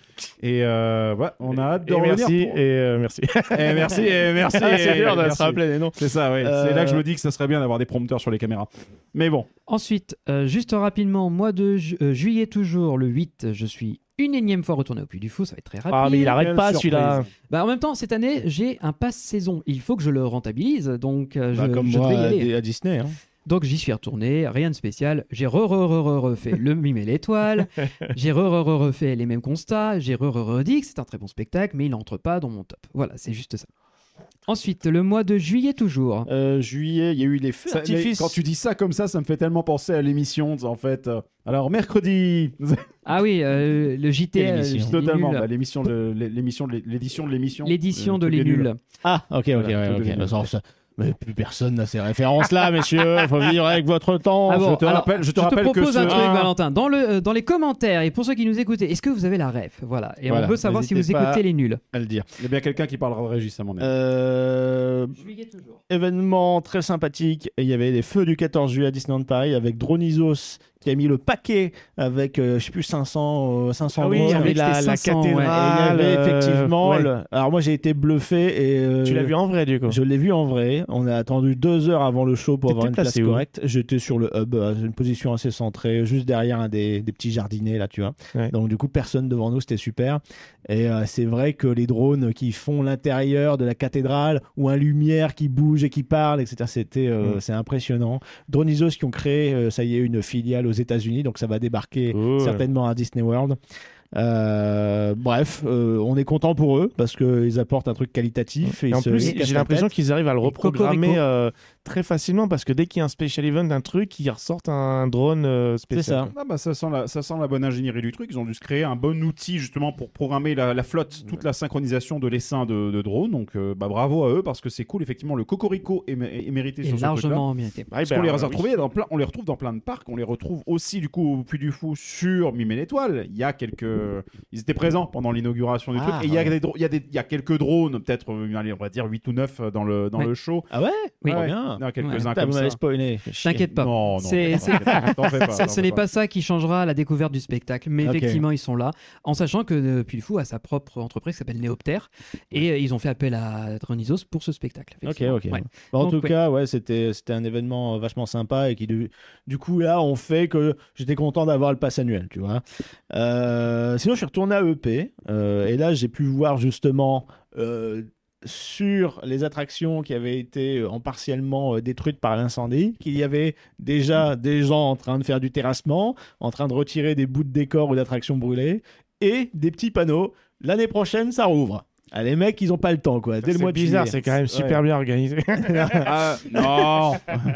S10: Et euh, voilà, on a hâte de
S7: Et
S10: revenir.
S7: merci,
S10: [LAUGHS] pour-
S7: et euh, merci.
S10: Eh, merci, eh, merci.
S7: c'est
S10: eh,
S7: dur de se
S10: merci.
S7: rappeler les noms.
S10: C'est ça, ouais.
S7: Euh,
S10: C'est là que je me dis que ça serait bien d'avoir des prompteurs sur les caméras. Mais bon.
S8: Ensuite, euh, juste rapidement, mois de ju- euh, juillet toujours, le 8, je suis une énième fois retourné au Puy du Fou, ça va être très rapide.
S7: Ah, mais il arrête Quelle pas, celui-là. surprise.
S8: Bah, en même temps, cette année, j'ai un pass saison. Il faut que je le rentabilise, donc euh,
S9: Bah,
S8: je,
S9: comme
S8: je
S9: moi
S8: devais y
S9: à,
S8: aller.
S9: Di- à Disney. hein.
S8: Donc j'y suis retourné, rien de spécial. J'ai re re re re refait le
S9: [LAUGHS]
S8: mime et l'étoile. J'ai re re re refait les mêmes constats. J'ai re re redit que c'est un très bon spectacle, mais il n'entre pas dans mon top. Voilà, c'est juste ça. Ensuite, le mois de juillet toujours.
S9: juillet, il y a eu les feux
S10: Ça- mais quand tu dis ça comme ça, ça me fait tellement penser à l'émission, en fait. euh, Alors, mercredi [LAUGHS]
S8: Ah oui, euh, le JT,
S10: Quelle
S8: euh,
S10: émission
S8: le JT
S10: Totalement,
S8: nul.
S10: bah, l'émission de l'émission de l'é- l'édition de l'émission.
S8: L'édition
S10: Euh,
S8: de
S10: Tous
S8: Les
S10: les
S8: Nuls.
S10: Nuls.
S9: Ah, ok, ok,
S10: Voilà,
S9: ouais,
S10: tout
S9: ok.
S10: devenu.
S9: Bah, ça- ça- mais plus personne n'a ces [LAUGHS] références-là, messieurs. Il faut vivre avec votre temps.
S8: Ah bon,
S9: je te
S8: alors,
S9: rappelle, je te rappelle
S8: propose
S9: que
S8: un
S9: ce-
S8: truc,
S9: Ah.
S8: Valentin. Dans, le, euh, dans les commentaires, et pour ceux qui nous écoutent, est-ce que vous avez la ref Voilà. Et
S9: Voilà,
S8: on veut savoir si vous
S9: n'hésitez pas
S8: écoutez les nuls.
S9: à le dire.
S10: Il y a bien quelqu'un qui parlera de Régis, à mon avis.
S9: Euh, événement très sympathique. Et Il y avait les feux du 14 juillet à Disneyland Paris avec Dronisos qui a mis le paquet avec, euh, je sais plus, 500, euh, 500
S7: Ah oui,
S9: drones.
S7: avec la- la cathédrale,
S9: Et il y avait
S7: euh,
S9: effectivement.
S7: ouais.
S9: le- Alors moi j'ai été bluffé et. euh,
S7: Tu l'as vu en vrai, du coup
S9: Je l'ai vu en vrai. On a attendu deux heures avant le show pour avoir
S7: T'étais
S9: une place
S7: placé où
S9: correcte. J'étais sur le hub, à une position assez centrée, juste derrière un des, des petits jardinets là, tu vois.
S7: Ouais.
S9: Donc du coup, personne devant nous, c'était super. Et euh, c'est vrai que les drones qui font l'intérieur de la cathédrale ou un lumière qui bouge et qui parle, etc. C'était, euh,
S7: Mm.
S9: c'est impressionnant. Dronisos qui ont créé, euh, ça y est, une filiale aux États-Unis, donc ça va débarquer
S7: Cool.
S9: certainement à Disney World. Euh, bref, euh, on est content pour eux parce qu'ils apportent un truc qualitatif. Et,
S7: Et en
S9: ils se- ils
S7: plus,
S9: cassent
S7: j'ai
S9: la
S7: l'impression
S9: tête.
S7: qu'ils arrivent à le reprogrammer
S9: cocorico.
S7: euh, très facilement parce que dès qu'il y a un special event d'un truc, ils ressortent un drone euh, spécial.
S10: Ah bah, ça, sent la, ça sent la bonne ingénierie du truc. Ils ont dû se créer un bon outil justement pour programmer la, la flotte, toute la synchronisation de l'essaim de, de drone. Donc euh, bah, bravo à eux parce que c'est cool. Effectivement, le cocorico est, mé- est mérité
S8: Et
S10: sur ce
S8: largement
S10: truc-là.
S8: mérité.
S10: Parce
S7: Ah, ben,
S10: qu'on les,
S7: oui.
S10: retrouve dans plein- on les retrouve dans plein de parcs. On les retrouve aussi du coup au Puy du Fou sur Mime et l'Étoile. Il y a quelques... Ils étaient présents pendant l'inauguration du
S9: Ah,
S10: truc. Et il y, a
S9: ouais.
S10: des dro- il y a des- il y a quelques drones, peut-être, euh, allez, on va dire 8 ou 9 dans le, dans
S8: Ouais.
S10: le show.
S9: Ah ouais
S8: Oui.
S10: Ah ouais.
S9: Bien.
S10: Il y en a quelques-uns
S9: Putain,
S10: comme
S9: vous
S10: ça.
S9: m'avez spoilé. Fais chier.
S8: T'inquiète pas.
S10: Non, non,
S8: C'est-
S10: mais
S8: c'est-
S10: t'en fais
S9: [LAUGHS]
S10: pas, t'en fais pas,
S8: ça-
S10: t'en
S8: ce
S10: fais
S8: n'est
S10: pas.
S8: pas ça qui changera la découverte du spectacle, mais
S9: Ok.
S8: effectivement, ils sont là, en sachant que euh, Puy du Fou a sa propre entreprise qui s'appelle Néoptère, et euh, ils ont fait appel à Dronisos pour ce spectacle.
S9: Ok,
S8: effectivement.
S9: ok.
S8: Ouais.
S9: Bah, en
S8: Donc,
S9: tout
S8: ouais.
S9: cas, ouais, c'était c'était un événement euh, vachement sympa et qui du, du coup là, on fait que j'étais content d'avoir le pass annuel, tu vois. Euh, sinon, je suis retourné à EP euh, et là, j'ai pu voir justement. euh, sur les attractions qui avaient été euh, en partiellement euh, détruites par l'incendie, qu'il y avait déjà des gens en train de faire du terrassement, en train de retirer des bouts de décor ou d'attractions brûlées, et des petits panneaux. L'année prochaine, ça rouvre. Ah, les mecs, ils ont pas le temps, quoi. Dès le mois
S7: C'est
S9: de
S7: bizarre,
S9: juillet.
S7: c'est quand même super
S9: Ouais.
S7: bien
S9: [LAUGHS]
S7: organisé.
S10: Ah, non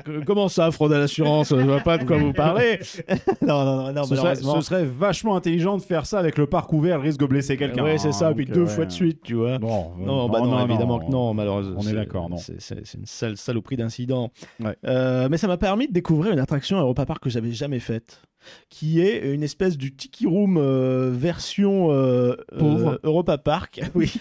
S9: Euh, Comment ça, fraude à l'assurance Je vois pas de quoi vous parlez. [LAUGHS] non, non, non, non,
S10: ce, serait,
S9: malheureusement.
S10: ce serait vachement intelligent de faire ça avec le parc ouvert, elle risque de blesser quelqu'un.
S9: Ouais, c'est ça,
S10: hein,
S9: puis
S10: donc,
S9: deux
S10: euh,
S9: fois de suite, tu vois.
S10: Bon, euh,
S9: Non, bah non, évidemment que non, malheureusement.
S10: On est
S9: C'est-
S10: d'accord, non.
S9: C'est c'est- c'est une sale saloperie d'incident.
S10: Ouais.
S9: Euh, mais ça m'a permis de découvrir une attraction à Europa Park que j'avais jamais faite, qui est une espèce du Tiki Room euh, version euh,
S8: Pauvre.
S9: euh, Europa Park. [LAUGHS] Oui.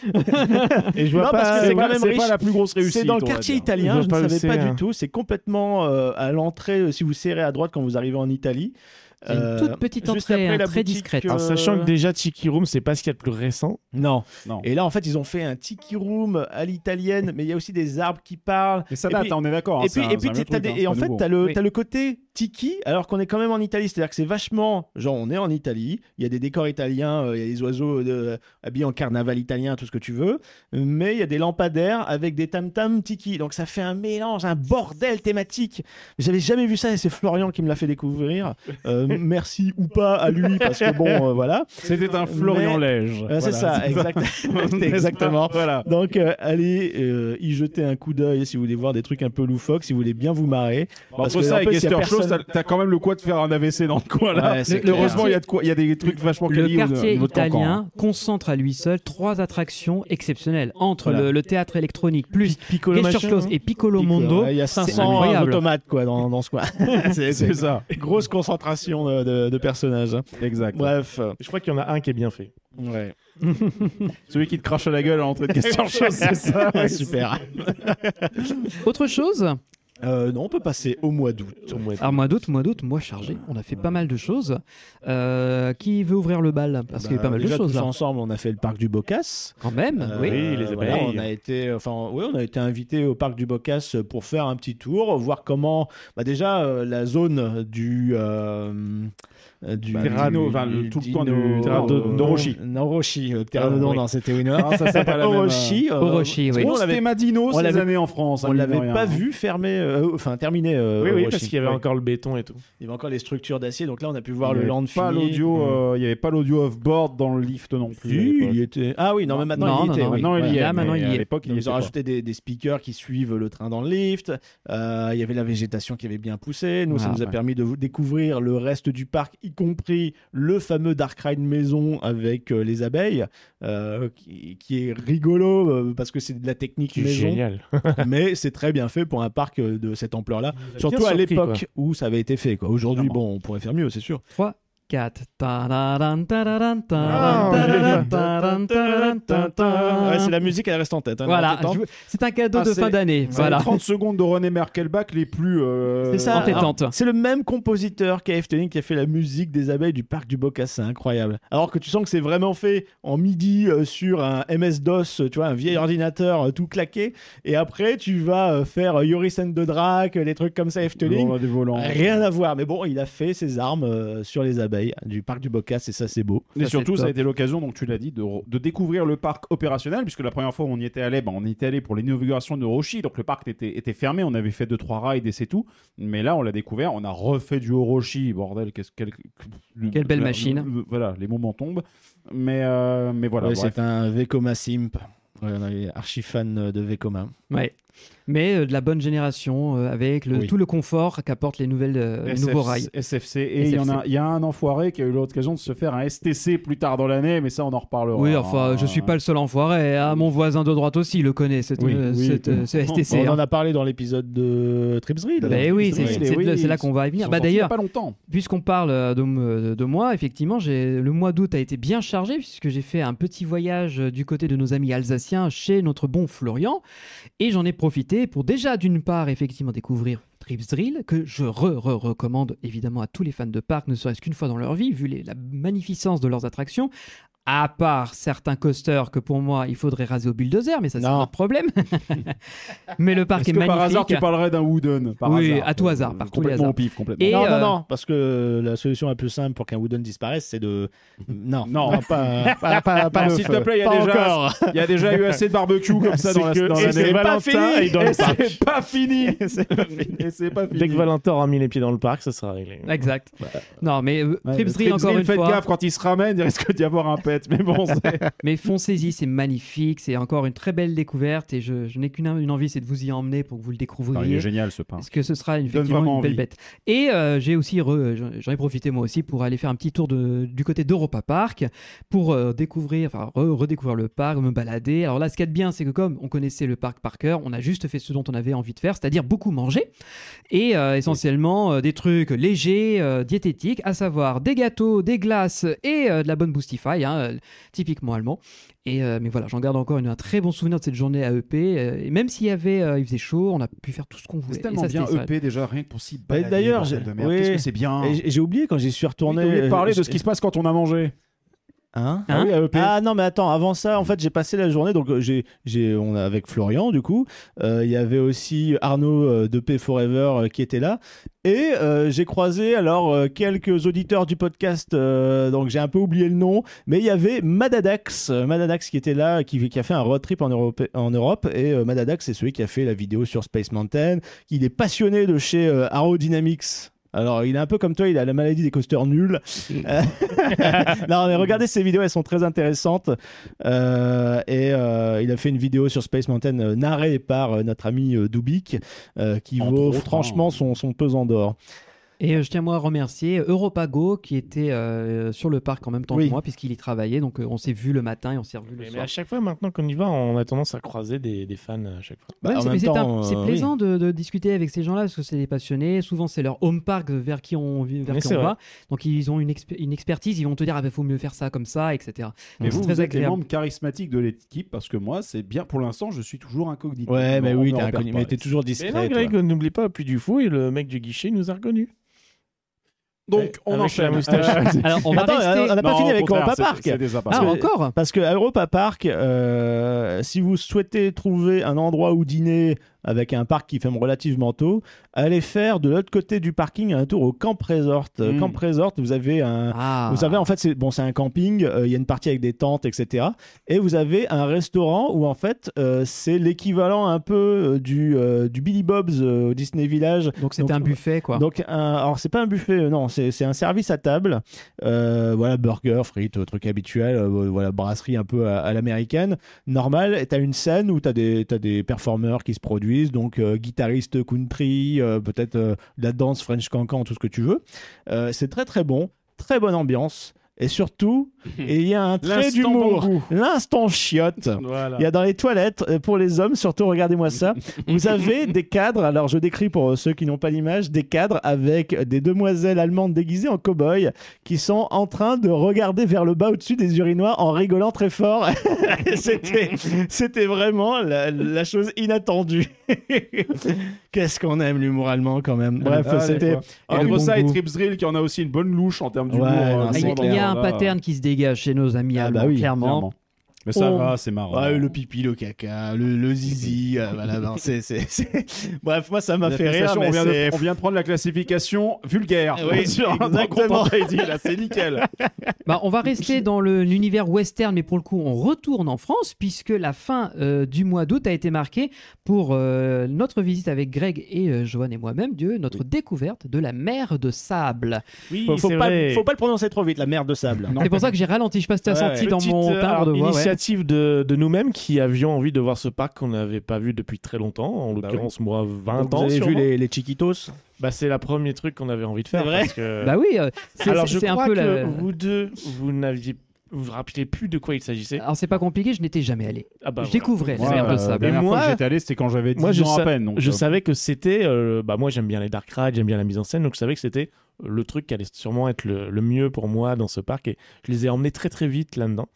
S7: Et je vois
S9: Non,
S7: pas.
S9: parce que c'est
S7: ouais,
S9: quand même
S10: C'est
S9: riche.
S10: pas la plus grosse réussite.
S9: C'est dans le
S10: on va
S9: quartier
S10: dire.
S7: Je
S9: italien,
S7: vois
S9: je
S7: pas
S9: ne
S7: où
S9: savais pas
S7: c'est, hein.
S9: du tout. C'est complètement euh, à l'entrée, euh, si vous serrez à droite quand vous arrivez en Italie. euh,
S8: C'est
S10: Euh,
S8: une toute petite
S9: juste
S8: entrée,
S9: après
S8: hein,
S9: la
S8: très
S9: boutique,
S8: discrète.
S9: euh,
S7: Alors, sachant que déjà Tiki Room, c'est pas ce qu'il y a de plus récent.
S9: Non.
S10: Non.
S9: Et là, en fait, ils ont fait un tiki room à l'italienne, mais il y a aussi des arbres qui parlent.
S10: Mais ça
S9: Et
S10: date,
S9: puis-
S10: hein, on est d'accord. hein,
S9: Et puis,
S10: c'est
S9: et,
S10: un- c'est
S9: puis
S10: un
S9: t'as-
S10: vieux
S9: t'as
S10: truc,
S9: des-
S10: hein,
S9: et en
S10: c'est
S9: fait,
S10: nouveau.
S9: t'as le,
S8: Oui.
S9: t'as le côté tiki, alors qu'on est quand même en Italie. C'est-à-dire que c'est vachement. Genre, on est en Italie, il y a des décors italiens, euh, il y a des oiseaux euh, habillés en carnaval italien, tout ce que tu veux. Mais il y a des lampadaires avec des tam-tam tiki. Donc, ça fait un mélange, un bordel thématique. J'avais jamais vu ça et c'est Florian qui me l'a fait découvrir. Euh, merci ou pas à lui parce que bon euh, voilà.
S10: C'était un Florian
S9: Mais-
S10: Lège.
S9: Euh, c'est
S10: Voilà,
S9: ça, exact-
S10: [LAUGHS]
S9: [LAUGHS]
S10: N'est-ce pas
S9: exactement.
S10: Voilà.
S9: Donc euh, allez euh, y jeter un coup d'œil si vous voulez voir des trucs un peu loufoques, si vous voulez bien vous marrer. Parce
S10: Entre
S9: que, en
S10: ça et
S9: fait, s'il y a
S10: Caster Show,
S9: personne-
S10: t'as- t'as quand même le quoi de faire un AVC dans le coin là.
S9: Ouais, c'est
S10: Mais heureusement,
S9: clair.
S10: il y a de quoi, il y a des trucs vachement
S9: [LAUGHS]
S8: Le
S10: quali au-
S8: quartier
S10: au niveau de Cancan, hein.
S8: italien concentre à lui seul trois attractions exceptionnelles entre
S9: Voilà.
S8: le, le théâtre électronique plus Gesture
S9: machin,
S8: Close
S9: hein.
S8: et Piccolo
S9: Piccolo,
S8: Mondo.
S9: ouais, Il y a
S8: c'est
S9: 500
S8: incroyable.
S9: automates quoi, dans, dans ce coin.
S10: C'est- c'est ça.
S9: [LAUGHS] Grosse concentration de, de- de personnages. hein.
S10: Exact.
S9: Bref.
S7: Je crois qu'il y en a un qui est bien [LAUGHS] fait.
S9: [LAUGHS] Ouais.
S10: Celui qui te crache à la gueule à l'entrée de
S9: [LAUGHS]
S10: Caster Show, c'est ça.
S7: Euh,
S10: ouais.
S9: Super.
S8: Autre chose
S9: Euh, non, on peut passer au mois d'août.
S8: Alors mois d'août, mois d'août, mois chargé. On a fait pas mal de choses. Euh, qui veut ouvrir le bal Parce qu'il y a eu pas mal de
S9: Bah, déjà,
S8: choses hein.
S9: tous
S8: là.
S9: ensemble, on a fait le parc du Bocas.
S8: Quand même,
S9: Euh,
S8: oui.
S7: oui, les abeilles.
S9: voilà, on a été, enfin, oui, on a été invité au parc du Bocas euh, pour faire un petit tour, voir comment, bah déjà euh, la zone du euh, euh, du
S10: Bah, Dino, enfin, le- tout le coin de- Terradodon-
S9: d'Orochi. Norochi, euh, Pteranodon,
S10: oui.
S9: non, c'était une
S10: Non, ça, c'est pas la même, euh,
S9: Orochi, euh,
S8: Orochi, oui.
S9: on
S10: Grosse
S9: l'avait-
S10: thémadino
S9: on
S10: ces
S9: l'avait-
S10: années en France. hein,
S9: on
S10: mine de
S9: l'avait
S10: rien,
S9: pas
S10: hein.
S9: vu fermer, euh, enfin terminer. euh,
S7: oui, oui,
S9: Orochi.
S7: parce qu'il y avait
S9: Ouais.
S7: encore le béton et tout.
S9: Il y avait encore les structures d'acier, donc là on a pu voir
S10: Il y
S9: le
S10: avait
S9: land
S10: pas
S9: fini. Mm.
S10: l'audio, euh, Il n'y avait pas l'audio off-board dans le lift non plus. à
S9: Si,
S10: l'époque.
S9: il y était. Ah oui, non, mais maintenant
S8: Non,
S9: il y
S8: non,
S9: était.
S8: non,
S9: oui.
S10: Maintenant, il y
S9: Ouais.
S10: est.
S8: Là, maintenant,
S10: mais
S8: il y
S10: à
S8: est.
S10: l'époque, il y
S9: Ils
S10: était
S9: ont
S10: pas.
S9: rajouté des, des speakers qui suivent le train dans le lift. Euh, Il y avait la végétation qui avait bien poussé. Nous, ça
S8: Ah,
S9: nous a
S8: ouais.
S9: permis de vous- découvrir le reste du parc, y compris le fameux Dark Ride maison avec euh, les abeilles, euh, qui, qui est rigolo euh, parce que c'est de la technique maison,
S7: Génial.
S9: [LAUGHS] mais c'est très bien fait pour un parc euh, de cette ampleur-là. Surtout
S7: bien
S9: à
S7: surpris,
S9: l'époque où ça avait été fait. quoi. Aujourd'hui, bon, on pourrait faire mieux, c'est sûr.
S8: 3, 4. Tararan, tararan,
S9: Ah,
S8: tararan,
S9: ouais.
S8: tararan, tararan, tararan, tararan.
S9: Ouais, c'est la musique, elle reste en tête. hein,
S8: Voilà,
S9: elle reste en
S8: je-
S9: tête.
S8: c'est un cadeau
S10: Ah,
S8: de
S10: c'est-
S8: fin d'année.
S10: C'est
S8: Voilà.
S10: les 30 secondes de René Merkelbach les plus. euh,
S9: C'est ça.
S8: entêtante.
S9: alors, C'est le même compositeur qu'AF Telling qui a fait la musique des abeilles du parc du Bocas. C'est incroyable. Alors que tu sens que c'est vraiment fait en midi euh, sur un MS-DOS, euh, tu vois, un vieil ordinateur euh, tout claqué. Et après, tu vas euh, faire euh, Yoris and the Drac, euh, les trucs comme ça, AF
S10: le
S9: Telling.
S10: roi des volants.
S9: Rien à voir. Mais bon, il a fait ses armes euh, sur les abeilles du parc du Bocas et ça, c'est beau.
S10: Et
S8: Ça,
S10: surtout,
S8: c'est
S10: ça a
S8: top.
S10: été l'occasion, donc tu l'as dit, de, re- de découvrir le parc opérationnel, puisque la première fois où on y était allé, ben, on y était allé pour l'inauguration de Roshi, donc le parc était, était fermé, on avait fait deux trois rides et c'est tout. Mais là, on l'a découvert, on a refait du Orochi, bordel, qu'est-ce- quel-
S8: Quelle belle
S10: le-
S8: machine.
S10: le- voilà, les moments tombent. Mais, euh, mais voilà,
S9: Ouais,
S10: bref.
S9: c'est un Vekoma Simp. Ouais, on est archi fan de Vekoma.
S8: Ouais. Mais euh, de la bonne génération, euh, avec le-
S9: Oui.
S8: tout le confort qu'apportent les, nouvelles, euh, les
S10: SFC
S8: nouveaux rails.
S10: SFC. Et il y, en a, il y a un enfoiré qui a eu l'occasion de se faire un STC plus tard dans l'année, mais ça, on en reparlera.
S8: Oui, enfin, je suis pas le seul enfoiré. Ah, mon voisin de droite aussi, il le connaît, cette,
S10: Oui,
S8: euh,
S10: oui.
S8: cette, euh,
S9: [LAUGHS]
S8: ce STC.
S9: on
S8: hein.
S9: en a parlé dans l'épisode de Tripsreel.
S8: Ben oui, c'est
S10: Oui,
S8: c'est-
S10: oui,
S8: c'est de-
S10: oui,
S8: c'est là
S10: ils
S8: qu'on va y
S10: Ils
S8: venir.
S10: sont
S8: Bah,
S10: sortis il y a
S8: D'ailleurs,
S10: pas longtemps.
S8: puisqu'on parle euh, de, m- de moi, effectivement, j'ai- le mois d'août a été bien chargé puisque j'ai fait un petit voyage euh, du côté de nos amis alsaciens chez notre bon Florian. Et j'en ai profité pour déjà, d'une part, effectivement, découvrir Trips Drill, que je re-recommande évidemment à tous les fans de parc, ne serait-ce qu'une fois dans leur vie, vu les- la magnificence de leurs attractions. À part certains coasters que pour moi il faudrait raser au bulldozer, mais ça c'est
S9: Non.
S8: un autre
S10: [LAUGHS]
S8: problème. mais le parc
S10: Est-ce
S8: est,
S10: que
S8: magnifique.
S10: par hasard, tu parlerais d'un Wooden par
S8: Oui,
S10: hasard. Euh,
S8: à tout hasard, par tous les
S10: Complètement au
S8: hasards.
S10: pif, complètement.
S8: Et,
S9: non,
S8: euh,
S9: non, non, parce que la solution la plus simple pour qu'un Wooden disparaisse, c'est de. Non,
S10: Non.
S9: pas, pas, pas, pas
S10: Non,
S9: le
S10: Ah, s'il
S9: feu.
S10: te plaît, il y a
S9: Pas
S10: déjà-
S9: encore.
S10: Il y a déjà eu assez de barbecue comme ça dans la
S7: C'est que-
S10: dans
S7: et
S10: l'année.
S7: c'est pas fini.
S10: et c'est pas fini. Et c'est pas fini. Et c'est pas fini.
S7: Dès que Valentin aura mis les pieds dans le parc, ça sera réglé.
S8: Exact. Non, mais euh,
S10: Ouais,
S8: Trips
S10: Trips
S8: Drill, encore
S10: Drill,
S8: une
S10: faites
S8: fois.
S10: gaffe quand il se ramène, il risque d'y avoir un pet. Mais bon, c'est-
S8: [LAUGHS] Mais foncez-y, c'est magnifique, c'est encore une très belle découverte et je, je n'ai qu'une une envie, c'est de vous y emmener pour que vous le
S10: il est
S8: découvriez.
S10: génial ce pain.
S8: Parce que ce sera une,
S10: Donne
S8: effectivement
S10: vraiment
S8: une belle
S10: envie.
S8: bête. Et euh, j'ai aussi, re- j'en- j'en ai profité moi aussi pour aller faire un petit tour de- du côté d'Europa Park pour euh, découvrir, enfin re- redécouvrir le parc, me balader. Alors là, ce qu'il y a de bien, c'est que comme on connaissait le parc par cœur, on a juste fait ce dont on avait envie de faire, c'est-à-dire beaucoup manger et euh, essentiellement euh, des trucs légers, euh, diététiques, à savoir des gâteaux, des glaces et euh, de la bonne boostify, hein, euh, typiquement allemand. Et euh, mais voilà, j'en garde encore une- un très bon souvenir de cette journée à EP. euh, et même s'il y avait, euh, il faisait chaud, on a pu faire tout ce qu'on voulait.
S10: C'est
S8: Et
S10: tellement
S8: ça,
S10: bien E
S8: c'était ça.
S10: EP déjà, rien que pour s'y
S9: balader,
S10: balader.
S9: d'ailleurs,
S10: bordel
S9: j'ai-
S10: de merde.
S9: oui.
S10: qu'est-ce que c'est bien.
S9: Et j'ai- j'ai oublié quand j'y suis retourné.
S10: On
S9: euh,
S10: parler de
S9: j'ai-
S10: ce qui se passe quand on a mangé.
S9: Hein
S8: Hein
S10: oui, E AEP.
S9: Ah non mais attends avant ça en fait j'ai passé la journée donc euh, j'ai j'ai on a avec Florian du coup euh, il y avait aussi Arnaud euh, de P Forever euh, qui était là et euh, j'ai croisé alors euh, quelques auditeurs du podcast euh, donc j'ai un peu oublié le nom mais il y avait Madadax euh, Madadax qui était là qui, qui a fait un road trip en Europe en Europe et euh, Madadax c'est celui qui a fait la vidéo sur Space Mountain il est passionné de chez euh, Arrow Dynamics Alors, il est un peu comme toi, il a la maladie des
S8: [LAUGHS]
S9: coasters nuls. Euh, non, mais regardez ses vidéos, elles sont très intéressantes. Euh, et euh, il a fait une vidéo sur Space Mountain euh, narrée par euh, notre ami euh, Dubik, euh, qui
S8: Entre
S9: vaut
S8: autres, hein.
S9: franchement son, son pesant d'or.
S8: Et euh, je tiens moi à remercier EuropaGo qui était euh, sur le parc en même temps
S7: Oui.
S8: que moi puisqu'il y travaillait. Donc euh, on s'est vu le matin et on s'est revu le
S7: Mais, mais
S8: soir.
S7: à chaque fois, maintenant qu'on y va, on a tendance à croiser des, des fans à chaque fois.
S9: Bah,
S8: Ouais, c'est- mais c'est un-
S9: euh,
S8: c'est plaisant de, de discuter avec ces gens-là parce que c'est des passionnés. Souvent, c'est leur home park vers qui on, vit- vers
S7: Mais
S8: qui
S7: c'est
S8: on
S7: vrai.
S8: va. Donc, ils ont une, exp- une expertise. Ils vont te dire ah, ben, faut mieux faire ça comme ça, etc.
S10: Mais
S8: Donc, c'est
S10: vous, vous
S8: très
S10: êtes les
S8: agréable.
S10: membres charismatiques de l'équipe parce que moi, c'est bien pour l'instant, je suis toujours incognito.
S9: Ouais, mais
S10: On
S9: oui,
S10: me
S9: t'es
S10: repère
S9: inconnu,
S10: pas.
S9: mais t'es toujours discret.
S7: Mais non, Greg, n'oublie pas, au Puy du Fou, et le mec du guichet nous a reconnus.
S10: Donc, on
S7: Avec
S10: enchaîne.
S7: la moustache.
S8: Alors, on va
S9: Attends,
S8: rester-
S9: on n'a pas
S8: Non,
S9: fini
S8: au
S9: avec
S8: contraire,
S9: Europa
S8: c'est-
S9: Park.
S8: c'est des
S9: Parce
S8: Ah,
S9: que-
S8: encore
S9: Parce que à Europa Park, euh, si vous souhaitez trouver un endroit où dîner avec un parc qui ferme relativement tôt, allez faire de l'autre côté du parking un tour au Camp Resort. Euh,
S10: Mm.
S9: Camp Resort, vous avez un,
S8: Ah.
S9: vous avez en fait, c'est bon, c'est un camping. euh, Il y a une partie avec des tentes, etc. Et vous avez un restaurant où en fait, euh, c'est l'équivalent un peu euh, du euh, du Billy Bob's euh, au Disney Village.
S8: Donc c'était un buffet, quoi.
S9: Donc un- alors c'est pas un buffet, euh, non, c'est c'est un service à table. Euh, voilà, burger, frites, euh, trucs habituels, euh, voilà, brasserie un peu à, à l'américaine. Normal, et t'as une scène où t'as des t'as des performeurs qui se produisent, donc euh, guitariste country, euh, peut-être euh, de la danse French cancan, tout ce que tu veux. Euh, c'est très très bon, très bonne ambiance. Et
S10: [LAUGHS]
S9: surtout, et il y a un trait
S10: L'instant bon
S9: d'humour,
S10: goût.
S9: l'instant chiotte. Il y a dans les toilettes, euh, pour les hommes surtout, regardez-moi ça, vous
S10: [LAUGHS]
S9: avez des cadres, alors je décris pour euh, ceux qui n'ont pas l'image, des cadres avec des demoiselles allemandes déguisées en cow-boy qui sont en train de regarder vers le bas au-dessus des urinoirs en rigolant très fort. [LAUGHS] C'était c'était vraiment la, la chose inattendue. [LAUGHS] Qu'est-ce qu'on aime l'humour allemand quand même. Bref,
S10: Ah,
S9: c'était...
S10: d'accord. Entre ça et Trips Drill, qui en a aussi une bonne louche en termes d'humour.
S9: Ouais,
S10: euh,
S9: non,
S10: dans
S9: c'est clair.
S10: le-
S8: Ah, Il y a un
S10: là.
S8: pattern qui se dégage chez nos amis allemands,
S9: oui,
S8: clairement.
S9: clairement. Mais ça va,
S10: c'est marrant.
S9: Oh. Ouais, Ah, le pipi, le caca, le, le zizi, euh, voilà, non, c'est- c'est- c'est- Bref, moi ça m'a
S10: La
S9: fait rire,
S10: prestation,
S9: mais
S10: on, vient
S9: c'est-
S10: de, on vient de prendre la classification vulgaire.
S9: Eh oui,
S10: [LAUGHS] Sur- dans
S9: exactement.
S10: Content ID, là, c'est nickel.
S8: Bah, on va rester dans le- l'univers western, mais pour le coup, on retourne en France puisque la fin euh, du mois d'août a été marquée pour euh, notre visite avec Greg et euh, Johan et moi-même, Dieu, notre découverte de la mer de sable.
S7: Oui,
S9: faut, faut pas, faut pas le prononcer trop vite, la merde de sable. [LAUGHS]
S8: C'est pour ça que j'ai ralenti. Je passe ta senti dans
S7: Petite,
S8: mon
S7: euh,
S8: timbre de voix. ouais.
S7: Initiative de, de nous-mêmes qui avions envie de voir ce parc qu'on n'avait pas vu depuis très longtemps, en l'occurrence moi 20
S9: Bah Donc,
S7: ans.
S9: vous avez vu
S7: sûrement.
S9: les, les Chiquitos
S7: Bah, c'est la premier truc qu'on avait envie de faire.
S9: C'est vrai
S7: parce que-
S8: Bah oui, euh, c'est-
S7: Alors
S8: c'est-
S7: je
S8: c'est un
S7: crois
S8: peu
S7: que
S8: la-
S7: vous deux, vous n'aviez, vous vous rappelez plus de quoi il s'agissait.
S8: Alors c'est pas compliqué, je n'étais jamais allé.
S7: Ah bah
S8: Ah,
S7: voilà.
S8: je découvrais
S7: Moi,
S8: la mer
S7: euh,
S8: de sable.
S7: la dernière fois que
S10: j'étais allé, c'était quand j'avais 10
S7: Moi, je,
S10: ans à
S7: sa-
S10: peine. donc,
S7: je
S10: euh,
S7: savais que c'était. euh, bah, moi, j'aime bien les Dark Rides, j'aime bien la mise en scène, donc je savais que c'était le truc qui allait sûrement être le, le mieux pour moi dans ce parc. Et je les ai emmenés très très vite là-dedans.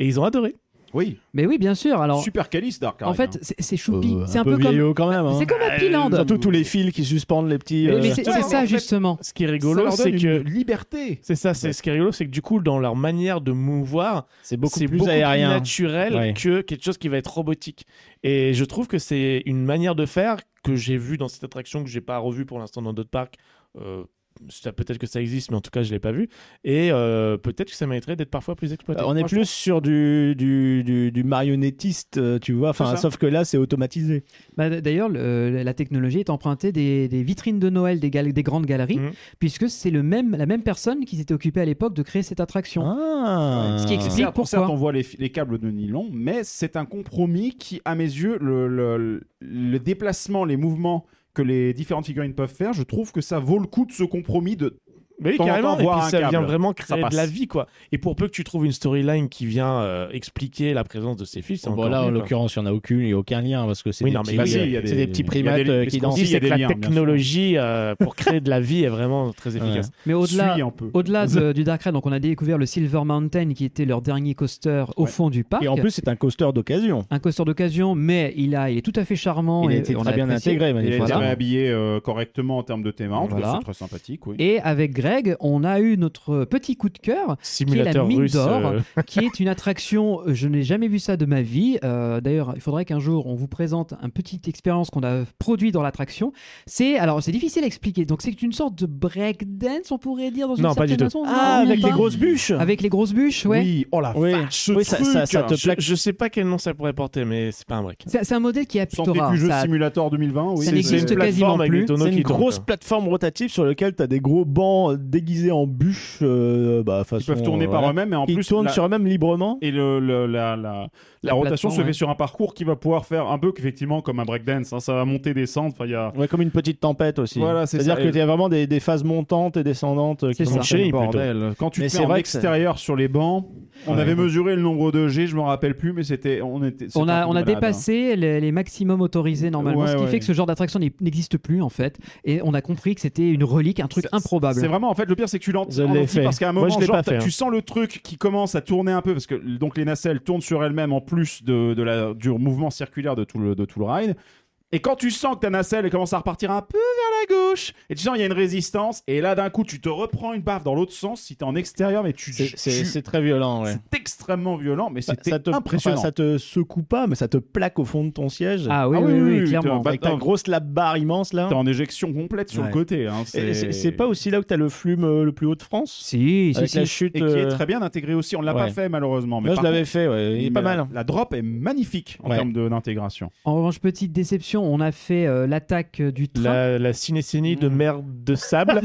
S7: Et ils ont adoré.
S10: Oui.
S8: Mais oui, bien sûr. Alors,
S10: Super calice, Dark hein.
S8: en fait, c'est- c'est choupi.
S9: Euh,
S8: c'est un, peu, comme.
S9: vieillot quand même. hein.
S8: C'est comme
S7: Euh,
S8: Happy Land.
S9: Surtout tous les fils qui suspendent les petits.
S8: Mais
S9: euh,
S8: c'est c'est ça, justement.
S7: Ce qui est rigolo,
S10: leur
S7: c'est
S10: donne
S7: que.
S10: une liberté.
S7: C'est ça, c'est ce qui est rigolo, c'est que du coup, dans leur manière de mouvoir,
S9: C'est beaucoup plus aérien.
S7: naturel
S9: Ouais.
S7: que quelque chose qui va être robotique. Et je trouve que c'est une manière de faire que j'ai vu dans cette attraction que j'ai pas revue pour l'instant dans d'autres parcs. Euh, ça- peut-être que ça existe, mais en tout cas, je l'ai pas vu. Et euh, peut-être que ça mériterait d'être parfois plus exploité.
S9: Euh, on est
S7: Moi, je
S9: plus sur du, du, du, du marionnettiste, euh, tu vois,
S7: C'est
S9: enfin,
S7: ça.
S9: sauf que là c'est automatisé.
S8: Bah, d- D'ailleurs, le- la technologie est empruntée des, des vitrines de Noël des, gal- des grandes galeries,
S9: Mmh.
S7: Mhm.
S8: puisque c'est le même, la même personne qui s'était occupée à l'époque de créer cette attraction.
S9: Ah.
S8: Ce qui
S10: C'est
S8: explique
S10: pour ça
S8: pourquoi.
S10: qu'on voit les, fi- les câbles de nylon, mais c'est un compromis qui, à mes yeux, le, le- le déplacement, les mouvements que les différentes figurines peuvent faire, je trouve que ça vaut le coup de ce compromis de
S7: Mais oui,
S10: temps en
S7: carrément,
S10: temps,
S7: et
S10: voir
S7: puis
S10: un
S7: ça vient
S10: câble.
S7: vraiment
S10: Ça
S7: créer de
S10: passe.
S7: la vie, quoi. Et pour peu que tu trouves une storyline qui vient euh, expliquer la présence de ces fils, c'est
S9: Bon,
S7: encore
S9: là, en
S7: mieux, quoi.
S9: l'occurrence, il n'y en a aucune, il n'y a aucun lien parce que c'est
S7: Oui,
S9: des,
S7: non, mais
S9: petits- euh,
S7: Bah si,
S10: il y a
S9: c'est des
S10: des-
S9: petits
S10: il y a
S9: primates
S10: des-
S9: euh,
S10: parce
S9: qui
S10: qu'on
S9: dansent.
S10: dit, il y a
S7: c'est que
S10: des
S7: la
S10: liens, bien sûr.
S7: technologie euh, pour créer de la vie est vraiment très efficace.
S8: Mais au-delà
S9: hein.
S10: suit un peu.
S8: au-delà
S9: [LAUGHS]
S8: de- du Dark Ride, donc on a découvert le Silver Mountain qui était leur dernier coaster au fond du parc.
S9: Et en plus, c'est un coaster d'occasion.
S8: un coaster d'occasion, mais il, a, il est tout à fait charmant
S9: Il
S8: et
S9: a été
S8: on
S9: très bien
S8: apprécié.
S9: intégré,
S10: Il a été
S9: magnifiquement.
S10: réhabillé euh, correctement en termes de thème, en tout cas,
S8: Voilà.
S10: c'est très sympathique. Oui.
S8: Et avec Greg, Greg, on a eu notre petit coup de cœur qui est la
S7: Simulateur
S8: mine
S7: russe,
S8: d'or,
S7: euh.
S8: qui est une attraction. euh, Je n'ai jamais vu ça de ma vie. Euh, D'ailleurs, il faudrait qu'un jour on vous présente une petite expérience qu'on a produit dans l'attraction. C'est alors c'est difficile à expliquer. Donc c'est une sorte de breakdance, on pourrait dire dans une
S9: Non, pas
S8: certaine
S9: du tout.
S8: façon.
S9: Ah,
S8: Non,
S9: avec
S8: pas.
S9: les grosses bûches
S8: Avec les grosses bûches, ouais.
S9: Oui, oh la Oui. vache, ce Oui, ça- truc, ça- ça te hein. plaque.
S7: Je, je sais pas quel nom ça pourrait porter, mais c'est pas un break.
S8: C'est c'est un modèle qui est plutôt rare.
S10: jeux
S8: ça.
S10: Simulator 2020, oui.
S8: Ça n'existe quasiment plus.
S9: C'est une
S7: hein.
S9: grosse plateforme rotative sur laquelle tu as des gros bancs euh, déguisés en bûches. euh, bah, façon,
S10: peuvent tourner
S9: euh,
S10: par
S9: voilà.
S10: eux-mêmes et en
S9: Ils
S10: plus,
S9: tournent
S10: la-
S9: sur eux-mêmes librement.
S10: Et le, le- la, la, la
S9: La
S10: rotation
S9: plateforme,
S10: se fait
S9: ouais.
S10: sur un parcours qui va pouvoir faire un peu effectivement comme un breakdance. hein, ça va monter, descendre. Enfin, il y a.
S9: Ouais, comme une petite tempête aussi.
S10: Voilà, c'est
S9: C'est-à-dire
S10: ça.
S9: que
S10: Et-
S9: tu as vraiment des, des phases montantes et descendantes euh, qui sont
S10: Enchaîné, bordel. Quand tu
S9: Mais
S10: te
S9: c'est
S10: mets en
S9: vrai que ça-
S10: extérieur sur les bancs, on
S9: Ouais.
S10: avait mesuré le nombre de G, je me rappelle plus, mais c'était on était. c'était
S8: On
S10: un
S8: a,
S10: truc
S8: on a
S10: de malade, hein.
S8: dépassé les, les maximums autorisés normalement,
S10: Ouais,
S8: ce qui
S10: ouais.
S8: fait que ce genre d'attraction n'est- n'existe plus en fait. Et on a compris que c'était une relique, un truc
S10: hein.
S8: improbable.
S10: C'est vraiment en fait le pire, c'est que tu l'entends
S9: Je l'ai fait.
S10: parce qu'à un
S9: Moi,
S10: moment,
S9: je l'ai
S10: genre,
S9: pas fait,
S10: t'as- tu
S9: hein.
S10: sens le truc qui commence à tourner un peu parce que donc les nacelles tournent sur elles-mêmes en plus de, de la, du mouvement circulaire de tout le, de tout le ride. Et quand tu sens que ta nacelle elle commence à repartir un peu vers la gauche, et tu sens qu'il y a une résistance, et là d'un coup tu te reprends une baffe dans l'autre sens si t'es en extérieur, mais tu
S9: C'est- C'est
S10: tu-
S9: c'est très violent, ouais.
S10: C'est extrêmement violent, mais
S9: Bah,
S10: c'était
S9: ça te,
S10: impressionnant.
S9: enfin, ça te secoue pas, mais ça te plaque au fond de ton siège.
S8: Ah oui, Ah oui, oui, oui, oui, oui, clairement.
S10: t'as-
S9: Avec ta
S10: t'as-
S9: grosse lap barre immense là.
S10: T'es en éjection complète sur
S9: Bah, Ouais.
S10: le côté. hein,
S9: Et C'est c'est pas aussi là où t'as le flume euh, le plus haut de France
S8: Si,
S9: Avec la chute.
S10: Et qui est
S9: euh,
S10: très bien intégré aussi. On l'a pas
S9: ouais.
S10: fait malheureusement. Mais
S9: Là, je
S10: par
S9: l'avais
S10: contre,
S9: fait, ouais. Il est
S10: mais
S9: pas mal. hein.
S10: la- La drop est magnifique en
S9: Ouais.
S10: termes de- d'intégration.
S8: En revanche, petite déception, on a fait euh, l'attaque euh, du train.
S7: La, la cinécénie de merde de
S10: [LAUGHS]
S7: sable.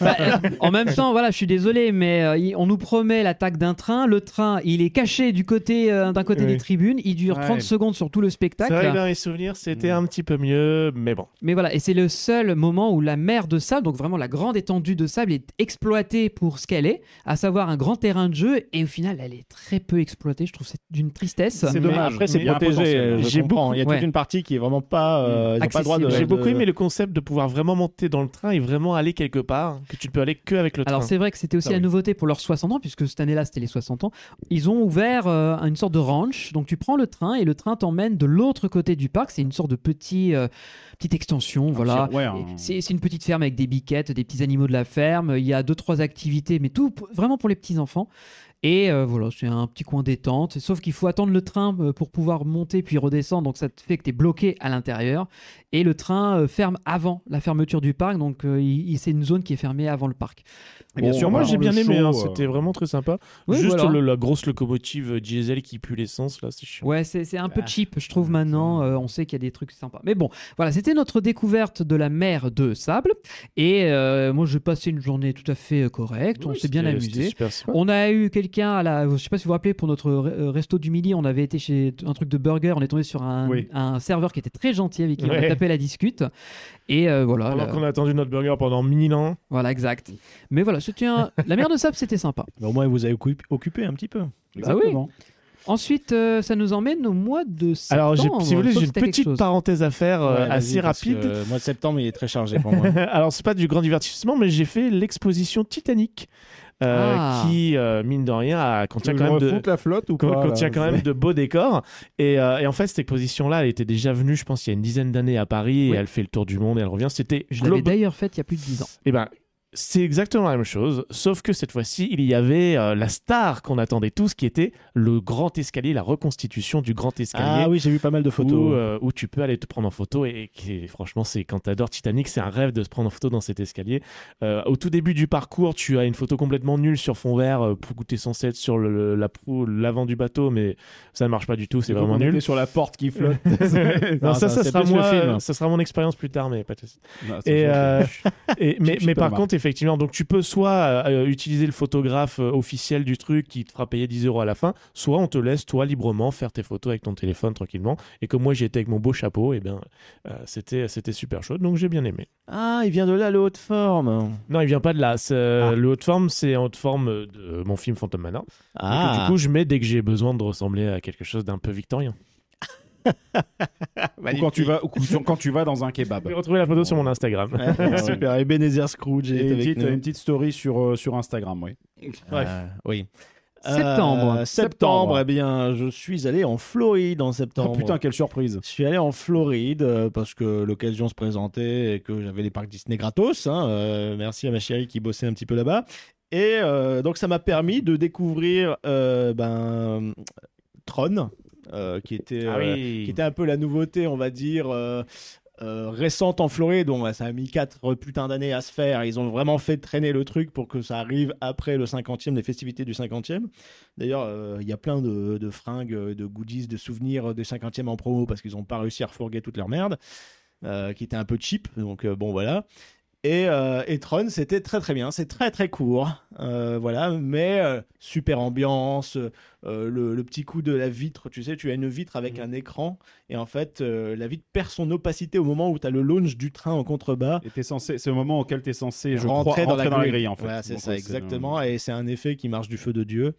S8: Bah, euh, en même temps, voilà, je suis désolé, mais euh, il- on nous promet l'attaque d'un train. Le train, il est caché du côté euh, d'un côté
S7: Oui.
S8: des tribunes. Il dure
S7: Ouais.
S8: 30 secondes sur tout le
S7: C'est vrai que
S8: spectacle.
S7: dans eh ben, les souvenirs, c'était un petit peu mieux, mais bon.
S8: Mais voilà, et c'est le seul moment où la mer de sable, donc vraiment la grande étendue de sable, est exploitée pour ce qu'elle est, à savoir un grand terrain de jeu. Et au final, elle est très peu exploitée. Je trouve que c'est d'une tristesse.
S9: Mais Après, c'est protégé. euh, je
S7: J'ai
S9: comprends.
S7: beaucoup-
S9: Il y a
S7: ouais.
S9: toute une partie qui est vraiment pas. euh, ils ont pas le droit de.
S7: J'ai
S9: de-
S7: beaucoup aimé le concept de pouvoir vraiment monter dans le train et vraiment aller quelque part, que tu ne peux aller que avec le train.
S8: Alors c'est vrai que c'était aussi
S7: Ah
S8: la
S7: oui.
S8: nouveauté pour leurs 60 ans, puisque cette année-là c'était les 60 ans. Ils ont ouvert euh, une sorte de ranch, donc tu prends le train et le train t'emmène de l'autre côté du parc. C'est une sorte de petit, euh, petite extension, voilà.
S10: petit- ouais, un-
S8: Et C'est c'est une petite ferme avec des biquettes, des petits animaux de la ferme. Il y a deux trois activités, mais tout p- vraiment pour les petits enfants. Et euh, voilà, c'est un petit coin détente. Sauf qu'il faut attendre le train euh, pour pouvoir monter puis redescendre. Donc ça te fait que tu es bloqué à l'intérieur. Et le train euh, ferme avant la fermeture du parc. Donc euh, il- il- c'est une zone qui est fermée avant le parc.
S7: Et bien
S8: Bon,
S7: sûr, moi
S8: voilà.
S7: j'ai bien aimé, hein,
S8: show, euh,
S7: c'était vraiment très sympa.
S8: Oui,
S7: Juste
S8: voilà.
S7: le- la grosse locomotive euh, diesel qui pue l'essence, là, c'est chiant.
S8: Ouais, c'est c'est un
S7: Ah.
S8: peu cheap, je trouve, maintenant. Euh, on sait qu'il y a des trucs sympas. Mais bon, voilà, c'était notre découverte de la mer de sable. Et euh, moi, j'ai passé une journée tout à fait euh, correcte. on s'est bien
S7: c'était- euh, c'était
S8: amusé.
S7: super sympa.
S8: On a eu quelqu'un à la. Je sais pas si vous vous rappelez, pour notre re- euh, resto du midi, on avait été chez un truc de burger. On est tombé sur un,
S7: Oui.
S8: un serveur qui était très gentil avec qui on a
S7: Ouais.
S8: tapé la discute. Et euh, voilà.
S7: Pendant
S8: là-
S7: qu'on a attendu notre burger pendant mille ans.
S8: Voilà, exact. Mais voilà, c'était un- la mer de sable,
S7: [LAUGHS]
S8: c'était sympa.
S9: Mais au moins, vous avez occu- occupé un petit peu.
S7: Ah
S8: Bah oui. Ensuite, euh, ça nous emmène au mois de septembre.
S7: Alors, j'ai- si vous voulez,
S8: Sauf
S7: j'ai une
S8: si hein. t'as quelque
S7: petite
S8: chose.
S7: parenthèse à faire euh,
S9: Ouais, vas-y,
S7: assez
S9: parce que,
S7: rapide. [LAUGHS]
S8: [LAUGHS]
S9: euh, le mois de septembre, il est très chargé pour [LAUGHS] moi.
S7: Alors, c'est pas du grand divertissement, mais j'ai fait l'exposition Titanic. euh,
S9: Ah.
S7: qui euh, mine de rien a- contient
S10: Tu
S7: quand même
S10: me
S7: de
S10: refontes la flotte ou
S7: co-
S10: pas, là
S7: contient quand même de beaux décors et, euh, et en fait cette exposition là elle était déjà venue je pense il y a une dizaine d'années à Paris et elle fait le tour du monde et elle revient c'était
S8: Je l'avais
S7: globa-
S8: d'ailleurs faite il y a plus de 10 ans.
S7: Eh ben, c'est exactement la même chose, sauf que cette fois-ci, il y avait euh, la star qu'on attendait tous, qui était le grand escalier, la reconstitution du grand escalier.
S9: Ah oui, j'ai vu pas mal de photos.
S7: Où, euh, où tu peux aller te prendre en photo et, qui est- franchement c'est quand t'adores Titanic c'est un rêve de se prendre en photo dans cet escalier Euh, au tout début du parcours tu as une photo complètement nulle sur fond vert euh, pour goûter censé être sur le- le- la proue l'avant du bateau mais ça ne marche pas du tout c'est
S10: Du coup,
S7: vraiment
S10: on
S7: nul
S10: était sur la porte qui flotte.
S7: [LAUGHS]
S10: [LAUGHS]
S7: non, ça, ça
S10: c'est
S7: sera
S10: plus le
S7: moi,
S10: film.
S7: euh, ça sera mon expérience plus tard, mais pas de souci.
S10: Non, ça,
S7: Et,
S10: je-
S7: euh, [LAUGHS] et- mais,
S10: je suis
S7: mais
S10: pas
S7: par
S10: normal.
S7: contre, effectivement, donc tu peux soit euh, utiliser le photographe euh, officiel du truc qui te fera payer 10 euros à la fin, soit on te laisse toi librement faire tes photos avec ton téléphone tranquillement. Et comme moi j'étais avec mon beau chapeau, et bien euh, c'était c'était super chaud, donc j'ai bien aimé.
S9: Ah, il vient de là, le haut de forme.
S7: Non, il vient pas de là. C'est, euh, Le haut de forme, c'est en haute forme euh, de mon film Phantom Manor.
S9: Ah.
S7: Et
S9: [LAUGHS]
S7: que, du coup, je mets dès que j'ai besoin de ressembler à quelque chose d'un peu victorien.
S10: Ou quand tu vas, ou quand tu vas dans un kebab.
S7: Vous pouvez retrouver la photo sur mon Instagram.
S9: [LAUGHS] Super. Et Ebenezer Scrooge
S10: Et
S9: est
S10: une
S9: avec
S10: petite,
S9: nous.
S10: une petite story sur, euh, sur Instagram, oui.
S9: Euh, oui.
S8: Septembre.
S9: septembre. Oh,
S8: Septembre.
S9: Eh bien, je suis allé en Floride en septembre.
S10: Ah, putain, quelle surprise.
S9: Je suis allé en Floride euh, parce que l'occasion se présentait et que j'avais les parcs Disney gratos. hein. Euh, merci à ma chérie qui bossait un petit peu là-bas. Et euh, donc, ça m'a permis de découvrir euh, ben, Tron, euh, qui, était,
S7: Ah
S9: euh,
S7: oui.
S9: qui était un peu la nouveauté, on va dire. euh, euh, récente en Floride, bon, ça a mis 4 putains d'années à se faire. Ils ont vraiment fait traîner le truc pour que ça arrive après le 50e, les festivités du 50e. D'ailleurs, euh, il y a plein de, de fringues, euh, de goodies, de souvenirs du 50e en promo parce qu'ils n'ont pas réussi à refourguer toute leur merde, euh, qui était un peu cheap. Donc, euh, bon, voilà. Et, euh, et Tron, c'était très très bien, c'est très très court, euh, voilà, mais euh, super ambiance, euh, le, le petit coup de la vitre, tu sais, tu as une vitre avec un écran, et en fait, euh, la vitre perd son opacité au moment où tu as le launch du train en contrebas.
S10: Et t'es censé, c'est le moment auquel t'es censé, je crois,
S9: rentrer
S10: rentrer
S9: dans, la, grille.
S10: en fait.
S9: Voilà, c'est
S10: Donc,
S9: ça,
S10: ouais,
S9: exactement, et c'est un effet qui marche du feu de Dieu.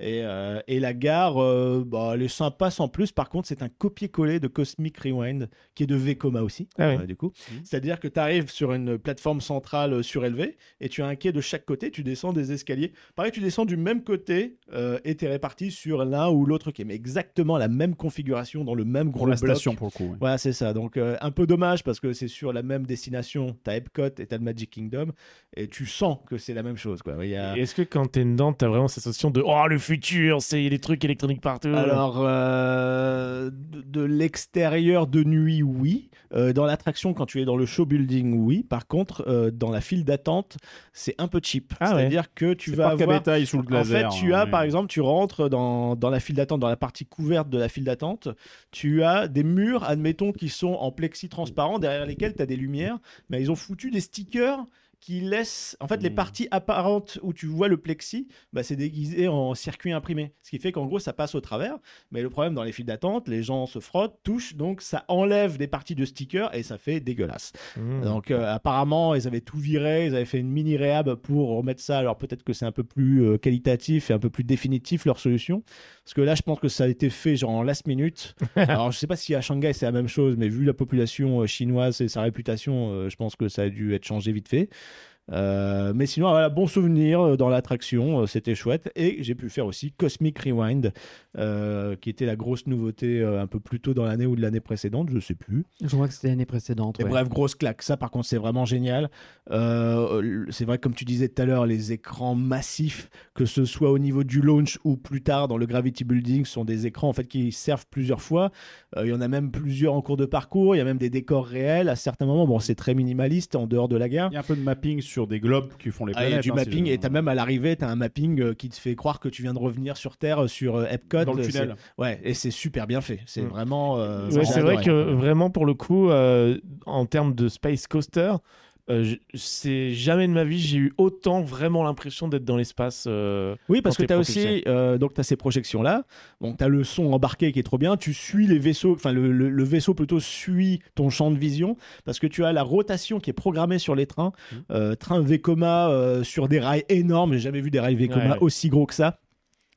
S9: Et, euh, et la gare, euh, bah, elle est sympa sans plus, par contre, c'est un copier-coller de Cosmic Rewind, qui est de Vekoma aussi, euh,
S7: Ah oui.
S9: du coup. C'est-à-dire que tu arrives sur une plateforme centrale euh, surélevée et tu as un quai de chaque côté, tu descends des escaliers. Pareil, tu descends du même côté euh, et tu es réparti sur l'un ou l'autre quai, mais exactement la même configuration dans le même gros
S10: la
S9: bloc.
S10: station, pour le coup, ouais.
S9: Voilà, c'est ça. Donc euh, un peu dommage parce que c'est sur la même destination, tu as Epcot et tu le Magic Kingdom et tu sens que c'est la même chose. Quoi. Il y a-
S7: Est-ce que quand t'es dedans, t'as vraiment cette sensation de oh le futur, c'est des trucs électroniques partout.
S9: Alors, euh, de, de l'extérieur de nuit, oui. Euh, dans l'attraction, quand tu es dans le show building, oui. Par contre, euh, dans la file d'attente, c'est un peu cheap.
S10: Ah ouais.
S9: C'est-à-dire que tu
S10: C'est
S9: vas
S10: pas qu'à
S9: avoir...
S10: bétail sous le glacier,
S9: En fait, tu
S10: hein,
S9: as,
S10: mais-
S9: par exemple, tu rentres dans, dans la file d'attente, dans la partie couverte de la file d'attente, tu as des murs, admettons, qui sont en plexi transparent, derrière lesquels tu as des lumières, mais ils ont foutu des stickers qui laissent en fait
S10: Hmm.
S9: les parties apparentes où tu vois le plexi bah, c'est déguisé en circuit imprimé ce qui fait qu'en gros ça passe au travers mais le problème dans les files d'attente les gens se frottent touchent donc ça enlève des parties de stickers et ça fait dégueulasse
S7: Mmh.
S9: donc euh, apparemment ils avaient tout viré ils avaient fait une mini réhab pour remettre ça alors peut-être que c'est un peu plus euh, qualitatif et un peu plus définitif leur solution parce que là je pense que ça a été fait genre en last minute alors je sais pas si à Shanghai c'est la même chose mais vu la population euh, chinoise et sa réputation euh, je pense que ça a dû être changé vite fait euh, mais sinon, voilà, bon souvenir euh, dans l'attraction, euh, c'était chouette. Et j'ai pu faire aussi Cosmic Rewind, euh, qui était la grosse nouveauté euh, un peu plus tôt dans l'année ou de l'année précédente, je sais plus.
S8: Je crois que c'était l'année précédente.
S9: Mais
S8: ouais.
S9: bref, grosse claque. Ça, par contre, c'est vraiment génial. Euh, le- c'est vrai, comme tu disais tout à l'heure, les écrans massifs, que ce soit au niveau du launch ou plus tard dans le Gravity Building, sont des écrans en fait qui servent plusieurs fois. Euh, Il y en a même plusieurs en cours de parcours. Il y a même des décors réels à certains moments. Bon, c'est très minimaliste en dehors de la gare.
S10: Il y a un peu de mapping sur des globes qui font les
S9: Ah, Il
S10: planètes.
S9: y a du
S10: hein, si
S9: mapping
S10: je-
S9: et t'as même à l'arrivée t'as un mapping euh, qui te fait croire que tu viens de revenir sur Terre euh, sur euh, Epcot
S10: Dans le
S9: Euh,
S10: tunnel.
S9: c'est- ouais et c'est super bien fait c'est
S7: Mm.
S9: vraiment euh,
S7: Ouais,
S9: j'ai
S7: c'est vrai
S9: adoré.
S7: que vraiment pour le coup, euh, en termes de Space Coaster, euh, je- c'est jamais de ma vie j'ai eu autant vraiment l'impression d'être dans l'espace. euh,
S9: oui parce
S7: quand
S9: que
S7: t'es
S9: t'as
S7: propulsé.
S9: aussi euh, donc t'as ces projections là donc t'as le son embarqué qui est trop bien tu suis les vaisseaux enfin le, le- le vaisseau plutôt suit ton champ de vision parce que tu as la rotation qui est programmée sur les trains
S7: Mmh.
S9: Euh, train Vekoma euh, sur des rails énormes j'ai jamais vu des rails Vekoma
S7: Ouais.
S9: aussi gros que ça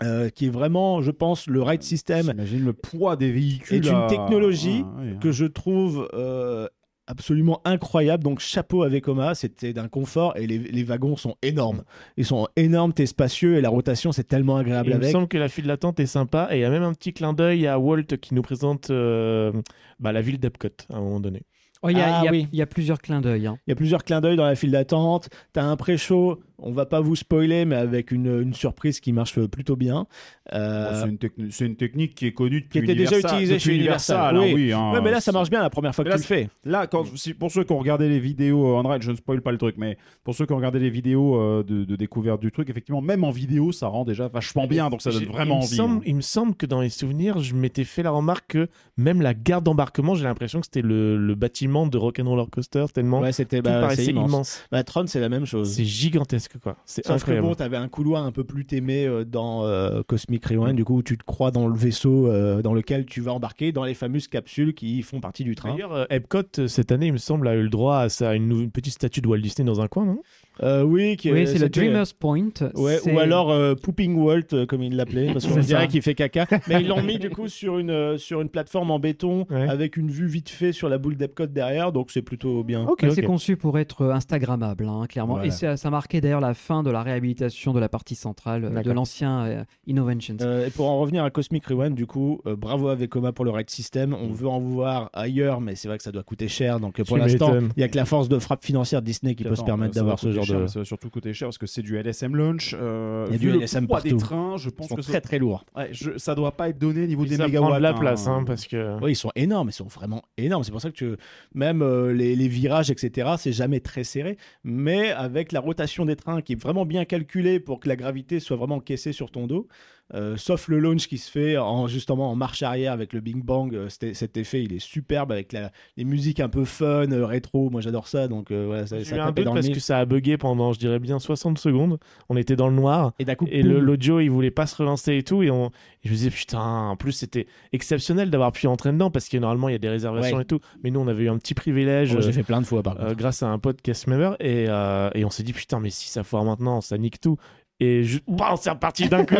S9: euh, qui est vraiment, je pense, le ride system.
S10: J'imagine le poids des véhicules.
S9: est une
S10: à- Ah,
S9: technologie
S10: Ouais, ouais.
S9: que je trouve euh, absolument incroyable. Donc chapeau avec Oma, c'était d'un confort et les, les wagons sont énormes. Ils sont énormes, t'es spacieux et la rotation c'est tellement agréable
S7: Il me
S9: avec.
S7: semble que la file d'attente est sympa et il y a même un petit clin d'œil à Walt qui nous présente euh, bah, la ville d'Epcot à un moment donné.
S8: Oh, il y a-
S9: Ah
S8: il y a-
S9: oui.
S8: il y a plusieurs clins d'œil. hein.
S9: Il y a plusieurs clins d'œil dans la file d'attente. T'as un pré-show, on va pas vous spoiler, mais avec une, une surprise qui marche plutôt bien. Euh,
S10: Bon, c'est une techni- c'est une, technique qui est connue
S9: qui
S10: depuis
S9: était déjà
S10: Universal-
S9: utilisée
S10: depuis
S9: chez Universal.
S10: hein,
S9: Oui,
S10: oui,
S7: Oh,
S10: hein.
S9: Ouais, mais là ça marche bien la première fois que
S10: Mais là,
S9: tu le fais.
S10: Là, quand, si- pour ceux qui ont regardé les vidéos en ride, je ne spoil pas le truc, mais pour ceux qui ont regardé les vidéos euh, de, de découverte du truc, effectivement, même en vidéo, ça rend déjà vachement bien, donc ça donne
S7: J'ai- il
S10: vraiment
S7: me
S10: envie. hein.
S7: semble- il me semble que dans les souvenirs, je m'étais fait la remarque que même la gare d'embarquement, j'ai l'impression que c'était le, le bâtiment de Rock'n'Roller Coaster tellement
S9: Ouais, c'était
S7: tout
S9: bah,
S7: paraissait
S9: c'est immense.
S7: immense.
S9: Bah, Tron c'est la même chose.
S7: C'est gigantesque quoi. C'est
S9: Sauf que
S7: incroyable.
S9: bon, t'avais un couloir un peu plus témé euh, dans euh, Cosmic Rewind, du coup, où tu te crois dans le vaisseau euh, dans lequel tu vas embarquer, dans les fameuses capsules qui font partie du train.
S7: D'ailleurs, euh, Epcot, euh, cette année, il me semble, a eu le droit à, ça, à une, nou- une petite statue de Walt Disney dans un coin, non
S9: Euh, oui, qui-
S8: Oui, c'est le
S9: c'était-
S8: Dreamer's Point.
S9: Ouais,
S8: C'est-
S9: ou alors euh, Pooping Walt, euh, comme il l'appelait, parce qu'on
S8: C'est
S9: dirait
S8: ça.
S9: qu'il
S8: [LAUGHS]
S9: fait caca. Mais ils l'ont mis du coup sur une, euh, sur une plateforme en béton avec une vue vite fait sur la boule d'Epcot derrière, donc c'est plutôt bien.
S8: Bah, C'est conçu pour être euh, Instagrammable, hein, clairement.
S9: Voilà.
S8: Et ça, ça marquait d'ailleurs la fin de la réhabilitation de la partie centrale euh, de
S9: D'accord.
S8: l'ancien euh, Innovations.
S9: Euh, et pour en revenir à Cosmic Rewind, du coup, euh, bravo à Vekoma pour le raid system. On veut en voir ailleurs, mais c'est vrai que ça doit coûter cher. Donc euh, pour
S10: Tu
S9: l'instant,
S10: m'étonnes.
S9: il n'y a que la force de frappe financière de Disney qui peut se
S10: Attends,
S9: permettre
S10: ça
S9: d'avoir
S10: va
S9: ce
S10: coûter
S9: genre
S10: cher,
S9: de.
S10: mais Ça va surtout coûter cher parce que c'est du LSM launch. euh,
S9: Il y a
S10: vu
S9: du
S10: le
S9: LSM
S10: poids des
S9: partout.
S10: trains, je
S9: Ils
S10: pense
S9: sont
S10: que ça-
S9: très, très lourds.
S10: Ouais, je- ça doit pas être donné au niveau des
S9: ça
S10: mégawatts.
S9: prend de la place, hein,
S7: parce que.
S9: Oui, ils sont énormes, ils sont vraiment énormes. C'est pour ça que tu- même euh, les, les virages, etc., c'est jamais très serré. Mais avec la rotation des trains qui est vraiment bien calculée pour que la gravité soit vraiment encaissée sur ton dos, euh, sauf le launch qui se fait en, justement en marche arrière avec le Big Bang, euh, c'était- cet effet il est superbe avec la- les musiques un peu fun, euh, rétro. Moi j'adore ça, donc euh, voilà, ça,
S7: J'ai
S9: ça
S7: eu un
S9: tapait
S7: doute
S9: dans le
S7: parce
S9: mille.
S7: que ça a bugué pendant, je dirais bien 60 secondes. On était dans le noir.
S9: Et d'un coup,
S7: et
S9: boum.
S7: le- l'audio, il voulait pas se relancer et tout. Et, on, et je me disais, putain, en plus, c'était exceptionnel d'avoir pu entrer dedans parce que normalement, il y a des réservations
S9: Ouais.
S7: et tout. Mais nous, on avait eu un petit privilège.
S9: Oh, j'ai
S7: euh,
S9: fait plein de fois par
S7: euh, grâce à un podcast member. Et, euh, et on s'est dit, putain, mais si ça foire maintenant, ça nique tout. Et juste, bam, c'est reparti d'un
S9: [LAUGHS]
S7: coup.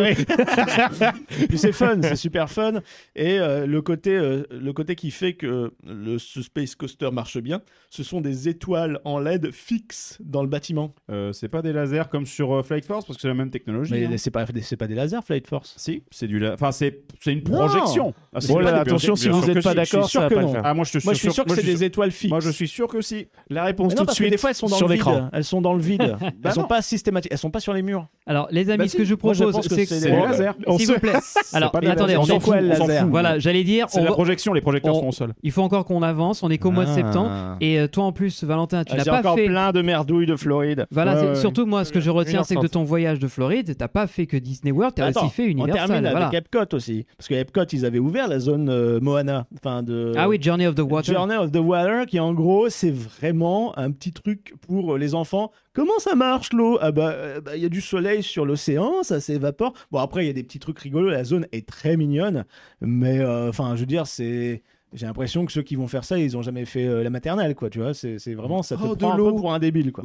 S9: Puis c'est fun, c'est super fun. Et euh, le, côté, euh, le côté qui fait que le, ce Space Coaster marche bien, ce sont des étoiles en LED fixes dans le bâtiment.
S10: Euh, c'est pas des lasers comme sur euh, Flight Force parce que c'est la même technologie.
S9: Mais
S10: hein.
S9: c'est pas, c'est pas des lasers, Flight Force.
S10: Si, c'est du. la- Enfin, c'est c'est une projection. Ah, c'est
S7: Bon,
S9: Oh
S10: pas
S7: là,
S10: des- bien
S7: attention,
S10: sûr-
S7: si
S10: bien
S7: vous
S10: sûr
S7: êtes
S10: que
S7: pas
S10: si,
S7: d'accord,
S10: je suis
S7: ça
S10: sûr
S7: va
S10: que
S7: pas le
S10: non.
S7: faire.
S10: Ah, moi, je suis
S9: Moi, je suis sûr que
S10: moi,
S9: c'est
S10: je suis
S9: des étoiles fixes.
S10: Moi, je suis sûr que si.
S7: La réponse
S9: Mais non, parce que des fois, elles sont dans
S7: sur
S9: le vide.
S7: l'écran.
S9: Elles sont dans le [LAUGHS] vide.
S7: Bah
S9: elles sont
S7: non.
S9: pas systématiques. Elles sont pas sur les murs.
S8: Alors, les amis,
S9: Bah
S8: ce que
S9: si,
S8: je
S9: moi, je
S8: propose,
S9: pense que
S8: c'est
S9: c'est des lasers. On
S8: S'il vous
S9: se-
S8: plaît.
S9: [LAUGHS] C'est
S8: Alors,
S9: pas des
S8: mais attendez,
S9: lasers,
S8: on
S9: on
S8: s'en
S9: s'en fout,
S8: fout.
S9: le laser.
S8: Voilà, j'allais dire.
S10: C'est
S8: on
S10: la
S8: va-
S10: projection, les projecteurs
S8: on-
S10: sont seuls.
S8: Il faut encore qu'on avance. On est qu'au mois de
S9: Ah.
S8: septembre. Et euh, toi, en plus, Valentin, tu
S9: Ah,
S8: n'as
S9: J'ai
S8: pas
S9: encore
S8: fait.
S9: plein de merdouilles de Floride.
S8: Voilà,
S9: Ouais,
S8: c'est-
S9: ouais.
S8: surtout moi, ce que je retiens, c'est que de ton voyage de Floride, t'as pas fait que Disney World, t'as
S9: Attends,
S8: aussi fait
S9: On
S8: Universal.
S9: termine
S8: voilà.
S9: avec Epcot aussi. Parce que Epcot, ils avaient ouvert la zone euh, Moana. Enfin, de...
S8: Ah oui, Journey of the Water.
S9: euh, Journey of the Water, qui en gros, c'est vraiment un petit truc pour euh, les enfants. Comment ça marche l'eau Ah bah, euh, bah, il y a du soleil sur l'océan, ça s'évapore. Bon, après, il y a des petits trucs rigolos. La zone est très mignonne, mais euh, enfin, je veux dire, c'est. J'ai l'impression que ceux qui vont faire ça, ils ont jamais fait euh, la maternelle, quoi. Tu vois, c'est c'est vraiment ça te
S10: Oh, de
S9: prend un peu
S10: l'eau.
S9: pour un débile, quoi.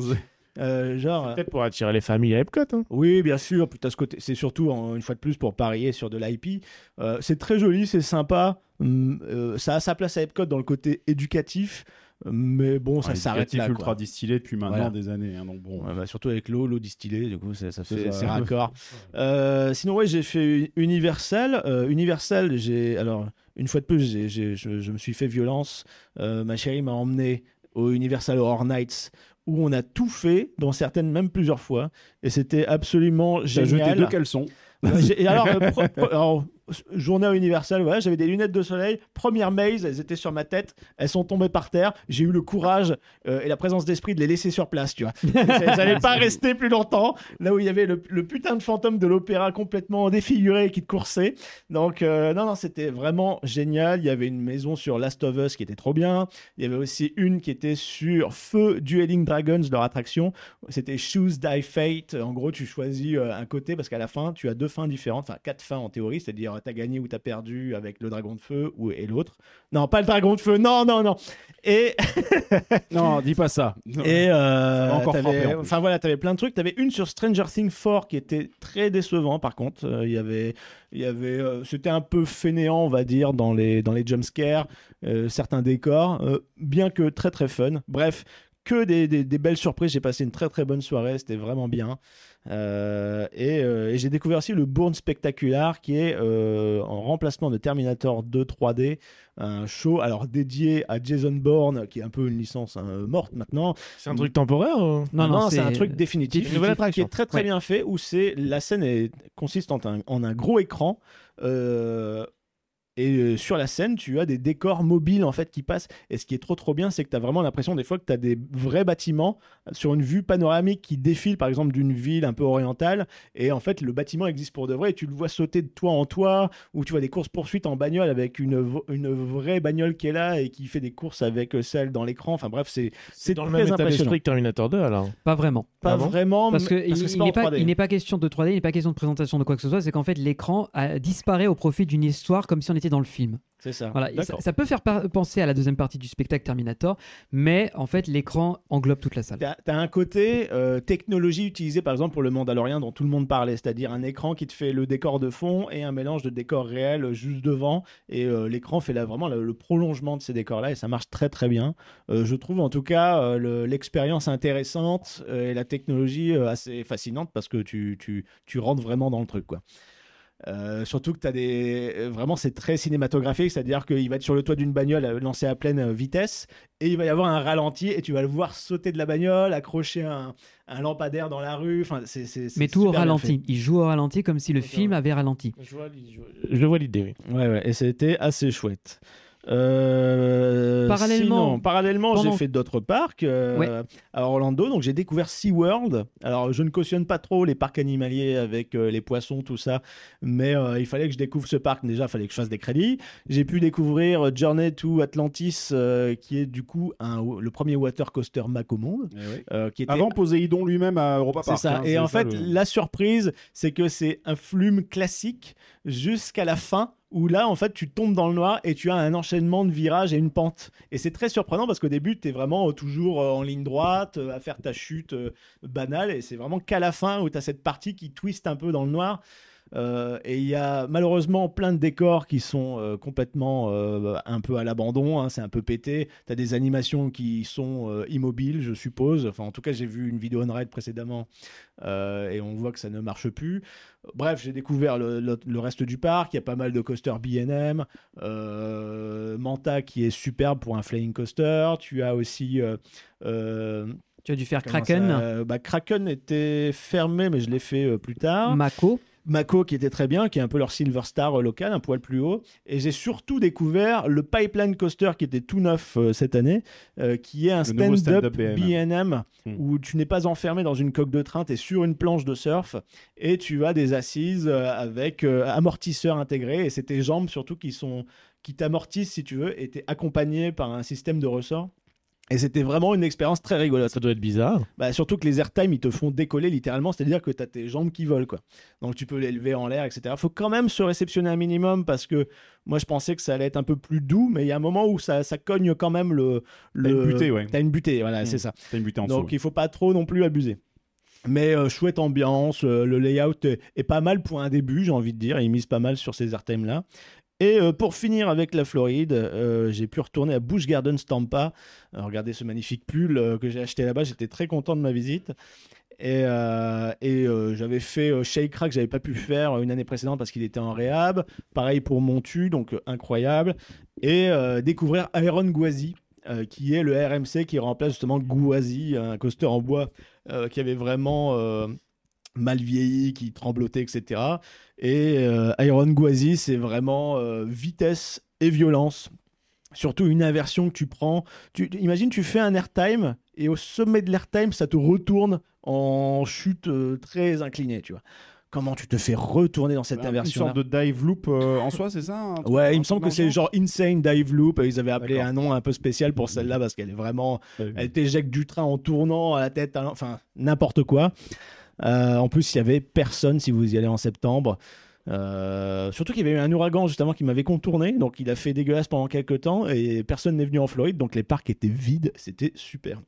S9: Euh, genre.
S7: Peut-être pour attirer les familles à Epcot. hein.
S9: Oui, bien sûr. Puis t'as ce côté, c'est surtout en- une fois de plus pour parier sur de l'IP. Euh, c'est très joli, c'est sympa. Hum, euh, ça a sa place à Epcot dans le côté éducatif, euh, mais bon, ça
S10: Ouais,
S9: s'arrête
S10: éducatif
S9: là.
S10: ultra
S9: quoi.
S10: distillé depuis maintenant
S9: Voilà.
S10: des années. hein, donc bon.
S9: Ouais, bah, surtout avec l'eau, l'eau distillée, du coup, ça, ça
S10: C'est
S9: fait
S10: ça.
S9: c'est
S10: [LAUGHS]
S9: raccord. Euh, sinon, ouais, j'ai fait Universal. Euh, Universal, j'ai alors une fois de plus, j'ai- j'ai- je, je me suis fait violence. Euh, ma chérie m'a emmené au Universal Horror Nights où on a tout fait, dans certaines même plusieurs fois, et c'était absolument
S10: J'ai
S9: génial.
S10: jeté deux caleçons.
S9: Ouais, j'ai- et alors, euh, pro- pro- alors, s- journée universelle, voilà, j'avais des lunettes de soleil. Première maze, elles étaient sur ma tête, elles sont tombées par terre. J'ai eu le courage euh, et la présence d'esprit de les laisser sur place, tu vois. Elles n'allaient pas rester plus longtemps. Là où il y avait le, le putain de fantôme de l'opéra complètement défiguré qui te coursait. Donc, euh, non, non, c'était vraiment génial. Il y avait une maison sur Last of Us qui était trop bien. Il y avait aussi une qui était sur Feu Dueling Dragons, leur attraction. C'était Shoes Die Fate. En gros, tu choisis euh, un côté parce qu'à la fin, tu as deux fins différentes, enfin quatre fins en théorie, c'est-à-dire euh, t'as gagné ou t'as perdu avec le dragon de feu ou et l'autre. Non, pas le dragon de feu. Non, non, non. Et
S10: [LAUGHS] Non, dis pas ça.
S9: et euh,
S10: Ça m'a encore
S9: t'avais-
S10: frappé, en plus.
S9: enfin voilà, t'avais plein de trucs. T'avais une sur Stranger Things 4 qui était très décevant. Par contre, Euh, il y avait, il y avait, euh, c'était un peu fainéant, on va dire, dans les dans les jump scares, euh, certains décors, euh, bien que très très fun. Bref. Que des, des- des belles surprises, j'ai passé une très très bonne soirée, c'était vraiment bien. Euh, et euh, et j'ai découvert aussi le Bourne Spectacular qui est euh, en remplacement de Terminator 2 3D, un show alors dédié à Jason Bourne qui est un peu une licence hein, morte maintenant,
S7: C'est un truc temporaire ou-
S9: non, non, c'est un truc définitif.
S7: Une nouvelle attraction.
S9: Qui est très très
S7: Ouais.
S9: bien fait, où c'est la scène est, consiste en un, en un gros écran. euh, et euh, sur la scène, tu as des décors mobiles en fait qui passent. Et ce qui est trop trop bien, c'est que tu as vraiment l'impression des fois que tu as des vrais bâtiments sur une vue panoramique qui défile par exemple d'une ville un peu orientale. Et en fait, le bâtiment existe pour de vrai. Et tu le vois sauter de toit en toit, ou tu vois des courses-poursuites en bagnole avec une, v- une vraie bagnole qui est là et qui fait des courses avec euh, celle dans l'écran. Enfin bref, c'est c'est
S7: Dans le
S9: très
S7: même état
S9: impressionnant.
S7: d'esprit que Terminator 2, alors.
S8: Pas vraiment.
S9: Pas
S7: Ah bon
S9: vraiment,
S8: Parce
S9: mais-
S8: qu'il
S9: parce que c'est
S8: n'est
S9: pas en
S8: pas,
S9: 3D.
S8: il n'est pas question de 3D, il n'est pas question de présentation de quoi que ce soit, c'est qu'en fait l'écran euh, disparaît au profit d'une histoire comme si on était partie dans le film.
S9: C'est ça.
S8: Voilà, et ça,
S9: D'accord.
S8: ça peut faire par- penser à la deuxième partie du spectacle Terminator, mais en fait l'écran englobe toute la salle.
S9: T'as t'as un côté euh, technologie utilisée par exemple pour le Mandalorian dont tout le monde parlait, c'est-à-dire un écran qui te fait le décor de fond et un mélange de décors réels euh, juste devant. Et euh, l'écran fait là, vraiment le, le prolongement de ces décors-là et ça marche très très bien. Euh, je trouve en tout cas euh, le- l'expérience intéressante euh, et la technologie euh, assez fascinante parce que tu, tu, tu rentres vraiment dans le truc. quoi. Euh, surtout que tu as des. euh, Vraiment, c'est très cinématographique, c'est-à-dire qu'il va être sur le toit d'une bagnole euh, lancée à pleine euh, vitesse et il va y avoir un ralenti et tu vas le voir sauter de la bagnole, accrocher un, un lampadaire dans la rue. Enfin, c'est- c'est- c'est
S8: Mais tout au
S9: super bien
S8: ralenti. Il joue au ralenti comme si le film avait ralenti.
S9: Je vois l'idée, oui. Ouais, ouais, et c'était assez chouette. Euh,
S8: Parallèlement-
S9: sinon, parallèlement
S8: pendant-
S9: j'ai fait d'autres parcs euh,
S8: Ouais.
S9: à Orlando. Donc j'ai découvert SeaWorld. Alors je ne cautionne pas trop les parcs animaliers avec euh, les poissons, tout ça. Mais euh, il fallait que je découvre ce parc. Déjà, il fallait que je fasse des crédits. J'ai pu découvrir euh, Journey to Atlantis, euh, qui est du coup un- le premier water coaster Mac au monde. euh, qui était
S10: Avant Poséidon lui-même à Europa
S9: c'est
S10: Park.
S9: ça.
S10: hein,
S9: Et
S10: c'est
S9: en
S10: ça,
S9: fait,
S10: le-
S9: la surprise, c'est que c'est un flume classique jusqu'à la fin où là, en fait, tu tombes dans le noir et tu as un enchaînement de virages et une pente. Et c'est très surprenant parce qu'au début, tu es vraiment euh, toujours euh, en ligne droite euh, à faire ta chute euh, banale. Et c'est vraiment qu'à la fin où tu as cette partie qui twiste un peu dans le noir. Euh, et il y a malheureusement plein de décors qui sont euh, complètement euh, un peu à l'abandon, hein, c'est un peu pété. Tu as des animations qui sont euh, immobiles, je suppose. Enfin, en tout cas, j'ai vu une vidéo on ride précédemment euh, et on voit que ça ne marche plus. Bref, j'ai découvert le, le- le reste du parc. Il y a pas mal de coasters BM, euh, Manta qui est superbe pour un flying coaster. Tu as aussi. euh, euh,
S8: tu as dû faire
S9: Comment
S8: Kraken.
S9: ça, euh, bah, Kraken était fermé, mais je l'ai fait euh, plus tard.
S8: Mako.
S9: Mako qui était très bien, qui est un peu leur Silver Star euh, local, un poil plus haut. Et j'ai surtout découvert le Pipeline Coaster qui était tout neuf euh, cette année, euh, qui est un
S10: Le nouveau
S9: stand-up
S10: stand-up B&M.
S9: BNM
S10: Hmm.
S9: où tu n'es pas enfermé dans une coque de train, tu es sur une planche de surf et tu as des assises euh, avec euh, amortisseurs intégrés et c'est tes jambes surtout qui sont qui t'amortissent si tu veux et tu es accompagné par un système de ressorts. Et c'était vraiment une expérience très rigolote. Ça
S7: doit être bizarre.
S9: Bah, surtout que les airtime, ils te font décoller littéralement, c'est-à-dire que tu as tes jambes qui volent. Quoi. Donc tu peux les lever en l'air, etc. faut quand même se réceptionner un minimum parce que moi je pensais que ça allait être un peu plus doux, mais il y a un moment où ça, ça cogne quand même le. le...
S10: une butée, ouais.
S9: T'as une butée, voilà,
S10: Mm.
S9: c'est ça.
S10: T'as une butée en
S9: Donc
S10: dessous, ouais.
S9: il faut pas trop non plus abuser. Mais euh, chouette ambiance, euh, le layout est, est pas mal pour un début, j'ai envie de dire. Ils misent pas mal sur ces airtime là. Et euh, pour finir avec la Floride, euh, j'ai pu retourner à Busch Gardens Tampa. Euh, regardez ce magnifique pull euh, que j'ai acheté là-bas, j'étais très content de ma visite. Et, euh, et, euh, j'avais fait euh, Shake Crack, j'avais pas pu faire euh, une année précédente parce qu'il était en réhab. Pareil pour Montu, donc euh, incroyable. Et euh, découvrir Iron Guazi, euh, qui est le RMC qui remplace justement Guazi, un coaster en bois euh, qui avait vraiment euh, mal vieilli, qui tremblotait, etc. Et euh, Iron Guazi, c'est vraiment euh, vitesse et violence. Surtout une inversion que tu prends. Tu, tu- imagine, tu fais un airtime et au sommet de l'airtime, ça te retourne en chute euh, très inclinée, tu vois. Comment tu te fais retourner dans cette
S10: Bah,
S9: inversion
S10: Une sorte de dive loop euh, en soi, c'est ça un truc-
S9: Ouais,
S10: un
S9: il me semble que
S10: truc dans
S9: c'est
S10: le
S9: genre Insane Dive Loop. Ils avaient appelé un nom un peu spécial pour celle-là parce qu'elle est vraiment. Elle t'éjecte du train en tournant à la tête, à l'en- enfin, n'importe quoi. Euh, en plus, il y avait personne si vous y allez en septembre. Euh, surtout qu'il y avait eu un ouragan justement qui m'avait contourné, donc il a fait dégueulasse pendant quelques temps et personne n'est venu en Floride, donc les parcs étaient vides, c'était super.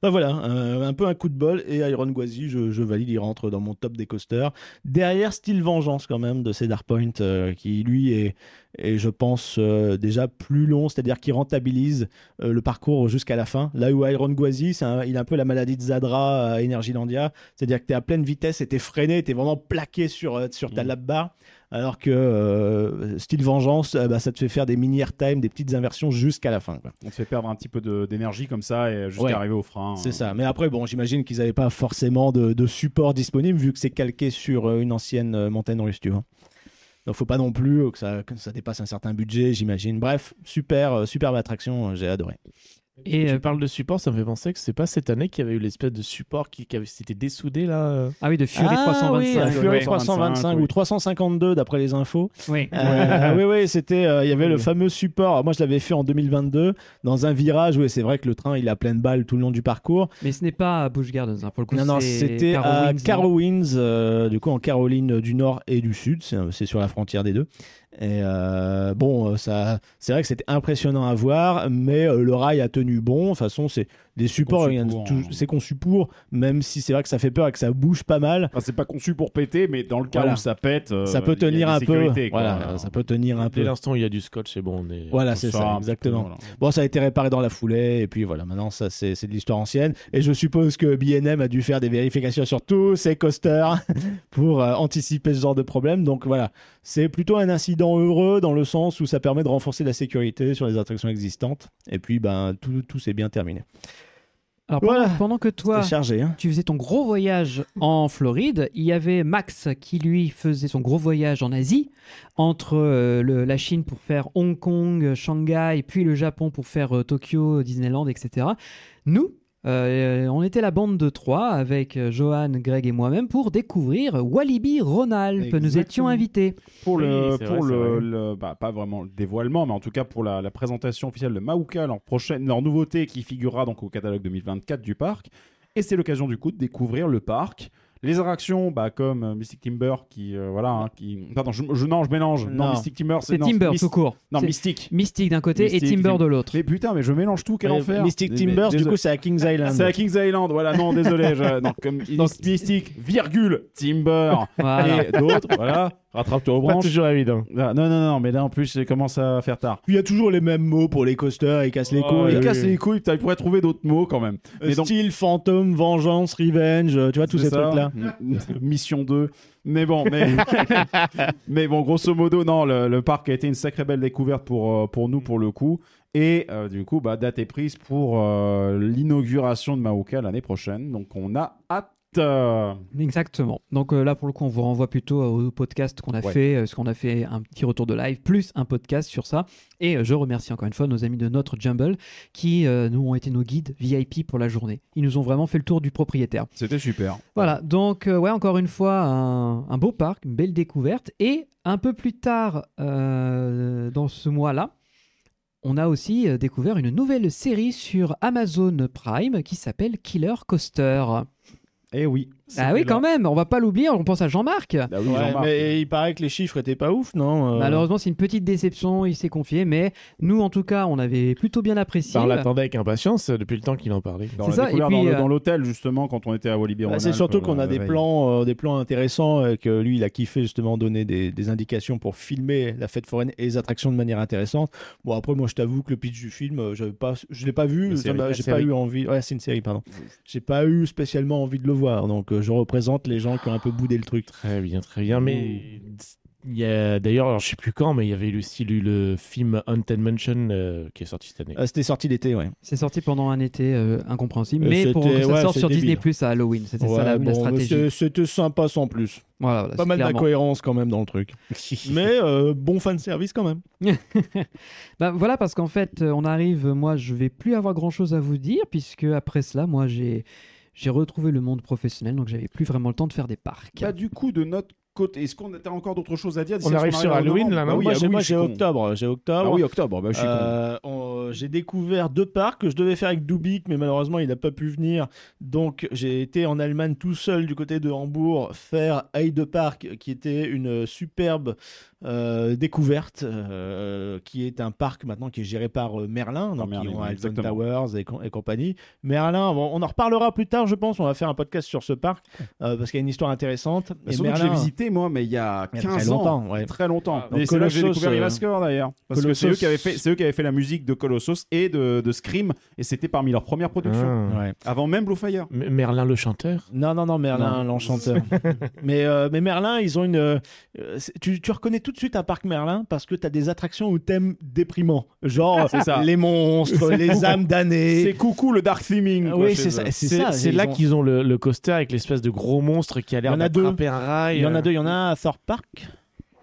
S9: Bah voilà, un, un peu un coup de bol et Iron Guazi, je, je valide, il rentre dans mon top des coasters. Derrière, Style Vengeance quand même de Cedar Point, euh, qui lui est, est, je pense, euh, déjà plus long, c'est-à-dire qu'il rentabilise euh, le parcours jusqu'à la fin. Là où Iron Guazi, c'est un- il a un peu la maladie de Zadra à Energylandia, c'est-à-dire que tu es à pleine vitesse et tu es freiné, tu es vraiment plaqué sur, euh, sur ta lap bar. Alors que euh, Style Vengeance, euh, bah, ça te fait faire des mini airtime, des petites inversions jusqu'à la fin. quoi.
S10: On se fait perdre un petit peu de- d'énergie comme ça et jusqu'à
S9: Ouais.
S10: arriver au frein. hein.
S9: C'est ça. Mais après, bon, j'imagine qu'ils n'avaient pas forcément de, de support disponible vu que c'est calqué sur euh, une ancienne euh, montagne russe, tu vois. Donc, faut pas non plus euh, que ça, que ça dépasse un certain budget, j'imagine. Bref, super, euh, superbe attraction, euh, j'ai adoré.
S7: Et tu parles de support, ça me fait penser que c'est pas cette année qu'il y avait eu l'espèce de support qui, qui avait s'était dessoudé là. euh.
S8: Ah oui, de Fury
S9: Ah
S8: 325.
S9: oui, un Fury
S8: Ouais.
S9: 325 ou 352 d'après les infos.
S8: Oui.
S9: Euh, [LAUGHS] oui, oui, c'était. euh, Il y avait le
S8: Oui.
S9: fameux support. Alors, Moi, je l'avais fait en 2022 dans un virage. Oui, c'est vrai que le train, il a pleine balle tout le long du parcours.
S8: Mais ce n'est pas à Bush Gardens, hein, pour le coup.
S9: Non, non,
S8: c'est
S9: c'était à
S8: Carowinds,
S9: Carowinds, euh, du coup en Caroline du Nord et du Sud, c'est euh, c'est sur la frontière des deux. Et euh, bon, euh, ça, c'est vrai que c'était impressionnant à voir, mais euh, le rail a tenu bon. De toute façon, c'est des supports, il y en a
S10: pour,
S8: hein.
S9: tou- c'est conçu pour, même si c'est vrai que ça fait peur et que ça bouge pas mal.
S10: c'est pas conçu pour péter, mais dans le cas
S9: Voilà.
S10: où ça pète, euh,
S9: ça peut
S10: il y a
S9: tenir
S10: des
S9: un peu.
S10: sécurités, quoi.
S9: Voilà, ça peut tenir un
S7: Dès
S9: peu.
S7: l'instant où il y a du scotch, c'est bon, on est.
S9: Voilà,
S7: on
S9: c'est
S7: sort
S9: ça,
S7: un petit peu,
S9: exactement.
S7: voilà.
S9: Bon, ça a été réparé dans la foulée, et puis voilà, maintenant, ça, c'est c'est de l'histoire ancienne. Et je suppose que BNM a dû faire des vérifications sur tous ces coasters [LAUGHS] pour euh, anticiper ce genre de problème. Donc voilà, c'est plutôt un incident heureux dans le sens où ça permet de renforcer la sécurité sur les attractions existantes. Et puis, ben, tout, tout s'est bien terminé.
S8: Alors pendant, pendant que toi,
S9: C'était chargé, hein.
S8: tu faisais ton gros voyage en Floride, il y avait Max qui lui faisait son gros voyage en Asie, entre euh, le- la Chine pour faire Hong Kong, euh, Shanghai, puis le Japon pour faire euh, Tokyo, Disneyland, etc. Nous, euh, on était la bande de trois avec euh, Johan, Greg et moi-même pour découvrir Walibi Rhône-Alpes. Nous
S10: Exactement.
S8: étions invités.
S10: pour le, pour
S8: vrai,
S10: le, le- bah, pas vraiment le dévoilement, mais en tout cas pour la, la présentation officielle de Maouka, leur prochaine, leur nouveauté qui figurera donc au catalogue 2024 du parc. Et c'est l'occasion du coup de découvrir le parc. Les attractions, bah, comme euh, Mystic Timber, qui euh, voilà, hein, qui. Pardon, je, je- non, je mélange. Non,
S8: Non.
S10: Mystic Timber,
S8: C'est
S10: non,
S8: Timber
S10: Myst-
S8: tout court.
S10: Non,
S8: C'est
S10: Mystic.
S8: Mystic d'un côté et
S10: Mystic,
S8: Timber
S10: Tim-
S8: de
S10: [LAUGHS]
S8: l'autre.
S10: Mais putain, mais je mélange tout, quel
S9: Ouais,
S10: enfer.
S9: Mystic
S10: Mais-
S9: Timbers,
S10: mais-
S9: du coup, c'est à Kings Island.
S10: C'est à Kings Island, voilà, non, désolé. je- non, comme Mystic, virgule, Timber,
S9: Voilà.
S10: et d'autres, voilà, rattrape-toi aux
S9: Ah, Pas
S10: branches.
S9: toujours évident.
S10: Ah, non, non, non, mais là en plus, ça commence à faire tard.
S9: Il y a toujours les mêmes mots pour les coasters, ils cassent les couilles.
S10: il casse les couilles, putain, il pourrait trouver d'autres mots quand même.
S9: Euh,
S10: Mais donc-
S9: Style, fantôme, vengeance, revenge, euh, tu vois, tous
S10: C'est
S9: ces
S10: ça.
S9: trucs-là.
S10: M- [LAUGHS] Mission 2. Mais bon, mais, [LAUGHS] mais bon, grosso modo, non, le, le parc a été une sacrée belle découverte pour, euh, pour nous, pour le coup. Et euh, du coup, bah, date est prise pour euh, l'inauguration de Maoka l'année prochaine. Donc on a hâte. euh,
S8: Exactement. Donc euh, là, pour le coup, on vous renvoie plutôt au podcast qu'on a
S10: Ouais.
S8: fait, euh, parce qu'on a fait un petit retour de live, plus un podcast sur ça. Et euh, je remercie encore une fois nos amis de notre Jumble qui euh, nous ont été nos guides VIP pour la journée. Ils nous ont vraiment fait le tour du propriétaire.
S10: C'était super.
S8: Voilà, donc euh, ouais, encore une fois, un, un beau parc, une belle découverte. Et un peu plus tard euh, dans ce mois-là, on a aussi euh, découvert une nouvelle série sur Amazon Prime qui s'appelle Killer Coaster.
S10: Eh oui.
S8: Ah oui, quand même, on va pas l'oublier, on pense à Jean-Marc.
S9: hein.
S10: Bah
S9: Ouais, mais il paraît que les chiffres étaient pas ouf, non euh,
S8: Malheureusement, c'est une petite déception, il s'est confié, mais nous, en tout cas, on avait plutôt bien apprécié.
S7: Bah, on l'attendait avec impatience euh, depuis le temps qu'il en parlait.
S10: Dans
S8: C'est
S10: la
S8: ça, et
S10: découverte,
S8: puis,
S10: dans le-
S8: euh,
S10: dans l'hôtel, justement, quand on était à Walibi.
S9: Bah,
S10: Rhône-Alpes,
S9: c'est surtout qu'on
S10: euh,
S9: a des
S10: la veille.
S9: plans, euh, des plans intéressants et que lui, il a kiffé justement donner des, des indications pour filmer la fête foraine et les attractions de manière intéressante. Bon après, moi, je t'avoue que le pitch du film, euh, j'avais pas, je l'ai pas vu,
S10: Une
S9: ça
S10: série.
S9: m'a-
S10: La
S9: j'ai pas
S10: série.
S9: eu envie. Ouais, c'est une série, pardon. J'ai pas eu spécialement envie de le voir, donc euh, je représente les gens qui ont un peu boudé le truc.
S7: Très bien, très bien. Mais il y a d'ailleurs, alors, je sais plus quand, mais il y avait aussi lu le film Haunted Mansion euh, qui est sorti cette année.
S9: Euh, C'était sorti l'été, ouais.
S8: C'est sorti pendant un été euh, incompréhensible,
S9: Euh,
S8: mais pour
S9: c'était-
S8: que ça
S9: ouais,
S8: sorte
S9: c'est
S8: sur
S9: débile.
S8: Disney Plus à Halloween, c'était ça
S9: Ouais,
S8: la, la
S9: bon,
S8: stratégie.
S9: c'était- C'était sympa sans plus.
S8: Voilà, voilà,
S9: pas
S8: c'est
S9: mal
S8: clairement.
S9: d'incohérences quand même dans le truc. Mais euh, bon fan service quand même.
S8: Bah, voilà, parce qu'en fait, euh, on arrive, moi, je vais plus avoir grand-chose à vous dire, puisque après cela, moi, j'ai j'ai retrouvé le monde professionnel, donc j'avais plus vraiment le temps de faire des parcs.
S10: Bah, du coup, de notre côté, est-ce qu'on a encore d'autres choses à dire d'ici
S7: On
S10: à ce
S7: arrive
S10: qu'on
S7: sur
S10: à
S7: Halloween,
S10: novembre
S7: là, non
S10: Bah oui,
S9: moi, j'ai-
S10: Halloween,
S9: moi,
S10: je suis
S9: j'ai
S10: con.
S9: octobre, j'ai octobre.
S10: Ah oui, octobre, bah, je suis con.
S9: Euh, on- j'ai découvert deux parcs que je devais faire avec Dubik, mais malheureusement il n'a pas pu venir. Donc j'ai été en Allemagne tout seul du côté de Hambourg faire Heide Park, qui était une superbe euh, découverte, euh, qui est un parc maintenant qui est géré par euh, Merlin, donc
S10: Merlin,
S9: ils ont
S10: ouais,
S9: Alton
S10: exactement.
S9: Towers et, com- et compagnie. Merlin, bon, on en reparlera plus tard, je pense. On va faire un podcast sur ce parc euh, parce qu'il y a une histoire intéressante. et
S10: Bah, surtout que j'ai
S9: Merlin- hein.
S10: visité, moi, mais il y a
S9: Il y a
S10: 15
S9: très
S10: ans.
S9: longtemps, ouais.
S10: Très longtemps.
S9: donc
S10: et c'est là que j'ai
S9: Colossus,
S10: découvert
S9: euh,
S10: Ivascore, d'ailleurs. Parce que c'est eux,
S9: Colossus.
S10: qui avaient fait, c'est eux qui avaient fait la musique de Colossus et de, de Scream, et c'était parmi leurs premières productions.
S7: Ah.
S10: Avant même Blue Fire.
S7: M- Merlin le chanteur
S9: Non, non, non, Merlin,
S10: Non. [LAUGHS]
S9: l'enchanteur. mais, euh, mais Merlin, ils ont une. euh, c'est- tu, tu reconnais tout de suite un parc Merlin parce que tu as des attractions ou thèmes déprimants. Genre
S10: Ah, C'est ça.
S9: les monstres, les âmes
S10: C'est
S9: damnées.
S10: coucou le dark theming. quoi,
S9: Oui,
S10: chez
S9: c'est
S10: eux.
S9: ça.
S7: C'est
S9: ça,
S7: c'est
S9: Ah, ils
S7: là
S9: ont-
S7: qu'ils ont le, le coaster avec l'espèce de gros monstre qui a
S9: Il y
S7: l'air
S9: en a deux.
S7: d'attraper un rail.
S9: Il y en
S7: euh.
S9: a deux. Il y en a un à Thor Park.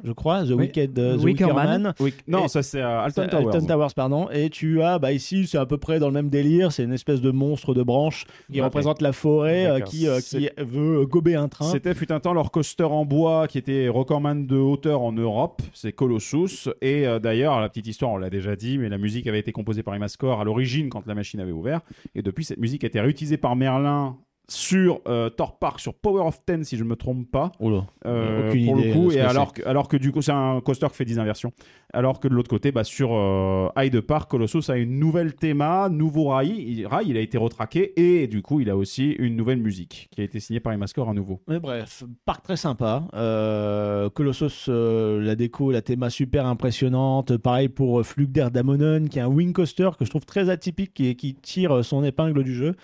S9: je crois, The
S10: Oui.
S9: Wicked, euh, The
S10: Wicker
S9: Wicker
S10: Man.
S9: Man.
S10: Wick- non, ça, c'est, euh, Alton
S9: C'est
S10: Towers.
S9: Alton Towers, pardon. Et tu as, bah ici, c'est à peu près dans le même délire. C'est une espèce de monstre de branche qui
S10: Ouais.
S9: représente la forêt, euh,
S10: D'accord.
S9: qui, euh, qui
S10: C'est-
S9: veut euh, gober un train.
S10: C'était fut un temps leur coaster en bois qui était recordman de hauteur en Europe, c'est Colossus. Et euh, d'ailleurs, la petite histoire, on l'a déjà dit, mais la musique avait été composée par Imascore à l'origine quand la machine avait ouvert. Et depuis, cette musique a été réutilisée par Merlin sur euh, Thor Park, sur Power of Ten, si je ne me trompe pas.
S9: Oula.
S10: Euh,
S9: Aucune
S10: pour
S9: idée
S10: le coup,
S9: de ce
S10: et
S9: que
S10: alors que, alors que du coup, c'est un coaster qui fait 10 inversions. Alors que de l'autre côté, bah, sur euh, Hyde Park, Colossus a une nouvelle théma, nouveau rail. Il, rail, il a été retraqué et du coup, il a aussi une nouvelle musique qui a été signée par Imascore à [LAUGHS] nouveau.
S9: Mais bref, parc très sympa. Euh, Colossus, euh, la déco, la théma super impressionnante. Pareil pour euh, Flug d'air d'Amonon, qui est un wing coaster que je trouve très atypique et qui tire euh, son épingle du jeu.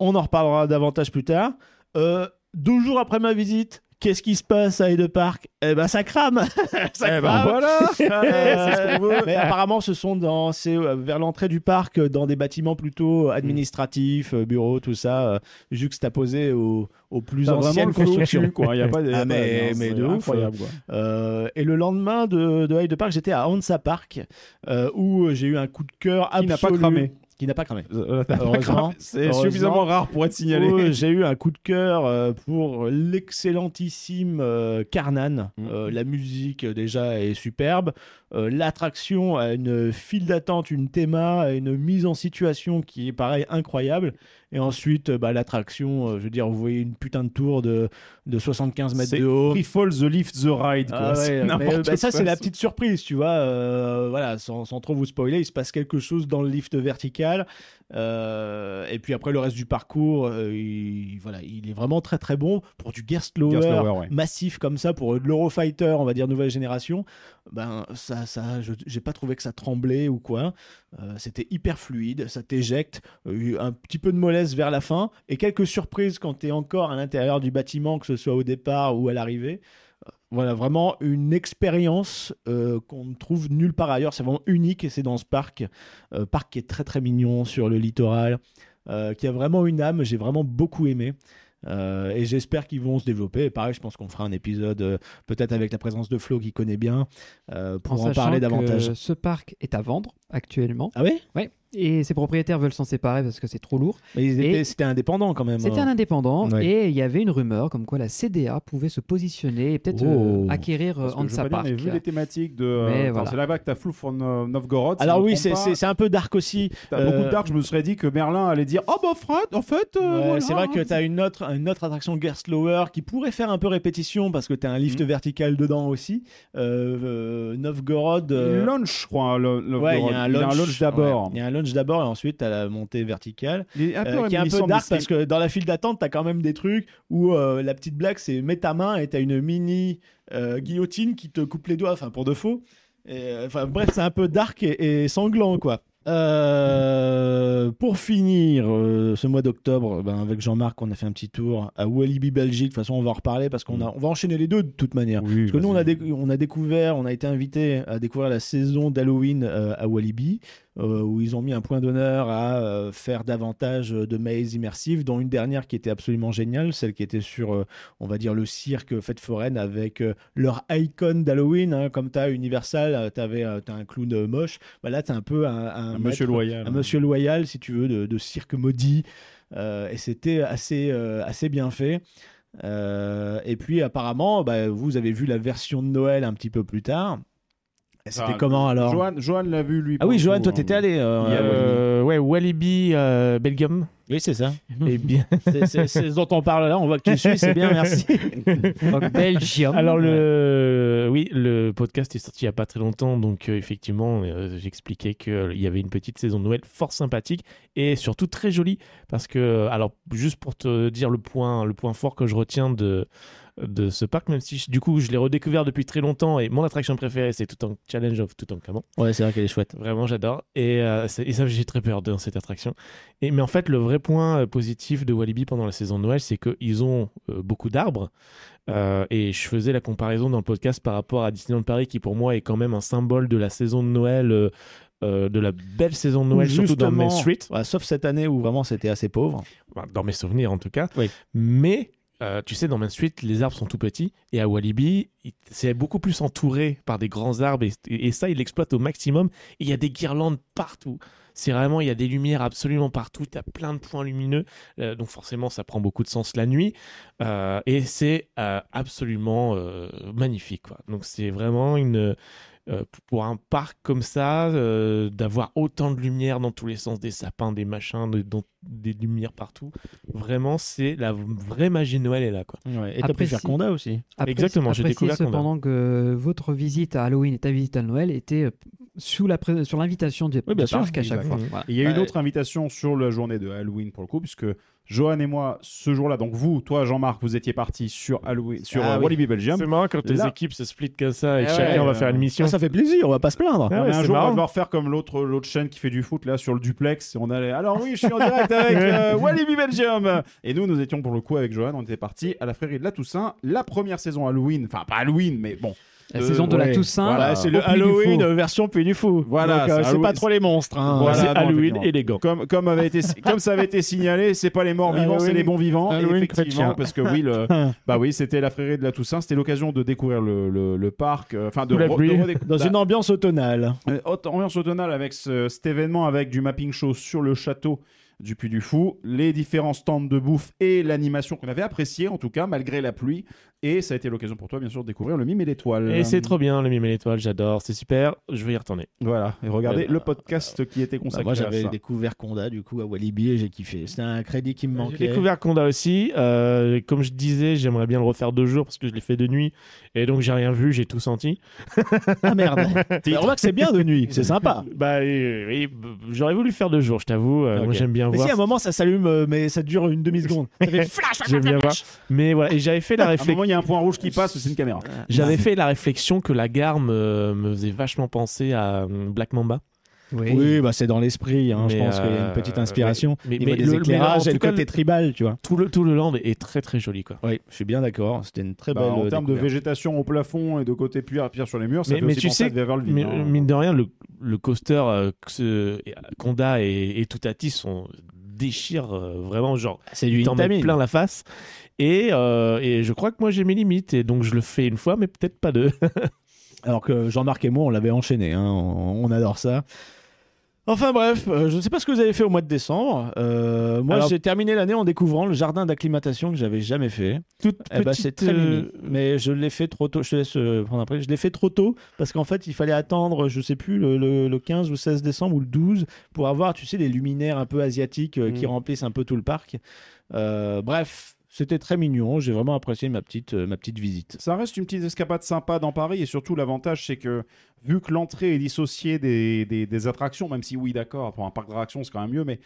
S9: On en reparlera davantage plus tard. Euh, deux jours après ma visite, qu'est-ce qui se passe à Hyde Park Eh ben, ça
S10: [LAUGHS]
S9: crame Ça
S10: Eh ben,
S9: crame
S10: [LAUGHS] voilà
S9: Euh,
S10: C'est ce qu'on veut.
S9: Mais apparemment, ce sont dans, c'est, euh, vers l'entrée du parc, euh, dans des bâtiments plutôt euh, administratifs, euh, bureaux, tout ça, euh, juxtaposés aux, aux plus
S10: T'as vraiment
S9: anciennes
S10: le couteau
S9: constructions.
S10: dessus, quoi. Y a pas de- y
S9: Ah,
S10: a pas-
S9: mais,
S10: non,
S9: mais
S10: c'est
S9: de ouf.
S10: incroyable, quoi.
S9: Euh, et le lendemain de, de Hyde Park, j'étais à Hansa Park, euh, où j'ai eu un coup de cœur
S10: Qui
S9: absolu.
S10: n'a pas cramé.
S9: Qui n'a pas cramé.
S10: Euh, t'as pas
S9: Heureusement.
S10: cramé. [LAUGHS] C'est suffisamment rare pour être signalé.
S9: Oh, j'ai eu un coup de cœur euh, pour l'excellentissime euh, Carnan.
S10: Mm.
S9: Euh, la musique, euh, déjà, est superbe. Euh, L'attraction a une file d'attente, une théma, une mise en situation qui est, pareil, incroyable. Et ensuite, euh, bah, l'attraction, euh, je veux dire, vous voyez une putain de tour de, de 75 mètres
S10: C'est
S9: de haut.
S10: [LAUGHS] Free Fall the Lift the Ride. Quoi.
S9: Ah ouais,
S10: C'est
S9: mais,
S10: n'importe
S9: euh, bah, ça
S10: quoi.
S9: c'est la petite surprise, tu vois. euh, voilà, sans, sans trop vous spoiler, il se passe quelque chose dans le lift vertical. euh, et puis après le reste du parcours, euh, il, voilà, il est vraiment très très bon pour du Gerstlauer,
S10: Gerstlauer, ouais.
S9: massif comme ça pour de l'Eurofighter, on va dire nouvelle génération. Ben ça, ça, je- j'ai pas trouvé que ça tremblait ou quoi. Euh, C'était hyper fluide, ça t'éjecte, euh, un petit peu de mollesse vers la fin et quelques surprises quand t'es encore à l'intérieur du bâtiment, que ce soit au départ ou à l'arrivée. Euh, Voilà, vraiment une expérience euh, qu'on ne trouve nulle part ailleurs. C'est vraiment unique et c'est dans ce parc. Euh, parc qui est très très mignon sur le littoral, euh, qui a vraiment une âme. J'ai vraiment beaucoup aimé. Euh, et j'espère qu'ils vont se développer. Et pareil, je pense qu'on fera un épisode euh, peut-être avec la présence de Flo qui connaît bien euh,
S8: En
S9: pour en,
S8: sachant
S9: parler
S8: que
S9: davantage.
S8: Ce parc est à vendre actuellement.
S9: Ah oui
S8: Ouais. Et ses propriétaires veulent s'en séparer parce que c'est trop lourd.
S9: Mais ils
S8: Et
S9: étaient- c'était indépendant quand même. hein.
S8: C'était un indépendant
S9: Ouais.
S8: et il y avait une rumeur comme quoi la CDA pouvait se positionner et peut-être
S9: Oh.
S8: euh, acquérir euh,
S10: Parce que je
S8: Hansa
S10: veux pas
S8: Park.
S10: dire, mais vu les thématiques de.
S8: Mais
S10: euh, attends,
S8: voilà.
S10: C'est là-bas que t'as flou from euh, Novgorod. si
S9: Alors
S10: je me
S9: oui,
S10: trompe
S9: c'est-
S10: pas.
S9: c'est c'est un peu dark aussi.
S10: T'as
S9: Euh,
S10: beaucoup de dark, je me serais dit que Merlin allait dire Oh, bah, Fred, en fait. euh,
S9: Ouais,
S10: voilà,
S9: c'est vrai que tu as une autre, une autre attraction Gerstlauer qui pourrait faire un peu répétition parce que tu as un
S8: Mm.
S9: lift vertical dedans aussi. Euh, euh, Novgorod. euh,
S10: Launch, je crois. le- le-
S9: ouais, il y a un
S10: il
S9: launch,
S10: d'abord.
S9: ouais. Il y a un launch d'abord et ensuite tu as la montée verticale.
S10: Il est un peu
S9: euh, qui est un peu
S10: réminiscent de
S9: dark
S10: Slim-
S9: parce que dans la file d'attente, tu as quand même des trucs où euh, la petite blague c'est mets ta main et tu as une mini euh, guillotine qui te coupe les doigts, enfin pour de faux. Et, euh, Enfin bref, c'est un peu dark et, et sanglant quoi. Euh, pour finir, euh, ce mois d'octobre, ben, avec Jean-Marc, on a fait un petit tour à Walibi Belgique. De toute façon, on va en reparler parce qu'on a, on va enchaîner les deux de toute
S7: euh,
S9: manière.
S10: Oui,
S9: parce que nous, on a,
S10: vas-y.
S9: déc- on a découvert, on a été invité à découvrir la saison d'Halloween euh, à Walibi, euh, où ils ont mis un point d'honneur à euh, faire davantage de mazes immersifs, dont une dernière qui était absolument géniale, celle qui était sur, euh, on va dire, le cirque fête foraine avec euh, leur icône d'Halloween. hein. comme tu as Universal, tu as un clown euh, moche. Bah là, tu as un peu un,
S10: Un monsieur loyal. hein.
S9: un monsieur loyal, si tu veux, de, de cirque maudit. Euh, et c'était assez, euh, assez bien fait. Euh, et puis apparemment, bah, vous avez vu la version de Noël un petit peu plus tard. Et C'était
S10: Enfin,
S9: comment alors
S10: Johan, Johan l'a vu, lui.
S9: Ah oui,
S10: pour
S9: Johan,
S10: le
S9: toi
S10: coup,
S9: t'étais
S10: hein.
S9: allé. euh,
S10: Il y a,
S9: à Walibi.
S7: Euh, ouais, Walibi euh, Belgium.
S9: Oui, c'est ça.
S7: Eh bien,
S9: [LAUGHS] C'est- C'est c'est ce dont on parle là. On voit que tu suis, c'est bien, [LAUGHS] merci.
S7: [LAUGHS]
S8: Belgium.
S7: Alors le oui, le podcast est sorti il y a pas très longtemps, donc euh, effectivement, euh, j'expliquais qu'il y avait une petite saison de Noël fort sympathique et surtout très jolie parce que euh, alors juste pour te dire le point le point fort que je retiens de de ce parc, même si je- du coup je l'ai redécouvert depuis très longtemps et mon attraction préférée c'est tout en Challenge of Toutankhamon.
S9: Ouais, c'est vrai qu'elle est chouette.
S7: Vraiment, j'adore. Et, euh, c'est- et ça, j'ai très peur dans cette attraction. Et, mais en fait, le vrai point euh, positif de Walibi pendant la saison de Noël, c'est qu'ils ont euh, beaucoup d'arbres. Euh, et je faisais la comparaison dans le podcast par rapport à Disneyland Paris, qui pour moi est quand même un symbole de la saison de Noël, euh, euh, de la belle saison de Noël, surtout dans Main Street.
S9: ouais, sauf cette année où vraiment c'était assez pauvre.
S7: Enfin, dans mes souvenirs en tout cas.
S9: Oui.
S7: Mais euh, tu sais, dans Main Street, les arbres sont tout petits et à Walibi, il- c'est beaucoup plus entouré par des grands arbres et, et ça, il l'exploite au maximum. Et Il y a des guirlandes partout. C'est vraiment, il y a des lumières absolument partout. Tu as plein de points lumineux. Euh, donc, forcément, ça prend beaucoup de sens la nuit. Euh, et c'est euh, absolument euh, magnifique. quoi. Donc, c'est vraiment une. euh, pour un parc comme ça, euh, d'avoir autant de lumière dans tous les sens, des sapins, des machins, de- dans- des lumières partout, vraiment, c'est la vraie magie de Noël est là. Quoi.
S9: Ouais, et t'as pu faire Conda aussi.
S8: Après-
S7: Exactement, j'ai
S8: après,
S7: découvert
S8: si
S7: Conda.
S8: cependant que votre visite à Halloween et ta visite à Noël étaient euh, sous la pré- sur l'invitation du,
S10: Oui,
S8: du parc à chaque fois. Voilà.
S10: hein. Il y a une
S8: Bah,
S10: autre invitation sur la journée de Halloween pour le coup, puisque Johan et moi, ce jour-là, donc vous, toi, Jean-Marc, vous étiez partis sur Halloween, sur
S7: Ah
S10: euh,
S7: oui.
S10: Walibi Belgium.
S7: C'est marrant quand les
S10: Là-
S7: équipes se splittent comme ça et
S10: Eh
S7: chacun
S10: ouais,
S7: va
S10: euh,
S7: faire une mission.
S9: Ah, ça fait plaisir, on va pas se plaindre.
S7: Ah
S10: Non,
S7: ouais,
S10: mais un
S7: c'est
S10: jour, on va
S7: marrant.
S10: devoir faire comme l'autre l'autre chaîne qui fait du foot là sur le duplex. On allait. Alors oui, je suis en
S7: [LAUGHS]
S10: direct avec euh, Walibi Belgium. Et nous, nous étions pour le coup avec Johan. On était partis à la Frérie de la Toussaint, la première saison Halloween. Enfin, pas Halloween, mais bon.
S8: La saison de la Toussaint,
S10: Voilà, c'est
S9: c'est
S10: le
S9: le Halloween
S10: Halloween.
S9: euh, version Puy du Fou. Donc,
S10: Voilà,
S9: euh,
S10: c'est
S9: c'est
S10: Halloween-
S9: pas trop les monstres. hein.
S10: Voilà,
S7: c'est
S10: non,
S7: Halloween
S10: effectivement.
S7: élégant.
S10: Comme, comme, avait été, [LAUGHS] comme ça avait été signalé, c'est pas les morts vivants, c'est
S9: Halloween-
S10: les bons vivants. Et
S9: Halloween
S10: effectivement,
S9: chrétien.
S10: parce que
S7: [LAUGHS]
S10: oui, le- bah oui c'était la Frérie de la Toussaint. C'était l'occasion de découvrir le, le- le parc. euh, Enfin, de,
S7: Sous la
S10: re- de
S7: pluie.
S10: redécouvrir-
S9: Dans
S10: bah,
S9: une ambiance automnale.
S10: Euh, haute ambiance automnale avec ce- cet événement, avec du mapping show sur le château du Puy du Fou, les différents stands de bouffe et l'animation qu'on avait appréciée, en tout cas, malgré la pluie. Et ça a été l'occasion pour toi, bien sûr, de découvrir le mime et l'étoile.
S7: Et c'est trop bien, le mime et l'étoile, j'adore, c'est super, je vais y retourner.
S10: Voilà, et regardez
S7: Eh ben,
S10: le podcast qui était
S9: Bah,
S10: consacré
S9: moi, j'avais
S10: à ça.
S9: découvert Conda du coup à Walibi et j'ai kiffé. C'était un crédit qui me
S7: Bah, J'ai
S9: manquait.
S7: découvert Conda aussi, euh, comme je disais, j'aimerais bien le refaire deux jours parce que je l'ai fait de nuit et donc j'ai rien vu, j'ai tout senti.
S9: Ah merde. On voit que c'est bien de nuit,
S7: [LAUGHS]
S9: c'est sympa.
S7: Bah euh, oui, b- j'aurais voulu le faire deux jours, je t'avoue, euh,
S9: Ok.
S7: moi j'aime bien
S9: Mais
S7: voir.
S9: si à un moment ça s'allume, euh, mais ça dure une demi-seconde.
S7: [LAUGHS]
S9: Ça fait flash.
S7: J'aime bien voir. Mais voilà, et j'avais fait la
S10: À un
S7: réflexion.
S10: moment, il y a un point
S7: [LAUGHS]
S10: rouge qui passe, c'est une caméra.
S7: J'avais fait la réflexion que la gare me, me faisait vachement penser à euh, Black Mamba.
S8: oui.
S9: Oui, bah c'est dans l'esprit. hein. Je
S7: Mais,
S9: pense qu'il y a
S7: euh,
S9: une petite inspiration.
S7: mais-
S9: Mais,
S7: mais
S9: des
S7: le- mais
S9: éclairages
S7: en
S9: et
S7: tout
S9: le
S7: cas,
S9: côté
S7: le-
S9: tribal, tu vois.
S7: Tout le, tout le land est très très joli quoi.
S9: Oui, je suis bien d'accord. C'était une très
S10: Bah,
S9: belle.
S10: en
S9: euh,
S10: termes de
S9: découverte.
S10: végétation au plafond et de côté pierre, pierre sur les murs, ça
S7: Mais-
S10: fait
S7: mais
S10: aussi
S7: tu
S10: penser à
S7: sais-
S10: Beverly Hills,
S7: Mais,
S10: hein.
S7: euh, mine de rien, le, le coaster euh, que ce- et- Conda et, et Tutati sont déchirent euh, vraiment genre
S9: C'est du
S7: ils t'en mettent
S9: vitamine.
S7: plein la face et, euh, et je crois que moi j'ai mes limites et donc je le fais une fois mais peut-être pas deux [LAUGHS]
S9: Alors que Jean-Marc et moi, on l'avait enchaîné. hein. On, on adore ça. Enfin bref, euh, je ne sais pas ce que vous avez fait au mois de décembre. Euh, moi,
S7: Alors-
S9: j'ai terminé l'année en découvrant le jardin d'acclimatation que j'avais jamais fait.
S7: toute euh,
S9: Eh ben, c'est très mimi. Mais je l'ai fait trop tôt. Je te laisse euh, prendre après. Je l'ai fait trop tôt parce qu'en fait, il fallait attendre, je sais plus, le, le- le 15 ou 16 décembre ou le 12 pour avoir, tu sais, des luminaires un peu asiatiques euh, qui
S7: Mm.
S9: remplissent un peu tout le parc. Euh, bref, c'était très mignon. J'ai vraiment apprécié ma petite, euh, ma petite visite.
S10: Ça reste une petite escapade sympa dans Paris et surtout l'avantage c'est que vu que l'entrée est dissociée des, des- des attractions, même si oui d'accord, pour un parc d'attractions c'est quand même mieux, mais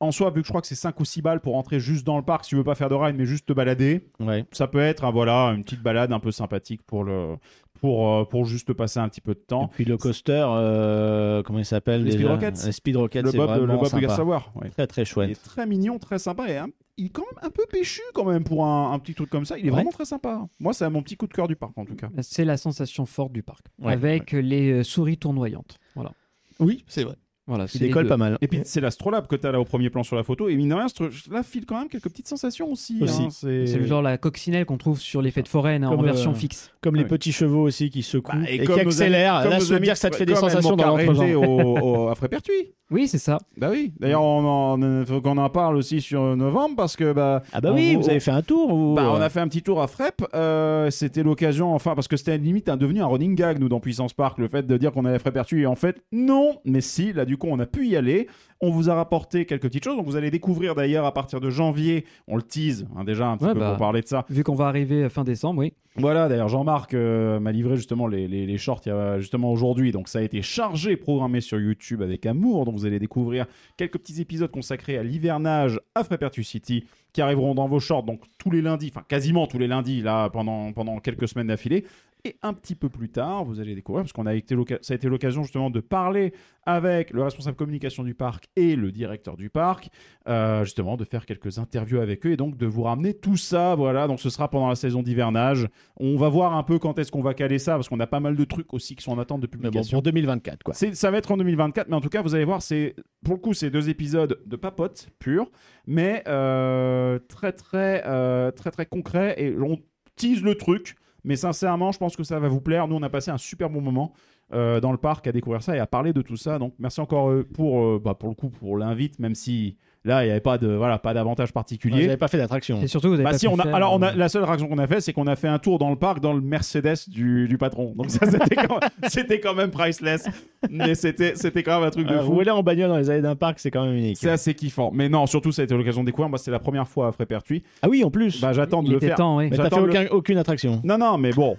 S10: en soi vu que je crois que c'est 5 ou 6 balles pour entrer juste dans le parc si tu veux pas faire de ride mais juste te balader,
S9: Ouais.
S10: ça peut être ah, voilà une petite balade un peu sympathique pour, le, pour, euh, pour juste passer un petit peu de
S9: Et
S10: temps.
S9: puis le coaster, euh, comment il s'appelle
S10: Les
S9: déjà
S10: Speed Rockets.
S9: Les Speed Rockets,
S10: Le
S9: c'est
S10: Bob, le
S9: vraiment
S10: Bob de
S9: sympa.
S10: Gassawar, ouais.
S9: Très très
S10: Il
S9: chouette.
S10: est très mignon, très sympa et un- il est quand même un peu péchu quand même pour un, un petit truc comme ça. Il est
S9: Ouais.
S10: vraiment très sympa. Moi c'est mon petit coup de cœur du parc en tout cas.
S8: C'est la sensation forte du parc,
S9: Ouais,
S8: avec les euh, souris tournoyantes. Voilà.
S9: Oui, c'est vrai.
S8: Voilà,
S9: Il
S8: c'est les
S9: décolle
S8: deux.
S9: pas mal.
S10: Et puis c'est l'astrolabe que t'as là au premier plan sur la photo. Et mine de rien, ce truc- là file quand même quelques petites sensations aussi.
S9: Aussi.
S10: hein. C'est
S8: C'est le genre la coccinelle qu'on trouve sur les fêtes foraines hein, en
S9: Comme,
S8: version
S9: euh,
S8: fixe.
S9: Comme les
S10: Ouais.
S9: petits chevaux aussi qui secouent
S10: Bah,
S9: et,
S10: comme
S9: qui
S10: nos amis-
S9: accélèrent.
S10: comme
S9: Là,
S10: nos
S9: se
S10: amis-
S9: dire que ça te fait des
S10: comme El
S9: sensations
S8: Ah,
S9: dans
S10: Mocarrete
S9: l'entrejambe.
S10: au,
S8: [LAUGHS]
S10: au- à Frépertuis.
S8: Oui, c'est ça.
S10: Bah oui. D'ailleurs, on en, faut qu'on en parle aussi sur novembre parce que bah.
S9: Ah bah
S10: on-
S9: oui,
S10: on-
S9: vous avez fait un tour ou
S10: bah, on a fait un petit tour à Frep. euh, c'était l'occasion, enfin, parce que c'était limite un, devenu un running gag, nous, dans Puissance Park, le fait de dire qu'on allait à Frépertu. Et en fait, non, mais si, là, du coup, on a pu y aller. On vous a rapporté quelques petites choses. Donc, vous allez découvrir d'ailleurs à partir de janvier. On le tease hein, déjà un petit
S8: Ouais,
S10: peu
S8: bah.
S10: pour parler de ça.
S8: Vu qu'on va arriver euh, fin décembre, oui.
S10: Voilà, d'ailleurs, Jean-Marc euh, m'a livré justement les, les- les shorts il y a, justement aujourd'hui. Donc, ça a été chargé, programmé sur YouTube avec amour. Donc, vous allez découvrir quelques petits épisodes consacrés à l'hivernage à Frépertu City qui arriveront dans vos shorts. Donc, tous les lundis, enfin, quasiment tous les lundis, là, pendant, pendant quelques semaines d'affilée. Et un petit peu plus tard, vous allez découvrir, parce qu'on a été l'oca- ça a été l'occasion justement de parler avec le responsable communication du parc et le directeur du parc, euh, justement de faire quelques interviews avec eux et donc de vous ramener tout ça. Voilà, donc ce sera pendant la saison d'hivernage. On va voir un peu quand est-ce qu'on va caler ça, parce qu'on a pas mal de trucs aussi qui sont en attente de publication.
S9: pour 2024, quoi.
S10: C'est- ça va être en 2024, mais en tout cas, vous allez voir, c'est pour le coup, c'est deux épisodes de papote pure, mais euh, très très euh, très très concret et on tease le truc. Mais sincèrement, je pense que ça va vous plaire. Nous, on a passé un super bon moment euh, dans le parc à découvrir ça et à parler de tout ça. Donc, merci encore euh, pour euh, bah, pour le coup pour l'invite, même si là, il n'y avait pas de voilà pas d'avantage particulier.
S9: Vous n'avez pas fait d'attraction.
S8: Et surtout, vous avez
S10: Bah
S8: pas
S10: si,
S8: pu
S10: on a,
S8: faire,
S10: alors on a,
S8: euh,
S10: la seule réaction qu'on a fait, c'est qu'on a fait un tour dans le parc dans le Mercedes du, du patron. Donc ça,
S8: [LAUGHS]
S10: c'était quand, c'était quand même priceless. Mais c'était, c'était quand même un truc de
S9: Euh,
S10: fou.
S9: rouler en bagnole dans les allées d'un parc, c'est quand même unique.
S10: C'est assez kiffant. Mais non, surtout, ça a été l'occasion de découvrir. Moi, c'est la première fois à Frépertuis.
S9: Ah oui, en plus.
S10: Bah, j'attends de
S8: Il
S10: le
S8: était
S10: faire.
S8: temps, oui.
S9: Mais t'as fait
S10: J'attends de le-
S9: aucun- aucune attraction.
S10: Non, non, mais bon.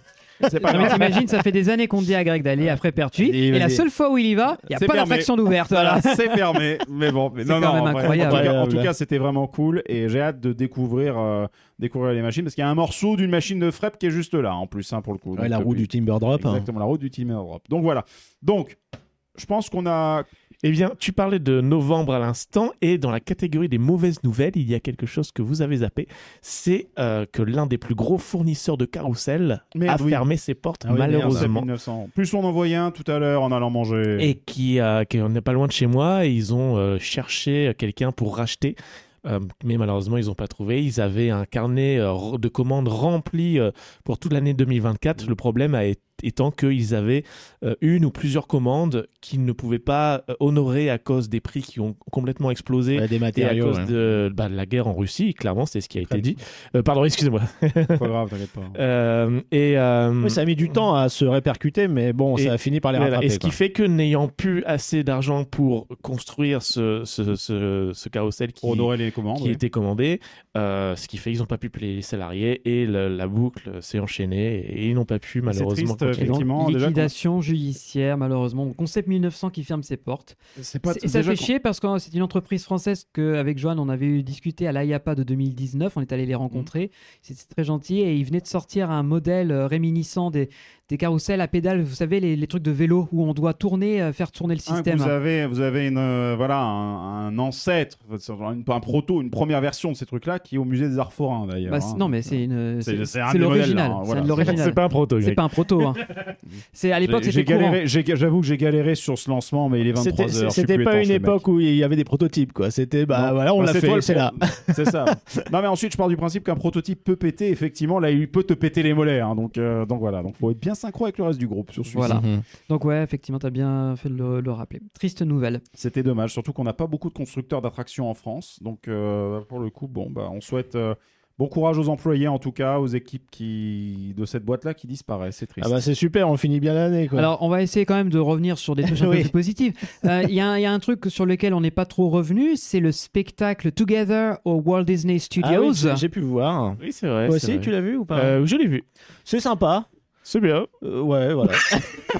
S10: C'est pas
S8: Non, mais
S10: grave.
S8: t'imagines, ça fait des années qu'on dit à Greg d'aller à Frépertuis,
S9: Vas-y,
S8: et la
S9: vas-y.
S8: seule fois où il y va, il n'y a
S10: C'est
S8: pas
S10: fermé.
S8: d'attraction d'ouverte.
S10: Voilà,
S8: Voilà.
S10: c'est fermé. Mais bon, mais
S8: C'est
S10: non,
S8: quand
S10: non,
S8: même
S10: en vrai,
S8: incroyable.
S10: En tout cas, en tout
S9: Incroyable.
S10: cas, c'était vraiment cool et j'ai hâte de découvrir, euh, découvrir les machines parce qu'il y a un morceau d'une machine de frep qui est juste là en plus hein, pour le coup.
S9: Ouais, la
S10: Donc,
S9: roue
S10: depuis-
S9: du Timber Drop. hein.
S10: Exactement, la route du Team Europe. Donc voilà. Donc, je pense qu'on a.
S7: Eh bien, tu parlais de novembre à l'instant, et dans la catégorie des mauvaises nouvelles, il y a quelque chose que vous avez zappé, c'est euh, que l'un des plus gros fournisseurs de carrousel
S10: Merde,
S7: a
S10: oui.
S7: fermé ses portes,
S9: Ah Eh oui, merde,
S7: malheureusement.
S10: 1900. Plus on envoyait un tout à l'heure en allant manger.
S7: et qui, euh, qui n'est pas loin de chez moi. Et ils ont euh, cherché quelqu'un pour racheter. Euh, mais malheureusement, ils n'ont pas trouvé. Ils avaient un carnet euh, re- de commandes rempli euh, pour toute l'année 2024.
S9: Mmh.
S7: Le problème a été- étant qu'ils avaient euh, une ou plusieurs commandes qu'ils ne pouvaient pas euh, honorer à cause des prix qui ont complètement explosé
S9: Ouais, des
S7: et à
S9: matériaux.
S7: cause
S9: ouais.
S7: de, bah, de la guerre en Russie. Clairement, c'est ce qui a été dit. Euh, pardon, excusez-moi.
S10: Pas grave, t'inquiète
S8: [LAUGHS]
S10: pas.
S7: Euh, et euh,
S9: Oui, ça a mis
S10: Hmm.
S9: du temps à se répercuter, mais bon,
S7: Et-
S9: ça a fini par les
S7: Voilà,
S9: rattraper.
S7: et ce qui
S9: quoi.
S7: fait que n'ayant plus assez d'argent pour construire ce, ce, ce, ce carrousel qui,
S10: Pour honorer les commandes.
S7: qui
S10: ouais.
S7: était commandé, euh, ce qui fait qu'ils n'ont pas pu payer les salariés et le- la boucle s'est enchaînée et ils n'ont pas pu malheureusement.
S10: triste,
S8: Et
S7: continuer.
S8: donc,
S10: Effectivement, déjà,
S8: liquidation judiciaire, malheureusement. Donc, Concept 1900 qui ferme ses portes.
S10: C'est pas
S8: C'est- et ça
S10: déjà
S8: fait
S10: qu'on-
S8: chier parce que c'est une entreprise française qu'avec Joanne, on avait eu discuté à l'IAPA de 2019. On est allé les rencontrer.
S10: Mhm.
S8: C'était très gentil. Et ils venaient de sortir un modèle euh, réminiscent des, des carrousels à pédales. Vous savez, les, les trucs de vélo où on doit tourner, euh, faire tourner le
S10: Hein,
S8: système.
S10: vous avez, vous avez une, euh, voilà, un, un ancêtre, une- un proto, une première version de ces trucs-là qui est au musée des Arts Forains d'ailleurs.
S8: Bah, c'est-
S10: hein.
S8: non, mais c'est une.
S10: C'est-
S8: C'est
S10: c'est un
S8: c'est
S10: des modèles,
S8: l'original.
S10: là, hein,
S8: C'est
S10: voilà.
S8: de
S10: [LAUGHS]
S8: l'original.
S7: C'est pas un proto.
S8: C'est
S7: Greg.
S8: pas un proto. hein. C'est à l'époque
S10: J'ai- j'ai
S8: c'était courant.
S10: galéré, j'ai- j'avoue que j'ai galéré sur ce lancement, mais il est 23
S9: C'était-
S10: h
S9: C'était pas une époque où il y avait des prototypes, quoi. C'était, bah
S10: Non.
S9: voilà, on
S10: Bah,
S9: l'a
S10: c'est toi
S9: fait,
S10: le
S9: c'est
S10: pro-
S9: là. [LAUGHS]
S10: C'est ça. non, mais ensuite, je pars du principe qu'un prototype peut péter. Effectivement, là, il peut te péter les mollets. hein. donc, euh, donc voilà. Donc, faut être bien synchro avec le reste du groupe sur celui-ci. Mhm.
S8: Voilà. Donc ouais, effectivement, t'as bien fait de le, le rappeler. Triste nouvelle.
S10: C'était dommage, surtout qu'on n'a pas beaucoup de constructeurs d'attractions en France. Donc, euh, pour le coup, bon, bah, on souhaite euh, bon courage aux employés, en tout cas, aux équipes qui... de cette boîte-là qui disparaissent. C'est triste.
S9: Ah bah c'est super, on finit bien l'année, quoi.
S8: Alors, on va essayer quand même de revenir sur des
S10: [LAUGHS]
S8: touches un
S9: Oui.
S8: peu plus positives. Euh, Il y, a un- il y a un truc sur lequel on n'est pas trop revenu, c'est le spectacle Together au Walt Disney
S9: Ah oui,
S8: Studios.
S9: j'ai- j'ai pu voir.
S7: Oui, c'est vrai.
S9: Toi
S7: c'est
S9: aussi,
S7: vrai.
S9: tu l'as vu ou pas
S7: Euh, Je l'ai vu.
S9: C'est sympa.
S7: C'est bien.
S9: Euh, ouais, voilà.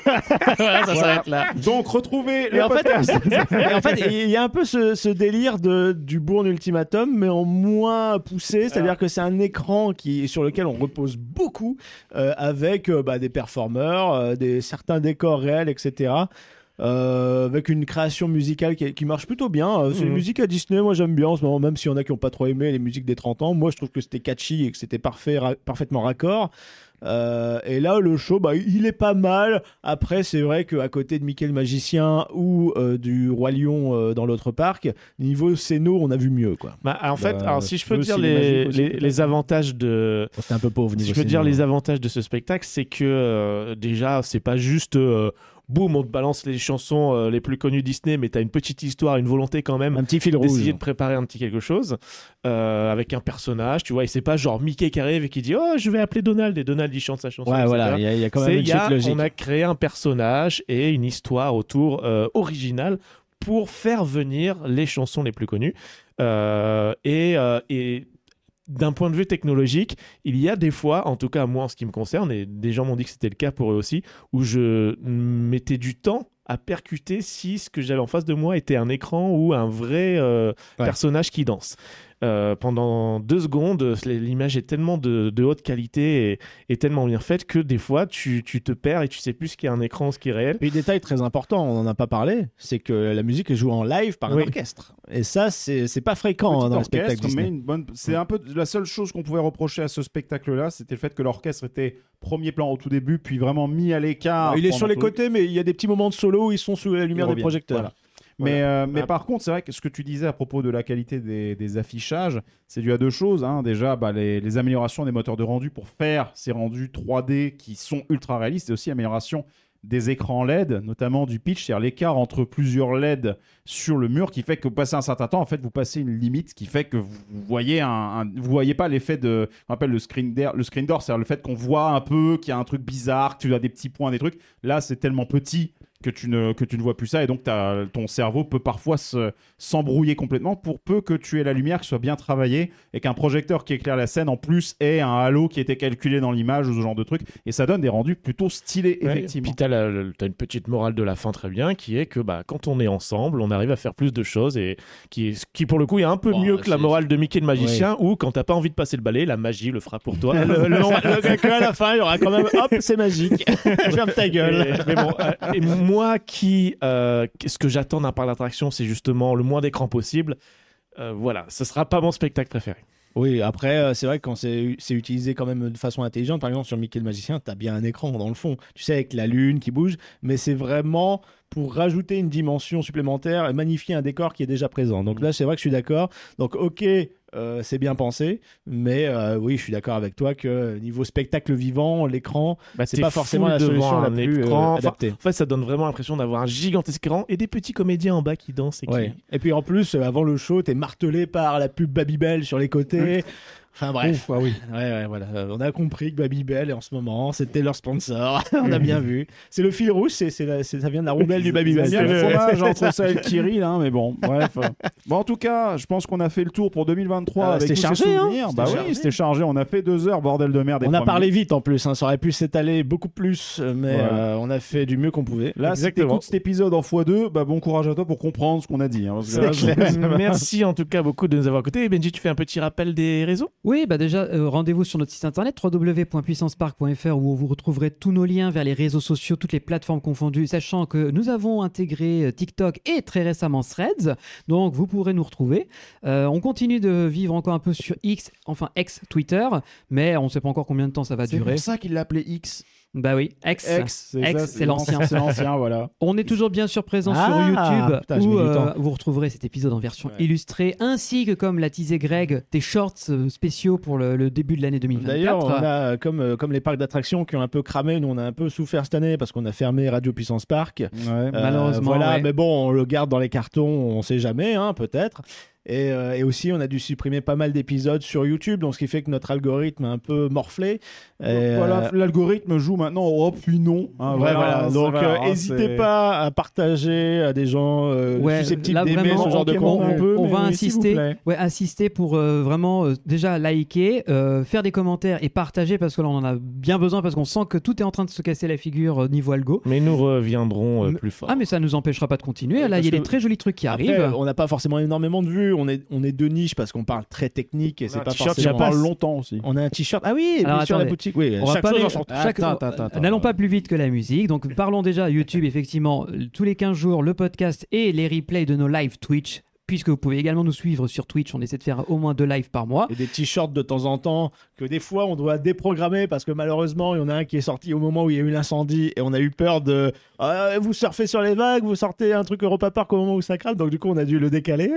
S7: voilà, ça s'arrête là.
S10: [LAUGHS]
S9: [LAUGHS]
S10: Donc, retrouvez
S9: Et
S10: le
S9: bah, en, fait,
S10: podcast.
S9: et en fait, il y a un peu ce, ce délire de, du Bourne Ultimatum, mais en moins poussé. C'est-à-dire que c'est un écran qui, sur lequel on repose beaucoup, euh, avec euh, bah, des performeurs, euh, des, certains décors réels, etc. Euh, avec une création musicale qui, qui marche plutôt bien. Euh, C'est une
S7: Mhm.
S9: musique à Disney, moi j'aime bien en ce moment, même s'il y en a qui n'ont pas trop aimé les musiques des 30 ans. Moi je trouve que c'était catchy et que c'était parfait, ra- parfaitement raccord. Euh, et là, le show, bah, il est pas mal. Après, c'est vrai qu'à côté de Mickey le Magicien ou euh, du Roi Lion euh, dans l'autre parc, niveau scéno, on a vu mieux. quoi.
S7: Bah, en fait,
S9: Bah,
S7: alors, si je peux
S9: le
S7: dire les-
S9: cinéma magique aussi,
S7: les-
S9: peut-être.
S7: les avantages de,
S9: C'était un peu pauvre
S7: Si
S9: niveau
S7: je peux dire
S9: scéno.
S7: les avantages de ce spectacle, c'est que euh, déjà, c'est pas juste euh, boum, on te balance les chansons euh, les plus connues Disney, mais t'as une petite histoire, une volonté quand même
S9: Un petit fil rouge.
S7: d'essayer de préparer un petit quelque chose euh, avec un personnage, tu vois. Et c'est pas genre Mickey qui arrive et qui dit Oh, je vais appeler Donald et Donald il chante sa chanson.
S9: Ouais,
S7: etc.
S9: voilà, il y, a- il y a quand
S7: C'est-
S9: même une
S7: il y a-
S9: suite logique.
S7: On a créé un personnage et une histoire autour euh, originale pour faire venir les chansons les plus connues. Euh, et euh, et d'un point de vue technologique, il y a des fois, en tout cas moi en ce qui me concerne, et des gens m'ont dit que c'était le cas pour eux aussi, où je mettais du temps à percuter si ce que j'avais en face de moi était un écran ou un vrai euh,
S9: Ouais.
S7: personnage qui danse. euh, pendant deux secondes. L'image est tellement de, de haute qualité et, et, tellement bien faite que des fois, tu, tu, te perds et tu sais plus ce qui est un écran, ce qui est réel.
S9: Et détail très important, on n'en a pas parlé, c'est que la musique est jouée en live par oui. un orchestre. Et ça, c'est pas fréquent hein, dans le spectacle Disney.
S10: Bonne... C'est un peu la seule chose qu'on pouvait reprocher à ce spectacle-là, c'était le fait que l'orchestre était premier plan au tout début, puis vraiment mis à l'écart.
S9: Il est sur les côtés, mais il y a des petits moments de solo où ils sont sous la lumière des projecteurs. Voilà. Ah.
S10: Mais, euh, mais par contre, c'est vrai que ce que tu disais à propos de la qualité des, des affichages, c'est dû à deux choses. Hein. Déjà, bah, les, les, améliorations des moteurs de rendu pour faire ces rendus 3D qui sont ultra réalistes, et aussi l'amélioration des écrans LED, notamment du pitch, c'est-à-dire l'écart entre plusieurs LED sur le mur qui fait que vous passez un certain temps, en fait, vous passez une limite qui fait que vous voyez un, un vous voyez pas l'effet de, on appelle le screen door, le screen door, c'est-à-dire le fait qu'on voit un peu qu'il y a un truc bizarre, que tu as des petits points, des trucs. Là, c'est tellement petit que tu ne, que tu ne vois plus ça et donc as, ton cerveau peut parfois s'embrouiller se, complètement pour peu que tu aies la lumière qui soit bien travaillée et qu'un projecteur qui éclaire la scène en plus ait un halo qui était calculé dans l'image ou ce genre de truc et ça donne des rendus plutôt stylés ouais, effectivement.
S7: Puis t'as, as une petite morale de la fin très bien qui est que bah, quand on est ensemble on arrive à faire plus de choses et qui, qui pour le coup est un peu bon, mieux que la morale de Mickey le magicien ou ouais. quand t'as pas envie de passer le balai la magie [LAUGHS] le fera pour toi.
S9: le, le, non, le, à la fin il y aura quand même hop c'est
S10: [LAUGHS]
S9: magique ferme ta gueule.
S7: Et, mais bon, euh, et moi qui euh, ce que j'attends d'un parc d'attraction c'est justement le moins d'écran possible euh, voilà ce sera pas mon spectacle préféré
S9: oui, après, euh, c'est vrai que quand c'est utilisé quand même de façon intelligente, par exemple sur Mickey le Magicien, t'as bien un écran dans le fond, tu sais, avec la lune qui bouge, mais c'est vraiment pour rajouter une dimension supplémentaire et magnifier un décor qui est déjà présent. Donc là, c'est vrai que je suis d'accord. Donc, ok, euh, c'est bien pensé, mais euh, oui, je suis d'accord avec toi que niveau spectacle vivant, l'écran, bah, c'est pas forcément la solution la plus écran.
S7: Euh, adaptée. Enfin, en fait, ça donne vraiment l'impression d'avoir un gigantesque écran et des petits comédiens en bas qui dansent. Et, ouais.
S9: qui... et puis en plus, euh, avant le show, t'es martelé par la pub Babybel sur les côtés. Enfin bref,
S10: Ouf, ah oui.
S9: ouais, ouais, voilà. Euh, on a compris que Babybel en ce moment, c'était leur sponsor. [LAUGHS] on a bien vu. C'est le fil rouge, c'est, ça vient de la roubelle du Babybel.
S10: C'est le fromage entre ça et le Kirill, hein, mais bon, bref. Bon, en tout cas, je pense qu'on a fait le tour pour 2023 ah, avec tous
S9: chargé,
S10: ces
S9: souvenirs.
S10: Hein bah
S9: chargé.
S10: oui, c'était chargé. On a fait deux heures, bordel de merde.
S9: On a parlé minutes. vite en plus. Hein. Ça aurait pu s'étaler beaucoup plus, mais ouais. euh, on a fait du mieux qu'on pouvait.
S10: Là, si t'écoutes cet épisode en x2, bah, bon courage à toi pour comprendre ce qu'on a dit. Hein,
S7: là, [LAUGHS] je... Merci en tout cas beaucoup de nous avoir écoutés. Benji, tu fais un petit rappel des réseaux
S8: oui, bah déjà, euh, rendez-vous sur notre site internet www.puissancepark.fr où vous retrouverez tous nos liens vers les réseaux sociaux, toutes les plateformes confondues, sachant que nous avons intégré euh, TikTok et très récemment Threads, donc vous pourrez nous retrouver. Euh, on continue de vivre encore un peu sur X, enfin ex Twitter, mais on ne sait pas encore combien de temps ça va durer.
S10: C'est pour ça qu'il l'appelait X.
S8: Bah oui, ex,
S10: ex,
S8: c'est l'ancien.
S10: C'est l'ancien, voilà.
S8: On est toujours bien sûr présent ah, sur YouTube putain, où euh, vous retrouverez cet épisode en version ouais. illustrée, ainsi que comme l'a teasé Greg, des shorts euh, spéciaux pour le, le début de l'année 2024.
S9: D'ailleurs, on a comme euh, comme les parcs d'attractions qui ont un peu cramé, nous on a un peu souffert cette année parce qu'on a fermé Radio Puissance Park. Ouais,
S8: euh, malheureusement.
S9: Voilà,
S8: ouais.
S9: mais bon, on le garde dans les cartons, on sait jamais, hein, peut-être. Et, euh, et, aussi, on a dû supprimer pas mal d'épisodes sur YouTube, donc ce qui fait que notre algorithme a un peu morflé.
S10: Voilà, euh... l'algorithme joue maintenant oh puis non.
S9: Hein, ouais, voilà, voilà, donc,
S10: hein,
S9: n'hésitez euh, pas à partager à des gens ouais, susceptibles d'aimer ce genre okay, de contenu.
S8: On, peut, on va insister, ouais, insister pour euh, vraiment déjà liker, euh, faire des commentaires et partager parce que là, on en a bien besoin parce qu'on sent que tout est en train de se casser la figure euh, niveau algo.
S7: Mais nous reviendrons euh, plus fort.
S8: Ah, mais ça nous empêchera pas de continuer. là, il y a des très jolis trucs qui
S9: après,
S8: arrivent.
S9: on n'a pas forcément énormément de vues on est, on est de niche parce qu'on parle très technique et c'est pas forcément.
S10: On parle longtemps aussi.
S9: On a un t-shirt. Ah oui,
S8: Alors,
S9: sur la boutique. Oui,
S8: on chaque chose en chaque... N'allons pas plus vite que la musique. Donc parlons déjà YouTube, effectivement, tous les 15 jours, le podcast et les replays de nos live Twitch puisque vous pouvez également nous suivre sur Twitch. On essaie de faire au moins deux lives par mois.
S9: Et des t-shirts de temps en temps que des fois on doit déprogrammer parce que malheureusement il y en a un qui est sorti au moment où il y a eu l'incendie et on a eu peur de euh, vous surfez sur les vagues, vous sortez un truc Europa Park au moment où ça crame. Donc du coup on a dû le décaler.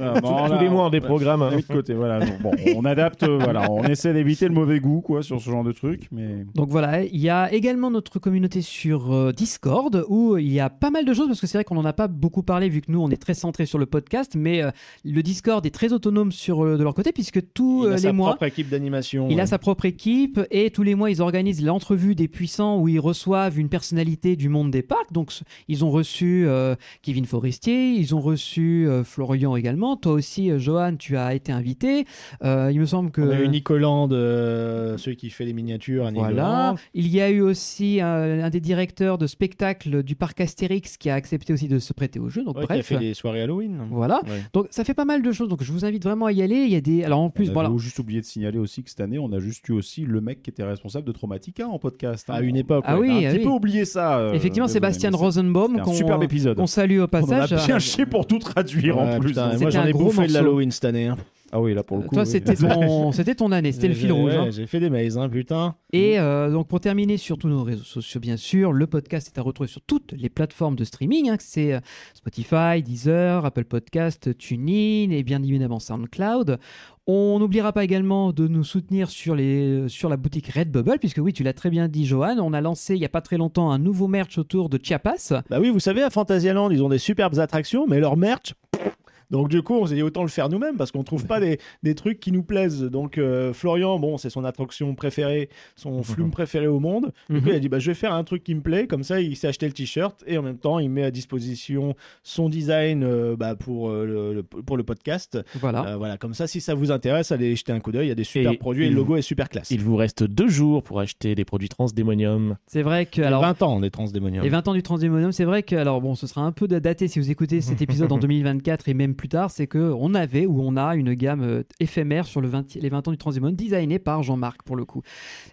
S7: Ah, bon, Tous là, les mois on déprogramme.
S10: Ouais, de côté, voilà. Donc, bon, on adapte, euh, voilà, on essaie d'éviter le mauvais goût quoi sur ce genre de truc. Mais
S8: donc voilà, il y a également notre communauté sur euh, Discord où il y a pas mal de choses parce que c'est vrai qu'on en a pas beaucoup parlé vu que nous on est très centré sur le podcast mais euh, le Discord est très autonome sur euh, de leur côté puisque tous euh, les mois
S9: il a sa propre équipe d'animation.
S8: Il ouais. a sa propre équipe et tous les mois ils organisent l'entrevue des puissants où ils reçoivent une personnalité du monde des parcs. Donc ils ont reçu euh, Kevin Forestier, ils ont reçu euh, Florian également. Toi aussi, euh, Johan, tu as été invité. Euh, il me semble que
S9: on a eu Nicolas de celui qui fait les miniatures.
S8: Voilà. Il y a eu aussi euh, un des directeurs de spectacle du parc Astérix qui a accepté aussi de se prêter au jeu. Donc
S9: ouais,
S8: bref.
S9: Qui a fait les soirées Halloween.
S8: Voilà.
S10: Ouais.
S8: Donc ça fait pas mal de choses. Donc je vous invite vraiment à y aller. Il y a des. Alors en plus,
S10: on
S8: voilà.
S10: a juste oublié de signaler aussi que cette année, on a juste eu aussi le mec qui était responsable de Traumatica en podcast. hein.
S9: À une époque,
S8: Ah oui,
S10: On a un
S8: ah
S10: petit
S8: oui.
S10: peu oublié ça. euh,
S8: Effectivement,
S10: désolé,
S8: Sébastien
S10: mais c'est- c'était
S8: Rosenbaum,
S10: un
S8: qu'on
S10: superbe épisode.
S8: qu'on salue au passage.
S10: On en a bien chié pour tout traduire en
S9: Ouais,
S10: plus.
S9: putain,
S10: hein.
S9: et
S8: C'était
S9: moi j'en
S8: un
S9: ai
S8: gros
S9: bouffé de
S8: morceau.
S9: l'Halloween cette année. hein.
S10: Ah oui, là pour le coup.
S8: Euh, Toi,
S10: oui.
S8: c'était
S10: [LAUGHS]
S8: ton, c'était ton année, c'était le
S9: J'ai-
S8: fil rouge. hein.
S9: ouais, J'ai fait des mazes, hein, putain.
S8: Et euh, donc pour terminer sur tous nos réseaux sociaux, bien sûr, le podcast est à retrouver sur toutes les plateformes de streaming. hein, que c'est euh, Spotify, Deezer, Apple Podcast, TuneIn et bien évidemment SoundCloud. On n'oubliera pas également de nous soutenir sur, les, euh, sur la boutique Redbubble, puisque oui, tu l'as très bien dit, Johan, on a lancé il n'y a pas très longtemps un nouveau merch autour de Chiapas.
S9: Bah oui, vous savez, à Fantasyland, ils ont des superbes attractions, mais leur merch. pff. Donc du coup, on s'est dit autant le faire nous-mêmes parce qu'on trouve pas des, des trucs qui nous plaisent. Donc euh, Florian, bon, c'est son attraction préférée,
S7: [LAUGHS]
S9: son flume préféré au monde. Du
S7: Mhm.
S9: coup, il a dit bah je vais faire un truc qui me plaît. Comme ça, il s'est acheté le t-shirt et en même temps, il met à disposition son design euh, bah, pour euh, le, le- pour le podcast.
S8: Voilà.
S9: Euh, voilà, comme ça, si ça vous intéresse, allez jeter un coup d'œil. Il y a des super
S7: Ah. Et
S9: produits et
S7: il-
S9: le logo est super classe.
S7: Il vous reste deux jours pour acheter des produits transdémonium.
S8: C'est vrai que...
S9: Alors,
S8: Alors,
S9: 20 ans des transdémoniums.
S8: Les 20 ans du Transdémonium, c'est vrai que, alors bon, ce sera un peu daté si vous écoutez cet épisode en 2024 et même plus tard, c'est que on avait ou on a une gamme euh, éphémère sur le 20 les 20 ans du Transdémonium, designée par Jean-Marc pour le coup.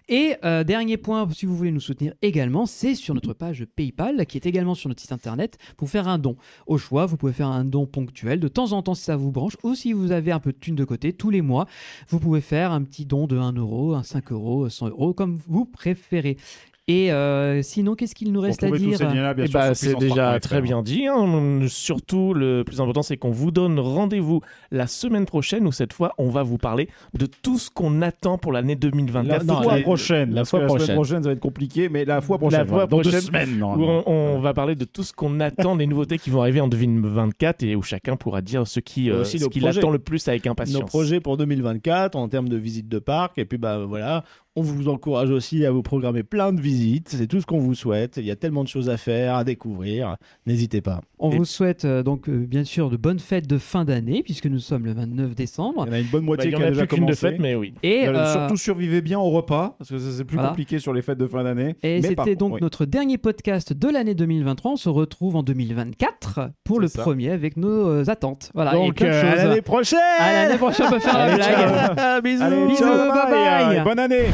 S8: Et euh, dernier point, si vous voulez nous soutenir également, c'est sur notre page PayPal, qui est également sur notre site internet, pour faire un don. Au choix, vous pouvez faire un don ponctuel de temps en temps si ça vous branche, ou si vous avez un peu de thunes de côté, tous les mois, vous pouvez faire un petit don de 1 euro, un 5 euros, 100 euros, comme vous préférez. Et euh, sinon, qu'est-ce qu'il nous reste à
S10: Retrouvez tous
S8: dire
S10: ces liens-là, bien
S7: Eh
S10: sûr,
S7: ben,
S10: sur
S7: c'est
S10: puissance
S7: déjà
S10: parfait,
S7: très
S10: hein.
S7: bien dit. hein. Surtout, le plus important, c'est qu'on vous donne rendez-vous la semaine prochaine où cette fois, on va vous parler de tout ce qu'on attend pour l'année 2024.
S10: La
S9: non,
S10: fois
S9: la-
S10: prochaine.
S9: la
S10: parce
S9: fois
S10: que La
S9: prochaine.
S10: semaine prochaine, ça va être compliqué, mais la fois prochaine.
S7: La fois
S10: voilà, dans deux
S7: prochaine,
S10: semaines.
S7: Où
S10: normalement.
S7: on, on va parler de tout ce qu'on attend, des nouveautés qui vont arriver en 2024 et où chacun pourra dire ce qui, euh,
S9: Aussi
S7: ce
S9: nos
S7: qui
S9: projets.
S7: l'attend le plus avec
S9: nos
S7: impatience.
S9: projets pour 2024 en termes de visites de parc. Et puis, bah voilà, on vous encourage aussi à vous programmer plein de visites. C'est tout ce qu'on vous souhaite. Il y a tellement de choses à faire, à découvrir. N'hésitez pas.
S8: On
S7: Et-
S8: vous souhaite euh, donc euh, bien sûr de bonnes fêtes de fin d'année puisque nous sommes le 29 décembre.
S10: Il y en a une bonne
S7: Bah,
S10: moitié
S7: Il y en
S10: qui a
S7: a
S10: déjà
S7: plus qu'une de
S10: commencé.
S7: fête, mais oui.
S8: Et,
S10: Et
S8: euh,
S10: Surtout survivez bien au repas, parce que ça, c'est plus
S8: voilà.
S10: compliqué sur les fêtes de fin d'année.
S8: et
S10: Mais par
S8: c'était
S10: contre,
S8: donc
S10: oui.
S8: notre dernier podcast de l'année 2023. On se retrouve en 2024 pour
S10: C'est
S8: le
S10: ça.
S8: premier avec nos euh, attentes. Voilà, et
S9: Donc,
S8: plein de
S9: euh, à
S8: choses.
S9: l'année prochaine
S8: À l'année prochaine, on peut faire la
S10: Allez,
S8: blague.
S10: ciao.
S9: Bisous
S10: Allez,
S8: [LAUGHS] Bisous,
S10: ciao,
S8: bye bye.
S10: et Bonne année